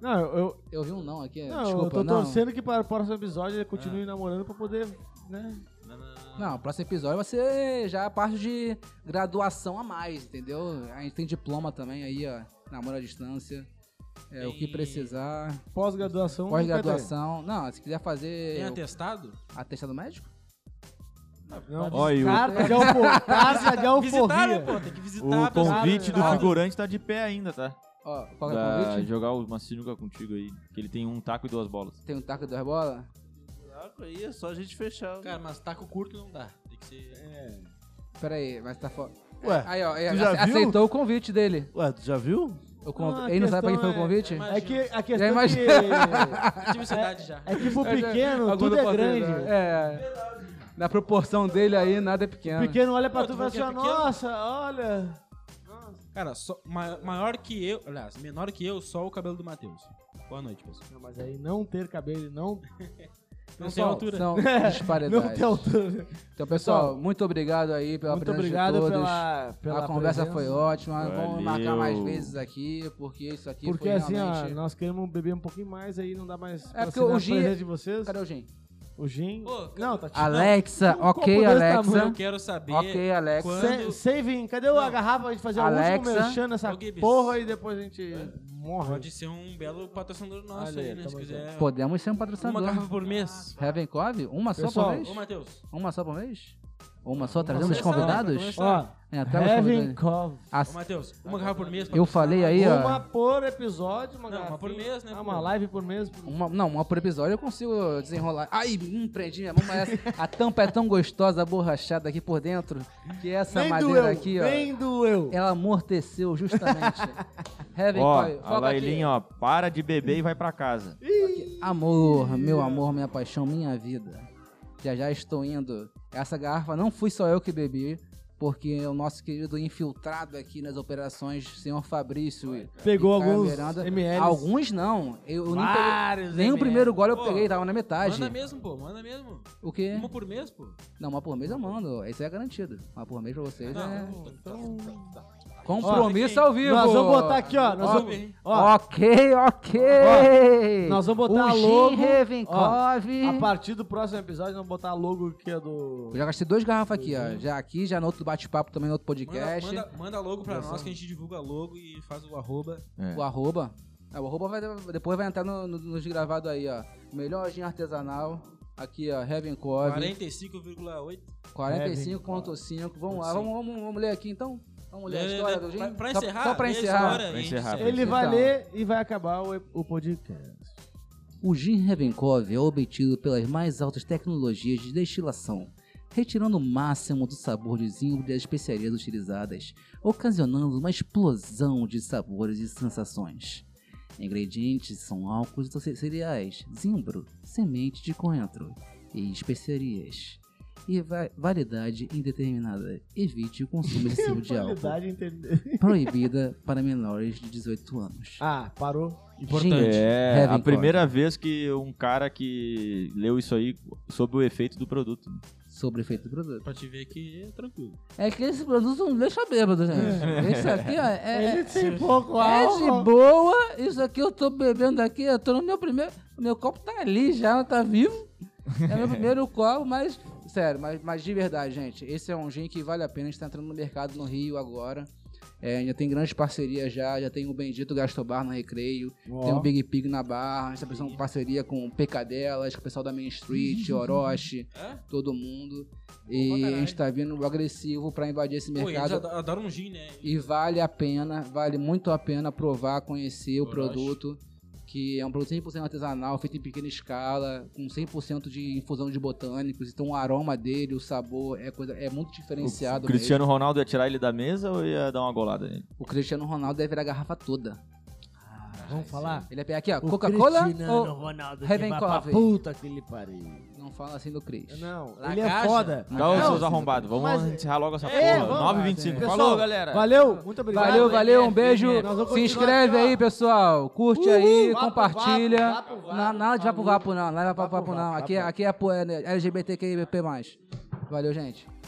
S1: Não, eu, eu-
S4: Eu vi um não aqui.
S1: não,
S4: Desculpa,
S1: eu tô
S4: não.
S1: torcendo que para o próximo episódio ele
S3: É.
S1: continue namorando pra poder, né?
S2: Não, não, não, não.
S4: Não, o próximo episódio vai ser já a parte de graduação a mais, entendeu? A gente tem diploma também aí, ó. Namoro à distância. É, O que
S2: Tem-
S4: precisar.
S1: Pós-graduação.
S4: Pós-graduação. Não, se quiser
S2: Tem
S4: fazer
S2: atestado?
S4: atestado médico?
S1: Não,
S3: Olha aí, o-
S1: carta de, alfor... carta de
S2: Visitar, né,
S1: alforria.
S2: pô? Tem que visitar.
S3: O
S2: a pessoa.
S3: convite do
S2: Ah,
S3: figurante tá de pé ainda, tá?
S4: Ó, qual é o
S3: Pra
S4: convite?
S3: Tá, jogar uma sinuca contigo aí. Que ele tem um taco e duas bolas.
S4: Tem um taco de duas bolas?
S5: Caraca, aí é só a gente fechar.
S2: Cara, mas taco curto não dá. Tem que ser.
S4: Pera aí, mas tá fora.
S1: É.
S5: Ué,
S4: Aí, ó,
S5: tu
S4: ele
S5: já
S4: ace-
S5: viu?
S4: aceitou o convite dele.
S5: Ué, tu já viu?
S4: O conv-
S1: Ah, a
S4: ele não sabe pra quem
S1: questão
S4: foi o convite?
S2: é-
S1: É que a
S4: Já
S1: questão é
S4: imagino.
S1: que...
S2: Eu tive cidade já.
S1: É que pro pequeno,
S4: Alguma
S1: tudo é
S4: oportunidade.
S1: grande.
S4: É. Na proporção dele aí, nada é pequeno.
S1: Pequeno olha pra
S2: Pô,
S1: tu e
S2: tu
S1: fala
S2: não
S1: assim,
S2: quer
S1: ó,
S2: pequeno?
S1: nossa, olha.
S2: Cara, só- ma- maior que eu. Aliás, menor que eu, só o cabelo do Matheus. Boa noite, pessoal.
S1: Não, mas aí não ter cabelo e não,
S2: Não tem
S4: Pessoal,
S2: altura.
S4: São
S1: É, não
S4: disparidades.
S1: ter altura.
S4: Então, pessoal,
S1: Pessoal,
S4: muito obrigado aí pela
S1: Muito
S4: presença
S1: obrigado
S4: de todos.
S1: pela, pela
S4: a conversa
S1: presença.
S4: foi ótima. Vamos
S3: Valeu.
S4: marcar mais vezes aqui, porque isso aqui
S1: Porque
S4: foi
S1: assim, ó,
S4: realmente... É
S1: nós queremos beber um pouquinho mais aí, não dá mais pra
S4: porque
S1: ser
S4: o
S1: na
S4: gin-
S1: presença de vocês.
S4: Cadê o Gin?
S1: O gin...
S2: Ô, cara,
S1: não, tá tirando.
S4: Alexa,
S1: um copo
S4: ok,
S1: desse
S4: Alexa.
S2: Eu quero saber.
S4: Ok, Alexa.
S2: Quando-
S1: Sa- Saving, cadê a
S2: Não.
S1: garrafa pra gente fazer o último
S4: Alexa.
S1: merchan nessa
S2: Ô, Gibbs.
S1: porra e depois a gente morre.
S2: Pode ser um belo patrocinador nosso
S1: Olha aí,
S2: aí, né? Se
S1: tamo
S2: quiser.
S4: Podemos ser um
S2: Uma
S4: tá patrocinador.
S2: garrafa por mês.
S4: Heaven Cove? Uma só
S1: Pessoal,
S4: por mês?
S2: Ô, Matheus.
S4: Uma só por mês? Uma só trazendo
S2: só,
S4: Tá
S2: né,
S4: os
S2: pra
S4: convidados?
S2: começar.
S1: Ó,
S4: É, traga os
S1: Heaven
S4: convidados.
S1: Cove.
S2: Ô,
S4: As-
S2: Matheus, uma garrafa por mês.
S4: Eu falei aí,
S1: Uma
S4: ó.
S1: por episódio, uma
S2: Não, uma
S1: garrafinha.
S2: por mês, né,
S1: Ah,
S2: pô?
S1: uma live por mês.
S4: Uma, não, uma por episódio eu consigo desenrolar. Ai, hum, prendi minha mão, mas essa, a tampa é tão gostosa, borrachada aqui por dentro, que essa
S1: nem
S4: madeira
S1: doeu,
S4: aqui, ó,
S1: nem doeu.
S4: ela amorteceu justamente. Heaven
S3: Ó,
S4: Coy,
S3: a
S4: foca aqui.
S3: Lailinha, ó, para de beber e vai pra casa.
S4: Amor, meu amor, minha paixão, minha vida. Já já estou indo. Essa garrafa não fui só eu que bebi, porque o nosso querido infiltrado aqui nas operações, senhor Fabrício. e-
S1: Pegou
S4: e Caio
S1: alguns
S4: Miranda.
S1: MLs.
S4: Alguns não. Eu, eu nem peguei-
S1: Vários
S4: nem o
S1: MLs.
S4: primeiro gole eu
S2: Pô,
S4: peguei, tava na metade.
S2: Manda mesmo, pô. Manda mesmo.
S4: O quê?
S2: Uma por mês, pô.
S4: Não, uma por mês eu mando. Isso aí é garantido. Uma por mês pra vocês
S2: Tá,
S4: é.
S2: Não, tá,
S4: Compromisso
S2: Ó,
S4: ao vivo.
S1: Nós vamos botar aqui, ó. Nós
S4: Ó,
S1: vamos, ó,
S4: Ok, ok.
S1: nós vamos botar
S4: o
S1: a
S4: Gin
S1: logo.
S4: Revenkov.
S1: a partir do próximo episódio, nós vamos botar a logo que é do.
S4: Eu já gastei duas garrafas aqui, ó. Já aqui, já no outro bate-papo, também no outro
S2: manda,
S4: podcast.
S2: manda, manda logo pra nós que a gente divulga logo e faz o arroba.
S4: O arroba. Ah, o arroba vai, depois vai entrar no, no, nos gravados aí, ó. Melhor gin artesanal. Aqui, ó, Revenkov.
S2: 45,8.
S4: 45.5. Vamos lá, vamos, vamos, vamos ler aqui então. Vamos ler a
S2: Lê, lê,
S4: história
S2: lê.
S4: do gin.
S2: Pra- pra
S4: Só-
S2: encerrar,
S4: Só pra
S2: lê a
S4: encerrar.
S2: história,
S3: Pra
S2: gente.
S3: encerrar.
S1: Ele vai
S4: Então.
S1: ler e vai acabar o, o podcast.
S4: O gin Revenkov é obtido pelas mais altas tecnologias de destilação, retirando o máximo do sabor de zinco das especiarias utilizadas, ocasionando uma explosão de sabores e sensações. Ingredientes são álcools e cereais, zimbro, semente de coentro e especiarias. E va- validade indeterminada. Evite o consumo excessivo de álcool.
S1: Qualidade entender.
S4: Proibida para menores de 18 anos.
S1: Ah, parou.
S4: Importante.
S3: É,
S4: Heaven
S3: a primeira vez que um cara que leu isso aí sob o efeito do produto.
S4: Sobre o efeito do produto.
S2: Pra te ver que é tranquilo.
S4: É que esse produto não deixa bêbado, gente. Isso aqui, ó, é,
S1: Ele tem pouco
S4: é
S1: álcool.
S4: de boa. Isso aqui eu tô bebendo aqui, eu tô no meu primeiro. Meu copo tá ali já, tá vivo. É meu primeiro copo, mas. Sério, mas, mas de verdade, gente. Esse é um gin que vale a pena. A gente tá entrando no mercado no Rio agora. É, ainda tem grandes parcerias já, já tem o Bendito Gastrobar no Recreio,
S1: Ó,
S4: tem o Big Pig na Barra, está pensando em parceria com o Pecadelas, com o pessoal da Main Street, Orochi,
S2: É?
S4: todo mundo.
S2: Bom
S4: E
S2: pra
S4: a
S2: caralho.
S4: gente tá vindo agressivo para invadir esse
S2: Pô, eles
S4: mercado.
S2: ado- adoram um gin, né?
S4: E vale a pena, vale muito a pena provar, conhecer o
S2: Orochi.
S4: produto, que é um produto 100% artesanal, feito em pequena escala, com 100% de infusão de botânicos. Então o aroma dele, o sabor, é, coisa, é muito diferenciado.
S3: O Cristiano Ronaldo ia tirar ele da mesa ou ia dar uma golada nele?
S4: mesmo. o Cristiano Ronaldo deve virar a garrafa toda.
S7: Vamos falar?
S4: Ele ia pegar aqui, ó,
S7: O
S4: Coca-Cola
S7: Cristiano
S4: ou...
S7: Ronaldo que
S4: Heaven
S7: vai pra
S4: Coffee?
S7: puta que ele pariu.
S4: Não fala assim do Cris.
S7: Não,
S2: Lagacha?
S7: ele é foda.
S3: Dá os
S4: Não,
S3: seus
S4: sim,
S3: arrombados. Vamos
S7: mas-
S3: encerrar logo essa
S7: É,
S3: porra.
S7: vamos,
S3: 9h25.
S7: pessoal,
S3: Falou, galera.
S7: Valeu, muito obrigado.
S4: Valeu, valeu, um beijo.
S7: Nós vamos
S4: Se
S7: continuar
S4: inscreve
S7: aqui, ó.
S4: aí, pessoal. Curte aí,
S7: Vapo,
S4: compartilha.
S7: vapo, vapo, vapo.
S4: Na- nada é de vapo
S7: Falou.
S4: vapo não, nada de vapo
S7: Vapo,
S4: vapo não.
S7: vapo,
S4: Aqui, é-
S7: vapo.
S4: aqui é apo- é LGBTQIP+. Valeu, gente.